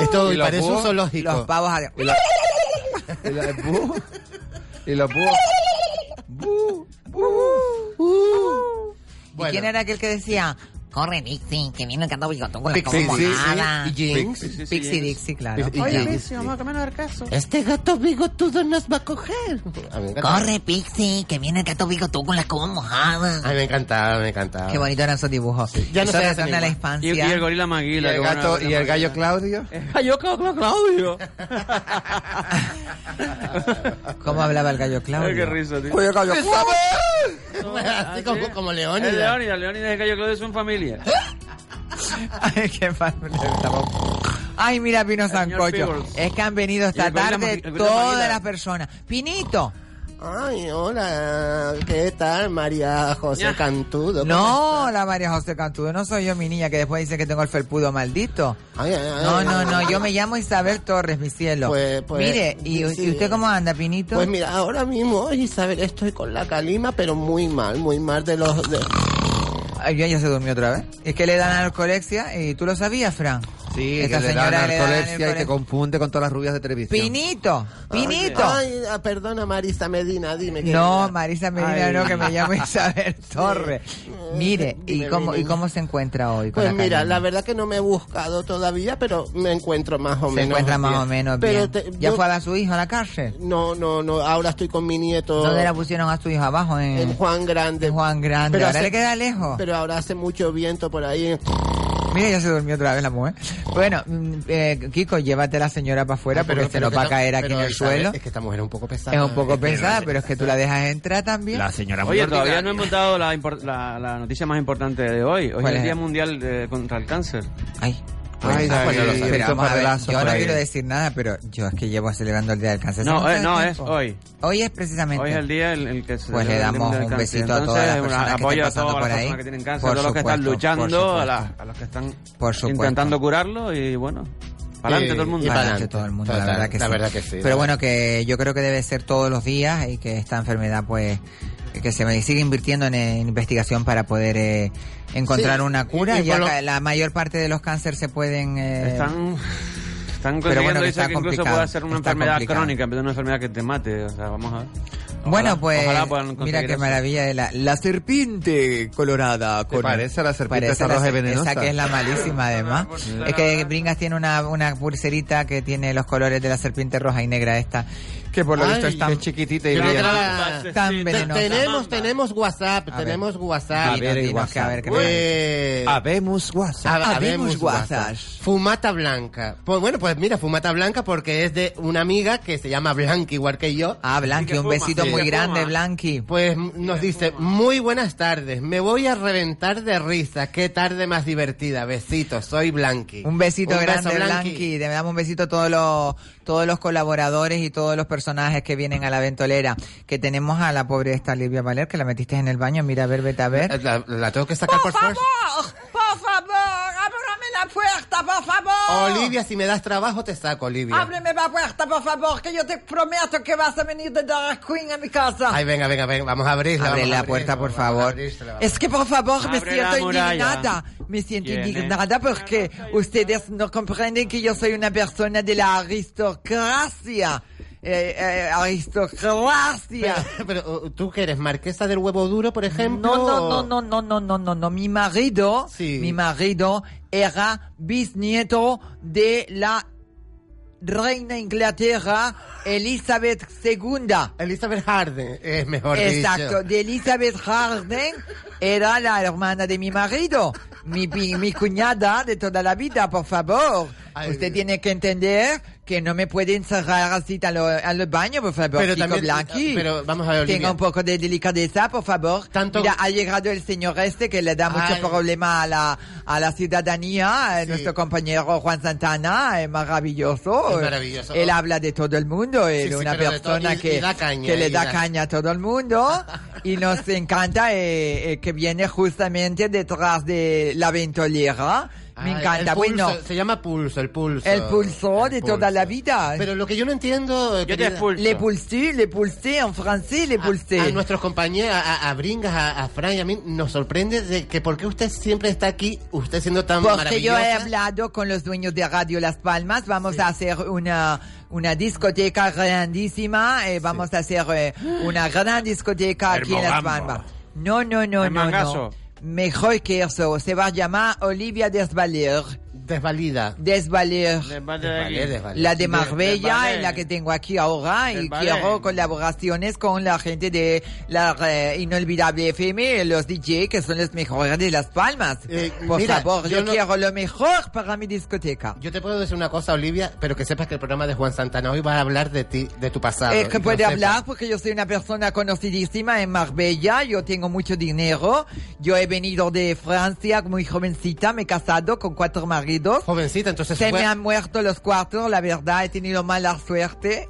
S9: Esto
S7: Y los
S9: parece un
S7: búhos-
S9: zoológico.
S6: Los pavos... a-
S7: Y los, y los búhos. Y los búhos.
S6: ¿Y quién era aquel que decía?
S21: Corre, Dixie, que viene el canto bigotón con la
S9: Pixie,
S21: copa
S9: sí,
S21: mojada.
S9: sí, y Jinx.
S6: Pixie Dixie, claro.
S9: Y- y
S22: Oye,
S9: Jinx.
S22: Pixie, vamos a comernos el caso.
S9: Este gato bigotudo nos va a coger. A mí me encanta.
S21: Corre, Pixie, que viene el gato bigotón con la ¿ah? copa
S9: A
S21: mojada.
S9: mí me encantaba, me encantaba.
S6: Qué bonito eran esos dibujos.
S9: Ya no
S6: Eso
S9: se
S6: retorna
S9: hacen
S6: a la
S9: igual.
S11: Y,
S6: infancia.
S11: y el gorila
S7: Y
S11: Maguila.
S7: el,
S11: que
S7: gato,
S11: bueno,
S7: y el gallo Claudio.
S11: Yo creo que Claudio.
S6: ¿Cómo hablaba el gallo
S11: Ay, qué
S6: Claudio?
S11: risa, tío.
S7: Oye, gallo Claudio.
S9: Así como, como Leónidas.
S11: El Leónidas, Leónidas y el gallo Claudio son familia.
S6: Ay, qué mal me estaba- Ay, mira, Pino Sancocho.
S11: Peebles.
S6: Es que han venido
S11: Y
S6: esta
S11: el gorila
S6: tarde
S11: Magi- el gorila Maguila.
S6: todas las personas. Pinito.
S9: Ay, hola, ¿qué tal María José
S11: Ya.
S9: Cantudo?
S6: No, la María José Cantudo. No soy yo mi niña que después dice que tengo el felpudo maldito.
S9: Ay, ay, ay.
S6: No, no, no. Yo me llamo Isabel Torres, mi cielo.
S9: Pues- pues,
S6: Mire, ¿y,
S9: sí.
S6: y usted cómo anda, Pinito?
S9: Pues mira, ahora mismo, ay, Isabel, estoy con la calima, pero muy mal, muy mal de los... de-
S6: Ay, ya, ya se durmió otra vez. Es que le dan narcolexia y tú lo sabías, Fran.
S7: Sí,
S6: Esta
S7: que le da
S6: señora le da
S7: narcolepsia y te
S6: narcolepsia.
S7: confunde con todas las rubias de televisión.
S6: Pinito, Pinito.
S9: Ay, ah, perdona Marisa Medina, dime que...
S6: No, Marisa Medina,
S11: Ay.
S6: no, que me llamo Isabel Torres. Mire, ¿y
S9: Dime,
S6: cómo, ¿y
S9: Mini.
S6: cómo se encuentra hoy? con
S9: Pues
S6: la
S9: mira,
S6: Karina?
S9: la verdad que no me he buscado todavía, pero me encuentro más o menos.
S6: se encuentra más
S9: bien.
S6: o menos
S9: Pero
S6: bien.
S9: te-
S6: ¿Ya
S9: yo-
S6: fue a la- su hijo a la cárcel?
S9: No, no, no, ahora estoy con mi nieto.
S6: ¿Dónde la pusieron a su hijo? Abajo, en,
S9: En Juan Grande.
S6: en Juan Grande.
S9: Pero
S6: Ahora
S9: hace-
S6: le queda lejos.
S9: Pero ahora hace mucho viento por ahí.
S6: Mira, ya se durmió otra vez la mujer. Bueno, mm, eh, Kiko, llévate a la señora para afuera porque se nos va a caer aquí en el suelo.
S9: Es que esta mujer es un poco pesada.
S6: Es un poco pesada, pero es que tú la dejas entrar también.
S23: señora
S11: Oye, todavía no hemos dado la, impor- la, la noticia más importante de hoy. Hoy es
S6: ¿Cuál
S11: el
S6: es?
S11: Día Mundial eh, contra el Cáncer.
S6: Ay.
S9: Pues
S7: Ay,
S6: Bueno,
S7: sí,
S6: pero
S7: pero
S6: vamos a ver,
S7: papelazo
S6: yo
S7: por
S6: no
S7: ahí.
S6: quiero decir nada, pero yo es que llevo celebrando el Día del Cáncer.
S11: No,
S6: ¿Hace
S11: eh, no,
S6: cuánto
S11: es
S6: tiempo?
S11: hoy.
S6: Hoy es precisamente.
S11: Hoy es el día en en el que se
S6: Pues le
S11: celebra el
S6: damos
S11: Día Mundial
S6: un
S11: del Cáncer.
S6: besito a todas las
S11: Entonces,
S6: personas que estén
S11: apoyo a
S6: pasando
S11: todas las
S6: por ahí.
S11: personas que tienen cáncer,
S6: Por
S11: a todos los que están
S6: supuesto, por
S11: luchando, a,
S6: supuesto.
S11: las- a los que están
S6: Por supuesto.
S11: intentando curarlo y bueno, para adelante todo el mundo.
S9: Y-
S6: Para
S9: para
S6: adelante
S9: adelante.
S6: todo el mundo,
S9: Total,
S6: la verdad que
S9: la
S6: sí.
S9: verdad que sí, la
S6: Pero bueno,
S9: verdad.
S6: que yo creo que debe ser todos los días y que esta enfermedad, pues, que se me sigue invirtiendo en, eh, investigación para poder eh, encontrar
S9: Sí,
S6: una cura.
S9: y- y
S6: ya
S9: por lo-
S6: ca- la mayor parte de los cánceres se pueden. eh,
S11: están están consiguiendo,
S6: pero bueno, que
S11: dice
S6: está
S11: que incluso
S6: complicado,
S11: puede ser una
S6: está
S11: enfermedad
S6: complicado.
S11: crónica en vez de una enfermedad que te mate. O sea, vamos a ver. Ojalá-
S6: bueno, pues,
S11: ojalá puedan conseguir
S6: mira qué
S11: eso.
S6: maravilla de la, la serpiente colorada.
S7: ¿Te parece a la serpiente
S6: Parece
S7: esa
S6: la
S7: roja y
S6: ser-
S7: venenosa?
S6: Esa que es la malísima, además.
S11: pulsera.
S6: es que Bringas tiene una, una pulserita que tiene los colores de la serpiente roja y negra esta, que por lo
S9: Ay,
S6: visto es tan
S7: Es chiquitita y
S9: Yo
S7: brillante.
S9: creo que
S11: Sí,
S9: la-
S6: tan
S11: sí,
S6: venenosa.
S9: Tenemos, tenemos WhatsApp,
S6: A ver.
S9: tenemos WhatsApp.
S7: A ver, el
S6: Dinos que a ver qué
S7: WhatsApp.
S6: tal.
S9: Eh,
S7: Pues, Habemos WhatsApp.
S9: hab-
S6: habemos WhatsApp.
S9: Fumata Blanca. Pues bueno, pues mira, Fumata Blanca porque es de una amiga que se llama Blanca igual que yo.
S6: Ah,
S11: Y
S6: Blanqui,
S11: que
S6: un
S11: fuma,
S6: besito
S11: sí.
S6: muy
S11: que
S6: grande,
S11: fuma.
S6: Blanqui.
S9: Pues m- nos dice, muy buenas tardes, me voy a reventar de risa, qué tarde más divertida, besitos, soy Blanqui.
S6: Un besito
S9: beso,
S6: grande, Blanqui. Te damos un besito a todos los, todos los colaboradores y todos los personajes que vienen a la ventolera. Que tenemos a la pobre esta Livia Valer, que la metiste en el baño. Mira, a ver, vete a ver.
S9: La, la tengo que sacar por fuerza.
S4: por favor, ábrame la puerta, por favor.
S9: Olivia, si me das trabajo te saco, Olivia.
S4: Ábreme la puerta, por favor, que yo te prometo que vas a venir de Drag Queen a mi casa.
S9: Ay, venga, venga, venga, vamos a abrirla.
S6: Abre
S9: vamos a
S6: la
S9: abrirla,
S6: puerta, por
S9: vamos a
S6: favor.
S9: abrírsela, vamos
S4: Es que por favor me
S11: Abre
S4: siento
S11: la muralla.
S4: indignada, me siento
S11: ¿Quién es?
S4: indignada porque ustedes no comprenden que yo soy una persona de la aristocracia. Eh, eh, aristocracia.
S9: Pero, pero, uh, tú que eres marquesa del huevo duro, por ejemplo.
S4: No, no, no, no, no, no, no, no, no. Mi marido,
S9: Sí.
S4: mi marido era bisnieto de la reina Inglaterra, Elizabeth II.
S9: Elizabeth Harden es mejor
S4: Exacto,
S9: dicho.
S4: de Elizabeth Harden era la hermana de mi marido, mi, pi- mi cuñada de toda la vida, por favor.
S9: Ay,
S4: Usted
S9: Dios.
S4: tiene que entender que no me pueden cerrar así a lo- al baño, por favor,
S9: Pero
S4: chico
S9: también- eh,
S4: Blanqui.
S9: pero vamos a ver, Olivia.
S4: Tenga un poco de delicadeza, por favor. Mira, ha llegado el señor este que le da mucho problema a la, a la ciudadanía, eh, nuestro compañero Juan Santana, es maravilloso.
S9: Es maravilloso.
S4: Él habla de todo el mundo, es
S9: Sí, sí,
S4: una
S9: pero de todo,
S4: persona
S9: y-
S4: que,
S9: y da caña,
S4: que le
S9: y
S4: da,
S9: da-
S4: caña a todo el mundo y nos encanta eh, eh, que viene justamente detrás de la ventolera. Me
S9: Ah,
S4: encanta.
S9: el pulso,
S4: bueno,
S9: se llama pulso, el pulso.
S4: el pulso de toda la vida.
S9: Pero lo que yo no entiendo. eh,
S4: Yo te
S9: querida-
S4: expulso. Le pulsé, le pulsé, en francés le pulsé.
S9: A, nuestros compañeros, a, a Bringas, a, a Fran y a mí, nos sorprende de que por qué usted siempre está aquí, usted siendo tan
S4: Porque yo he
S9: maravillosa.
S4: hablado con los dueños de Radio Las Palmas, vamos a hacer una, una discoteca grandísima, eh, vamos a hacer eh, una gran discoteca aquí en Las
S11: Hermogambo.
S4: Palmas. No, no, no,
S11: El
S4: no, no.
S11: mangazo.
S4: Mejor que eso, se va a llamar Olivia Desvalier.
S9: Desvalida.
S4: Desvalier.
S9: Desvaler, desvaler.
S4: La de
S9: De-
S4: Marbella
S9: desvaler.
S4: es la que tengo aquí ahora y
S9: Desvaler.
S4: quiero colaboraciones con la gente de la eh, Inolvidable FM, los DJ que son los mejores de Las Palmas. Por
S9: Eh, mira,
S4: favor, yo,
S9: yo no-
S4: quiero lo mejor para mi discoteca.
S9: Yo te puedo decir una cosa, Olivia, pero que sepas que el programa de Juan Santana hoy va a hablar de ti, de tu pasado.
S4: Es Eh, que
S9: lo
S4: puede
S9: sepas.
S4: hablar porque yo soy una persona conocidísima en Marbella, yo tengo mucho dinero, yo he venido de Francia muy jovencita, me he casado con cuatro maridos.
S9: Jovencita, entonces
S4: Se
S9: fue-
S4: me han muerto los cuatro, la verdad, he tenido mala suerte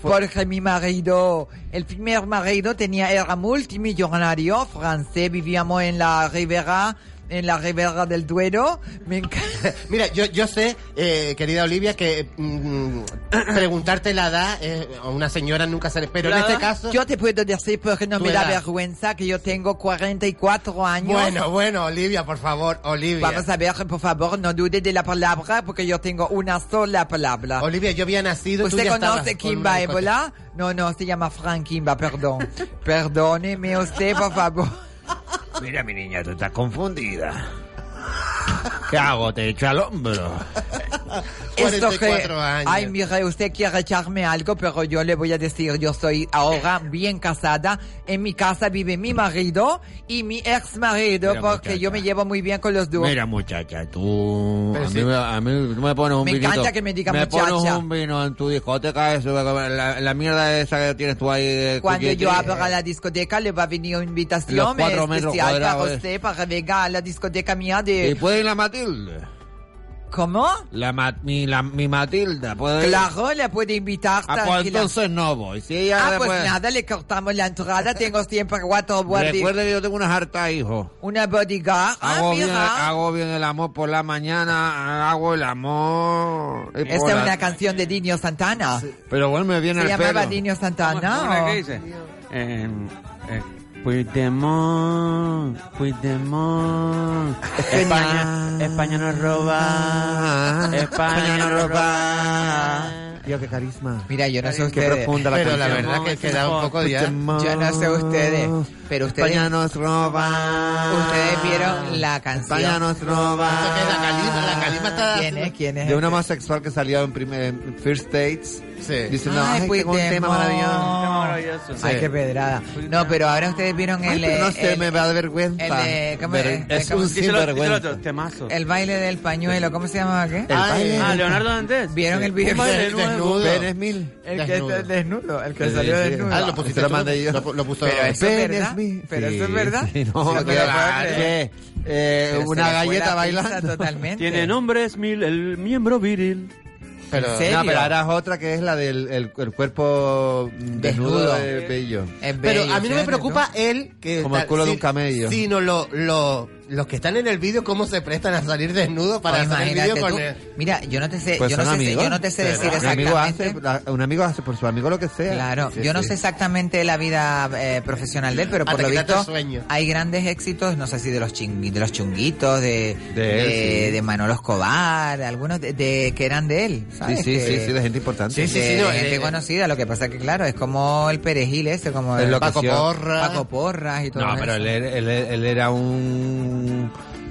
S4: porque mi marido, el primer marido tenía, era multimillonario francés, vivíamos en la ribera, en la ribera del Duero, me encanta.
S9: Mira, yo, yo sé, eh, querida Olivia, que mm, preguntarte la edad eh, a una señora nunca se le... Pero en este caso...
S4: Yo te puedo decir, porque no
S9: Tu
S4: me da
S9: edad.
S4: vergüenza, que yo tengo 44 años.
S9: Bueno, bueno, Olivia, por favor, Olivia.
S4: Vamos a ver, por favor, no dude de la palabra, porque yo tengo una sola palabra.
S9: Olivia, yo había nacido... tú
S4: ¿Usted
S9: ya estabas
S4: conoce
S9: con
S4: Kimba
S9: una discoteca.
S4: Ébola? No, no, se llama Frank Kimba, perdón. Perdóneme usted, por favor.
S7: Mira, mi niña, tú estás confundida. ¿Qué hago? Te echo al hombro.
S4: Esto que,
S7: 44 años.
S4: ay, mire, usted quiere echarme algo, pero yo le voy a decir, yo soy ahora bien casada. En mi casa vive mi marido y mi ex marido,
S7: Mira,
S4: porque yo me llevo muy bien con los dos.
S7: Mira, muchacha, tú.
S4: Pero
S7: a,
S4: sí.
S7: mí, me- a mí tú me pones un
S4: Me
S7: vinito.
S4: encanta que me diga
S7: pones
S4: muchacha.
S7: un vino en tu discoteca, eso, la, la mierda esa que tienes tú ahí. eh,
S4: Cuando
S7: cuquete,
S4: yo
S7: eh,
S4: abra la discoteca, le va a venir una
S7: Los
S4: invitación
S7: cuatro metros
S4: especial para
S7: cuadrados, eh.
S4: usted, para venga a la discoteca mía
S7: ¿Y
S4: de...
S7: puede ir la Matilde?
S4: ¿Cómo?
S7: La, ma- mi, la- mi Matilda, puede ir?
S4: Claro, la puede invitar
S7: Ah, pues
S4: tranquila.
S7: entonces no voy. Si ella
S4: Ah, pues
S7: después-
S4: nada, le cortamos la entrada. Tengo siempre cuatro
S7: Recuerde
S4: bodyguards.
S7: que yo tengo unas hartas, hijo.
S4: Una bodyguard. Ah,
S7: Hago bien,
S4: mira.
S7: hago bien el amor por la mañana, hago el amor. y por
S4: Esta es
S7: la-
S4: una canción de Dinio Santana.
S7: Pero bueno, me viene
S4: Se
S7: el
S4: llamaba
S7: pelo.
S4: Dinio
S11: ¿Cómo
S4: Santana.
S11: era
S4: o-
S11: que dice? Eh, eh, Puigdemont, Puigdemont. España, España nos
S7: Ah,
S11: roba. España nos roba.
S7: Dios, qué carisma.
S4: Mira, yo no sé
S7: Qué
S4: ustedes.
S7: profunda la
S9: Pero la
S7: canción.
S9: verdad que queda un poco ya...
S4: Yo no sé ustedes, pero ustedes-
S7: España nos roba.
S4: Ustedes vieron la canción.
S7: España nos roba.
S9: La calima, la calima está...
S4: ¿Quién es? ¿Quién es?
S7: De una homosexual que salió en, primer, en First Dates.
S9: Sí.
S7: Diciendo, ay,
S4: pues
S7: tengo un tema maravilloso.
S4: Ay,
S7: Sí.
S4: qué pedrada. No, pero ahora ustedes vieron
S7: Ay,
S4: el...
S7: pero no
S4: eh,
S7: sé,
S4: el-
S7: me va a dar vergüenza.
S4: el de- ¿cómo
S7: Ver-
S4: es?
S7: es
S4: ¿Cómo-
S7: un
S4: díselo-
S7: sinvergüenza.
S11: Otro temazo.
S4: El baile del pañuelo, ¿cómo se llamaba qué?
S7: baile
S11: Ah,
S7: del-
S11: Leonardo Dantes.
S4: ¿Vieron el video?
S7: Pérez Mil.
S4: El que está desnudo, el que
S7: Sí,
S4: salió
S7: sí.
S4: desnudo.
S7: Ah, lo pusiste Te lo tú. mandé yo.
S9: Lo, lo puso...
S4: Pero eso es
S7: Ven,
S4: verdad.
S7: es mi-
S4: Pero eso es
S7: Sí,
S4: verdad.
S7: sí, no,
S4: Sí,
S7: que
S4: pero-
S7: va, que, eh,
S4: Pero se
S7: una
S4: le fue la
S7: galleta
S4: pinza
S7: bailando.
S4: Totalmente.
S11: Tiene nombres mil, el miembro viril.
S9: Pero-
S4: ¿En serio?
S7: No, pero ahora es otra que es la del el, el cuerpo desnudo
S4: Desnudo.
S7: de bello.
S4: Es
S9: Pero
S4: bello,
S9: a mí no me
S4: ¿sí?
S9: preocupa él que
S7: Como el culo de un camello.
S9: sino lo, lo, los que están en el vídeo cómo se prestan a salir desnudos para
S4: Oye,
S9: hacer el
S4: imagínate
S9: vídeo con
S4: tú.
S9: él.
S4: Mira, yo no te sé,
S7: Pues
S4: yo, no
S7: son
S4: sé si-
S7: amigos.
S4: yo no te sé
S7: Pero
S4: decir
S7: un amigo
S4: exactamente.
S7: hace, la- un amigo hace por su amigo lo que sea.
S4: Claro,
S7: Sí,
S4: yo no
S7: sí.
S4: sé exactamente la vida eh, profesional de él, pero por
S9: Hasta
S4: lo
S9: que trata
S4: visto
S9: el sueño.
S4: hay grandes éxitos, no sé si de los chingui- de los chunguitos, de
S7: De él, sí.
S4: de Manolo Escobar, de algunos de, de- que eran de él,
S7: Sí,
S4: ¿sabes?
S7: sí,
S4: Que-
S7: sí, sí, eh, de gente importante.
S4: de
S11: eh,
S4: gente conocida, lo que pasa que claro, es como el perejil ese, como
S7: El
S9: Paco
S7: Enloqueció.
S9: Porra.
S4: Paco Porras y todo
S7: No,
S4: eso.
S7: pero él, era- él- er, él era un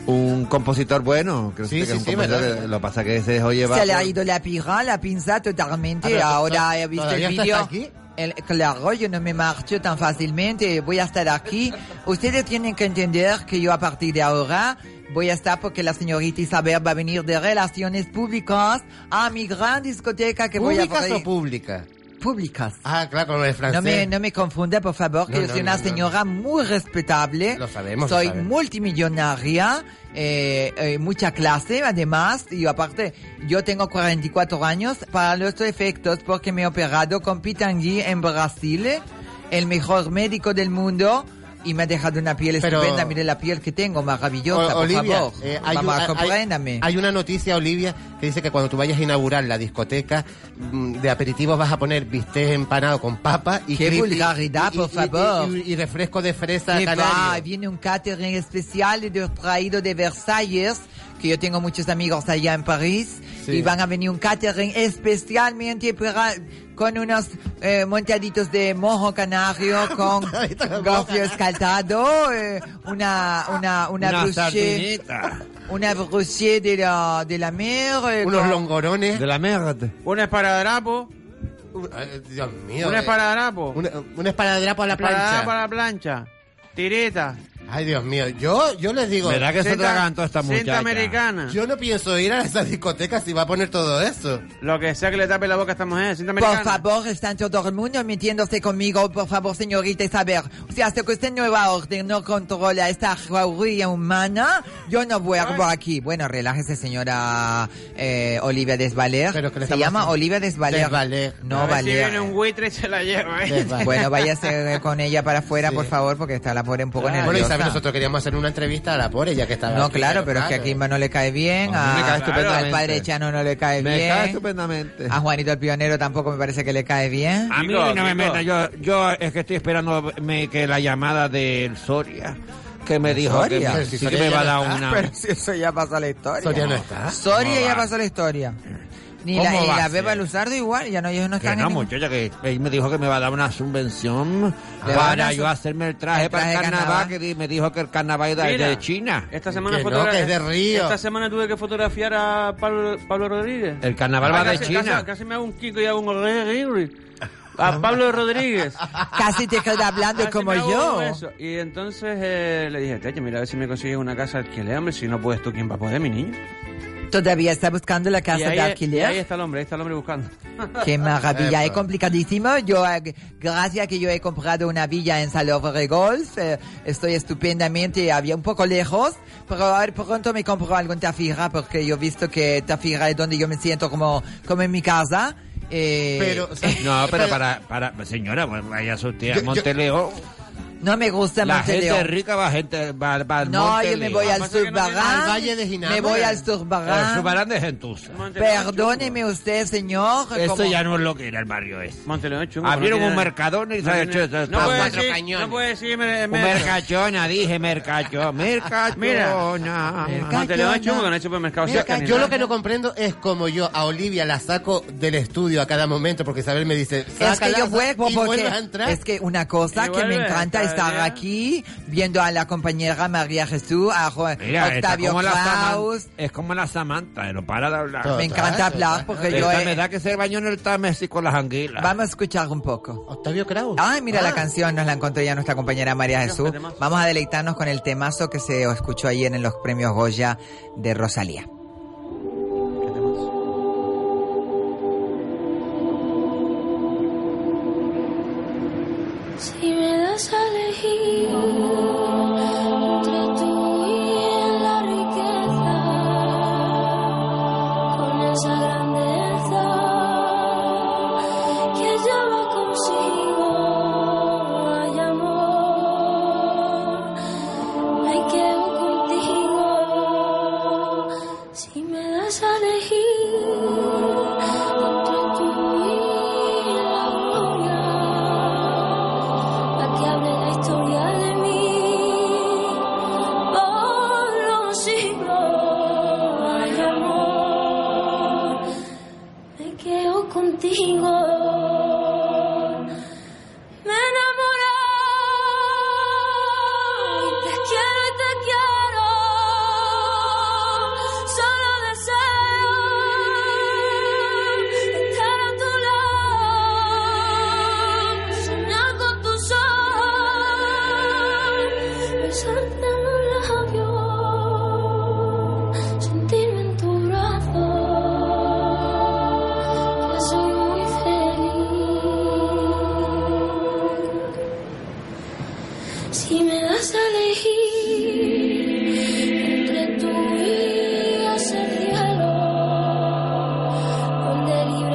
S7: un compositor bueno. Creo
S9: Sí,
S7: que
S9: sí,
S7: es un
S9: sí,
S7: compositor
S9: verdad.
S7: que- Lo que pasa es que se dejó llevar.
S4: Se le ha
S7: por-
S4: ido la pija, la pinza
S9: Ah, pero
S4: totalmente.
S9: to-
S4: Ahora
S9: to-
S4: he visto
S9: ¿todavía
S4: el
S9: está
S4: vídeo.
S9: aquí?
S4: El- Claro, yo no me marcho tan fácilmente, voy a estar aquí. Ustedes tienen que entender que yo a partir de ahora voy a estar porque la señorita Isabel va a venir de Relaciones Públicas a mi gran discoteca que voy a
S9: ¿Públicas
S4: poder
S9: o
S4: ir.
S9: públicas?
S4: Públicas.
S9: Ah, claro, con lo de francés.
S4: No me, no me confunda, por favor, que
S9: No,
S4: yo
S9: no,
S4: soy una
S9: no, no.
S4: señora muy respetable.
S9: Lo sabemos, lo
S4: Soy
S9: sabemos.
S4: multimillonaria, eh, eh, mucha clase, además, y aparte, yo tengo 44 años para los efectos porque me he operado con Pitangui en Brasil, el mejor médico del mundo. Y me ha dejado una piel
S9: Pero-
S4: estupenda, mire la piel que tengo, maravillosa,
S9: O- Olivia,
S4: por favor.
S9: eh, hay, un-
S4: Mamá,
S9: hay-
S4: compréndame.
S9: hay una noticia, Olivia, que dice que cuando tú vayas a inaugurar la discoteca mm, de aperitivos vas a poner bistec empanado con papa y
S4: Qué
S9: crispy-
S4: vulgaridad,
S9: y-
S4: por
S9: y- y-
S4: favor.
S9: Y, y refresco de fresa
S4: Que va,
S9: canario.
S4: viene un catering especial de- traído de Versalles, que yo tengo muchos amigos allá en París,
S9: Sí.
S4: y van a venir un catering especialmente para- pues, ah, con unos eh, montaditos de mojo canario, con gofio escaldado, eh, una, una, una,
S10: Una
S4: bruschetta-
S10: sardinita.
S4: una bruschetta de la, de la mer, eh,
S9: Unos
S4: con-
S9: longones.
S10: De la merda.
S11: Un esparadrapo.
S9: Dios mío.
S11: un
S9: eh,
S11: esparadrapo.
S9: Un, un esparadrapo a la
S11: Esparadrapo a
S9: plancha.
S11: la plancha. Tireta.
S9: Ay, Dios mío. Yo, yo les digo.
S10: ¿Verdad que se
S11: Senta-
S10: tragan toda esta
S11: senta
S10: muchacha?
S11: americana.
S9: Yo no pienso ir a esa discoteca si va a poner todo eso.
S11: Lo que sea que le tape la boca a esta mujer. Sienta
S4: Por
S11: americana.
S4: favor, están todo el mundo metiéndose conmigo, por favor, señorita Isabel. O sea, hasta que usted nueva orden no controla esta jauría humana, yo no vuelvo aquí. Bueno, relájese, señora eh, Olivia Desvaler.
S9: Pero que le
S4: Se
S9: estamos-
S4: llama Olivia Desvaler.
S9: Desvaler.
S4: No,
S11: A ver si viene
S4: Valer.
S11: un buitre y se la lleva, ¿eh?
S9: Desvaler.
S4: Pues Bueno, váyase eh, con ella para afuera,
S9: Sí.
S4: por favor, porque está la pobre un poco
S9: Bueno,
S4: nerviosa.
S9: Isabel, nosotros queríamos hacer una entrevista a la pobre, ya que estaba.
S4: no,
S9: aquí,
S4: claro, pero es que aquí no le cae bien.
S7: A mí me cae
S4: a-
S7: estupendamente.
S4: al padre Chano no le cae
S7: Me
S4: bien.
S7: cae estupendamente.
S4: A Juanito el Pionero tampoco me parece que le cae bien.
S10: A mí
S11: Chicos,
S10: no me
S11: chicos.
S10: meta, yo, yo es que estoy esperando me- que la llamada del Soria, que me dijo que
S4: Soria?
S10: me,
S9: Pero si
S10: sí que
S9: Soria
S10: me
S9: ya
S10: va a
S9: no
S10: dar
S9: está,
S10: una...
S4: Pero si eso ya pasó la historia.
S9: Soria no está.
S4: Soria
S10: ¿Cómo
S4: ya
S10: va a
S4: pasó la historia. Ni
S10: ¿Cómo
S4: la, ni
S10: va
S4: la
S10: a
S4: Beba
S10: ser?
S4: Luzardo igual, ya no, ellos no
S10: Que
S4: están
S10: no,
S4: en ningún-
S10: muchacha, que él me dijo que me va a dar una subvención
S4: Le va a dar
S10: para
S4: una
S10: yo
S4: sub-
S10: hacerme el traje,
S4: el
S10: para el
S4: traje de
S10: carnaval,
S4: carnaval.
S10: que di- me dijo que el carnaval era
S11: Mira.
S10: de China.
S11: Esta semana
S9: Que no,
S11: fotogra-
S9: que es de Río.
S11: Esta semana tuve que fotografiar a Pablo, Pablo Rodríguez.
S10: El carnaval
S11: Ah,
S10: va de
S11: casi-
S10: China.
S11: Casi, casi me hago un Kiko y hago un Rodríguez. A Pablo Rodríguez.
S6: Ah,
S4: Casi te quedas hablando
S11: Casi
S4: como
S11: me hago
S4: yo.
S11: un beso. Y entonces eh, le dije, Techo, mira a ver si me consigues una casa de alquiler, hombre. Si no puedes tú, ¿quién va a poder, mi niño?
S4: Todavía está buscando la
S11: y
S4: casa
S11: ahí,
S4: de
S11: y ahí
S4: alquiler.
S11: está el hombre, ahí está el hombre buscando.
S4: Qué maravilla, eh, es complicadísimo. Yo, eh, gracias a que yo he comprado una villa en Salovre Golf, eh, estoy estupendamente, había un poco lejos, pero a ver, pronto me compro algo en Tafira, porque yo he visto que Tafira es donde yo me siento como, como en mi casa. Eh,
S9: Pero, o sea,
S10: No, pero para, para señora, bueno, vaya su tía
S9: Yo-
S10: a
S9: yo-
S10: Monteleón.
S4: no me gusta
S10: La
S4: Monteleón.
S10: gente rica va, gente, va, va al
S4: No, yo me
S10: Monteleón.
S4: voy al
S11: Pasa que no tiene-
S4: Zurbarán.
S9: Al Valle de Ginebra.
S4: Me voy al
S10: El
S4: Zurbarán.
S10: Subarán de Gentuza.
S4: Perdóneme usted, señor.
S10: Esto
S4: como-
S10: ya no es lo que era el barrio
S11: eh.
S10: ese.
S11: Monteleón chungo.
S10: Abrieron
S11: no tiene-
S10: un mercadona y se ha hecho esto-
S11: No
S10: esto-
S11: puede
S10: cuatro
S11: decir,
S10: cañones.
S11: no puede decir, me-
S10: Un
S11: me-
S10: mercachona, dije, mercachona, mercachona.
S4: Merca-
S11: Monteleón es
S4: Cañona.
S11: chungo, que no hay supermercado
S4: Mira,
S11: cerca ni
S9: Yo
S11: nada.
S9: lo que no comprendo es como yo a Olivia la saco del estudio a cada momento porque Isabel me dice,
S4: Es que
S9: sácala
S4: yo vuelvo
S9: y
S4: porque
S9: vuelves a entrar.
S4: es que una cosa
S11: Y
S4: que me
S11: vuelve,
S4: encanta
S11: está
S4: estar
S11: bien.
S4: aquí viendo a la compañera María Jesús, a Jo-
S10: Mira, esta
S4: Octavio
S10: como la
S4: Klaus.
S10: Saman- es como la Samantha, no para de hablar.
S4: Me encanta hablar porque yo
S10: Esta
S4: eh,
S10: me da que se bañó en el Tames y con las anguilas.
S4: vamos a escuchar un poco.
S9: Octavio Kraus.
S4: Ay, mira la
S9: Ah.
S4: canción, nos la encontró ya nuestra compañera María Jesús.
S11: qué temazo.
S4: Vamos a deleitarnos con el temazo que se escuchó ayer en los premios Goya de Rosalía.
S1: Si me das a elegir entre tú y la riqueza, con esa grandeza que lleva consigo hay amor, me quedo contigo. Si me das a elegir entre tú y la gloria a que hable la historia de mí. Por los siglos hay amor, me quedo contigo. Me enamoré y te quiero, te quiero. Solo deseo estar a tu lado, soñar con tu sol, besarte en los labios.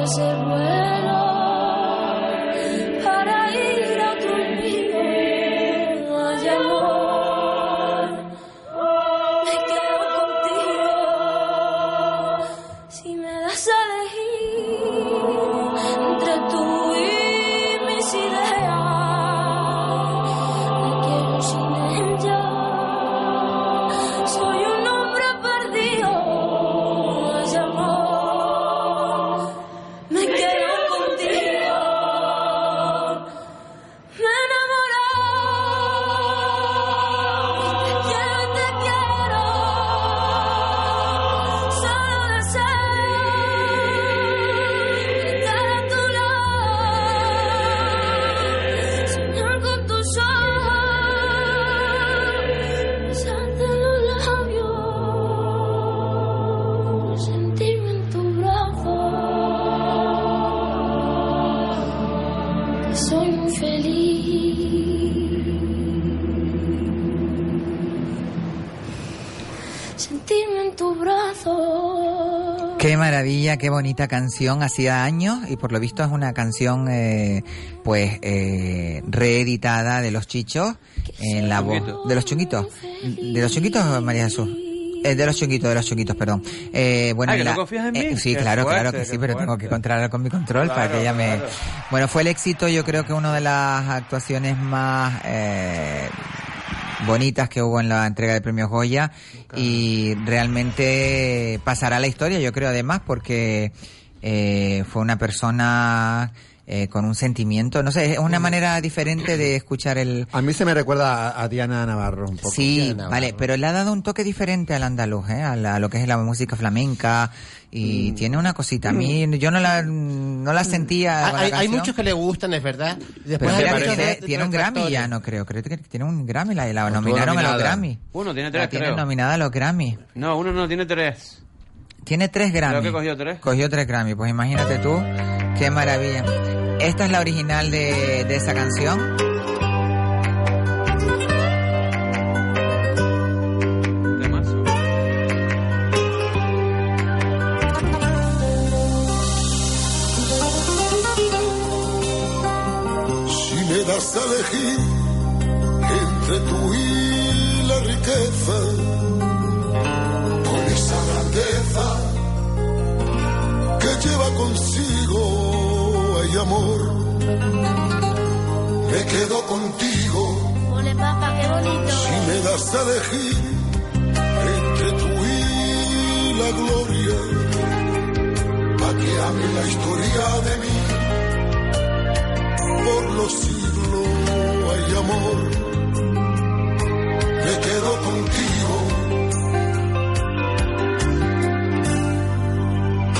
S1: ese vuelo para ir a tu nido. Ay, amor, me quedo contigo. Si me das a elegir entre tú y mis ideas, te quiero sin ella. Soy un hombre perdido. Ay, amor, me quedo contigo. Me enamoré. Te quiero, te quiero. Solo deseo estar a tu lado. Soñar con tus ojos. Besarte los labios. Sentirme en tu brazo. Que soy muy feliz. Sentirme en tu brazo.
S6: Qué maravilla, qué bonita canción. Hacía años y por lo visto es una canción, eh, pues, eh, reeditada de los chichos en la voz. De los chunguitos. De los chunguitos, María Jesús. Eh, de los chunguitos, de los chunguitos, perdón. Eh, bueno,
S11: Ah,
S6: en
S11: que no
S6: la-
S11: confías en
S6: eh,
S11: mí.
S6: sí,
S11: Qué
S6: claro, claro
S11: fuerte,
S6: que sí,
S11: qué
S6: pero tengo que controlar con mi control para
S11: Claro,
S6: que ella me.
S11: claro.
S6: Bueno, fue el éxito, yo creo que una de las actuaciones más eh, bonitas que hubo en la entrega del premio Goya y realmente pasará a la historia, yo creo además, porque eh, fue una persona eh, con un sentimiento, no sé, es una manera diferente de escuchar el...
S7: Mm. A mí se me recuerda a, a Diana Navarro un poco.
S6: Sí,
S7: Diana
S6: vale, pero le ha dado un toque diferente al andaluz, ¿eh? a, la- a lo que es la música flamenca
S7: Mm.
S6: y tiene una cosita. A mí yo no la, no la sentía.
S9: Ah,
S6: con la
S9: Hay, hay
S6: canción.
S9: muchos que le gustan, es verdad.
S6: Pero
S9: Después hay
S6: mira que
S9: muchos de-
S6: tiene, tiene un Grammy ya, no creo. Creo que tiene un Grammy, la, la nominaron a los
S11: nominada.
S6: Grammy.
S11: Uno, tiene tres,
S6: La tienen
S11: creo.
S6: nominada a los Grammy.
S11: No, uno no, tiene tres.
S6: Tiene tres Grammy.
S11: Creo que cogió tres.
S6: Cogió tres Grammy, pues imagínate tú, qué maravilla. Esta es la original de, de esa canción.
S8: Si me das a elegir entre tú y la riqueza, con esa grandeza que lleva consigo el amor, me quedo contigo.
S1: Ole, papá, qué bonito.
S8: Si me das a elegir entre tú y la gloria, pa' que hable la historia de mí. Por los siglos hay amor, me quedo contigo. Pues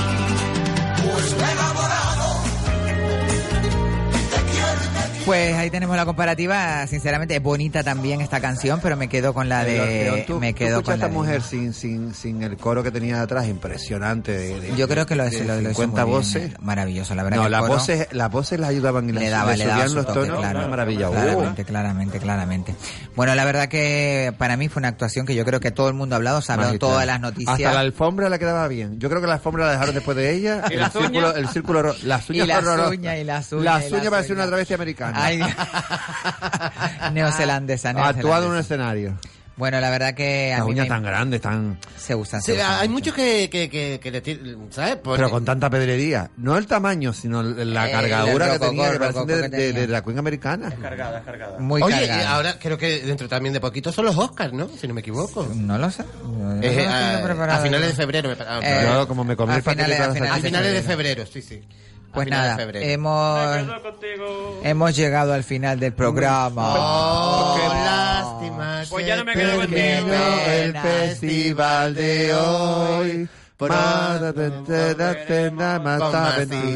S8: me he enamorado y te quiero y te
S6: Pues ahí tenemos la comparativa. Sinceramente es bonita también esta canción, pero me quedo con la
S7: Pero,
S6: de.
S7: pero tú-
S6: me
S7: tú
S6: quedo
S7: escuchas
S6: con
S7: a
S6: la
S7: esta
S6: de-
S7: mujer sin, sin, sin el coro que tenía atrás, impresionante. de- de-
S6: Yo creo que lo
S7: de
S6: hizo- lo- lo hizo
S7: 50
S6: muy bien,
S7: voces.
S6: Maravilloso, la verdad.
S7: No,
S6: que el
S7: las
S6: coro-
S7: voces, las voces las ayudaban y las,
S6: le daba,
S7: le
S6: le daba
S7: subían
S6: su
S7: los
S6: toque,
S7: tonos.
S6: claro.
S7: una maravilla. Uh.
S6: Claramente, claramente, claramente. Bueno, la verdad que para mí fue una actuación que yo creo que todo el mundo ha hablado, se ha hablado
S7: Magistral.
S6: todas las noticias.
S7: Hasta la alfombra la quedaba bien. Yo creo que la alfombra la dejaron después de ella.
S6: ¿Y
S7: el,
S6: las
S7: círculo,
S6: uñas?
S7: el círculo ro- Las
S6: Y
S7: uñas
S6: las
S7: horrorosas.
S6: uñas, y las uñas, y
S7: Las
S6: las
S7: uñas parecían
S6: uñas.
S7: una travesti americana.
S6: Ay, neozelandesa, neozelandesa.
S7: Actuado en un escenario.
S6: Bueno, la verdad que a
S7: Las
S6: mí
S7: uñas
S6: me-
S7: tan grandes, tan.
S6: se usan.
S9: Sí,
S6: se usan
S9: hay
S6: mucho.
S9: muchos que, que, que, que le tiran, ¿sabes? Por-
S7: Pero con tanta pedrería. No el tamaño, sino la
S9: Eh,
S7: cargadura
S9: el
S7: que tenía,
S9: rococó,
S7: que parecían de,
S9: rococó que
S7: de-
S9: tenía.
S7: de la Queen americana.
S11: Cargada, es cargada.
S9: Oye,
S7: cargada.
S9: eh, ahora creo que dentro también de poquito son los Oscars, ¿no? Si no me equivoco.
S6: No lo sé.
S9: Eh,
S6: no lo
S9: a-
S6: tengo preparado.
S9: a finales de febrero me pa- ah,
S6: Eh,
S9: no.
S7: Yo, como me comí
S6: a
S7: el paquete
S6: finales-
S7: todas
S6: a
S7: las
S9: A
S6: finales
S9: finales de febrero, sí, sí. A
S6: Pues
S9: finales
S6: nada,
S9: de febrero.
S6: hemos, hemos llegado al final del programa. Ah,
S9: Oh, lástima.
S11: Pues ya no me quedo
S9: con
S11: contigo.
S7: El festival de hoy. Para tenerte nada más
S9: Con más
S7: saben tus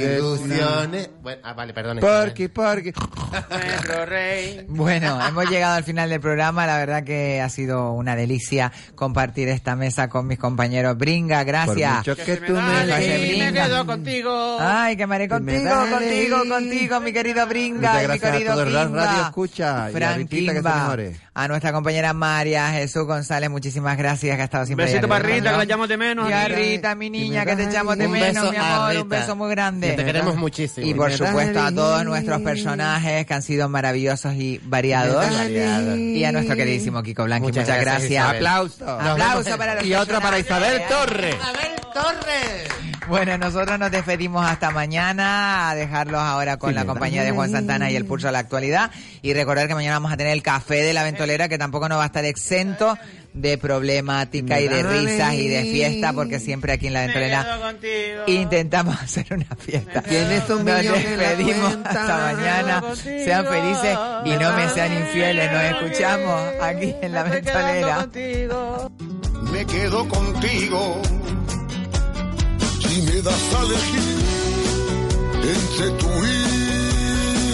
S9: ilusiones. Bueno, ah, vale, perdón.
S7: Porque, porque.
S6: Bueno, hemos llegado al final del programa. La verdad que ha sido una delicia compartir esta mesa con mis compañeros. Bringa, gracias.
S7: Por mucho que tú me
S6: José
S11: ¿eh?
S7: des,
S6: Bringa.
S9: contigo.
S6: Ay, que me haré contigo,
S7: dale.
S6: contigo, contigo, mi querido
S7: Muchas
S6: Bringa y mi
S7: gracias a
S6: querido
S7: todos. La
S6: Kimba.
S7: radio escucha. y a
S6: Fran
S7: Vitita, que se
S6: Kimba.
S7: mejore.
S6: a nuestra compañera María Jesús González, muchísimas gracias que ha estado siempre
S11: Besito
S6: ahí al
S11: para Rita, que la
S6: teléfono.
S11: llamo de menos.
S6: Y a
S11: aquí.
S6: Carlita, mi niña, que te echamos de
S4: Un beso
S6: menos, mi
S4: a
S6: amor.
S4: Rita.
S6: Un beso muy grande.
S4: Que te queremos muchísimo.
S6: Y por
S4: Me das
S6: supuesto a todos
S4: alegría.
S6: nuestros personajes que han sido maravillosos y variados.
S4: Me das alegría.
S6: Y a nuestro queridísimo Kiko Blanqui. Muchas,
S4: Muchas gracias,
S6: gracias.
S4: Isabel.
S6: Aplauso.
S4: Nos
S6: Aplauso
S4: vemos.
S6: para los
S4: Y otro para
S6: personajes.
S4: Isabel Torres.
S6: Isabel Torres. Bueno, nosotros nos despedimos hasta mañana, a dejarlos ahora con la compañía de Juan Santana y el pulso a la actualidad. Y recordar que mañana vamos a tener el café de la ventolera, que tampoco no va a estar exento de problemática y de risas y de fiesta, porque siempre aquí en la ventolera intentamos hacer una fiesta.
S24: ¿Quiénes son
S6: Nos
S24: niños que la
S6: despedimos
S24: cuentan?
S6: hasta mañana. Sean felices y no me sean infieles. Nos escuchamos aquí en la ventolera.
S8: me quedo contigo. Si me das a elegir entre tú y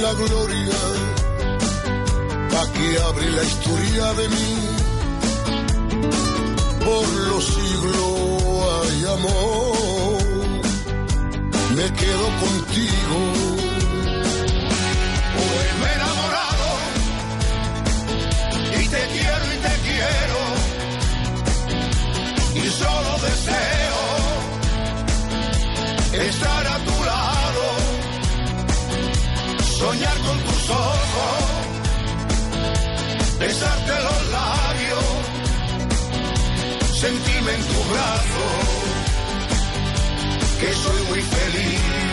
S8: la gloria, pa' que abre la historia de mí. Por los siglos hay amor, me quedo contigo. Vuelvo enamorado y te quiero y te quiero y solo deseo estar a tu lado, soñar con tus ojos, besarte los labios, sentirme en tus brazos, que soy muy feliz.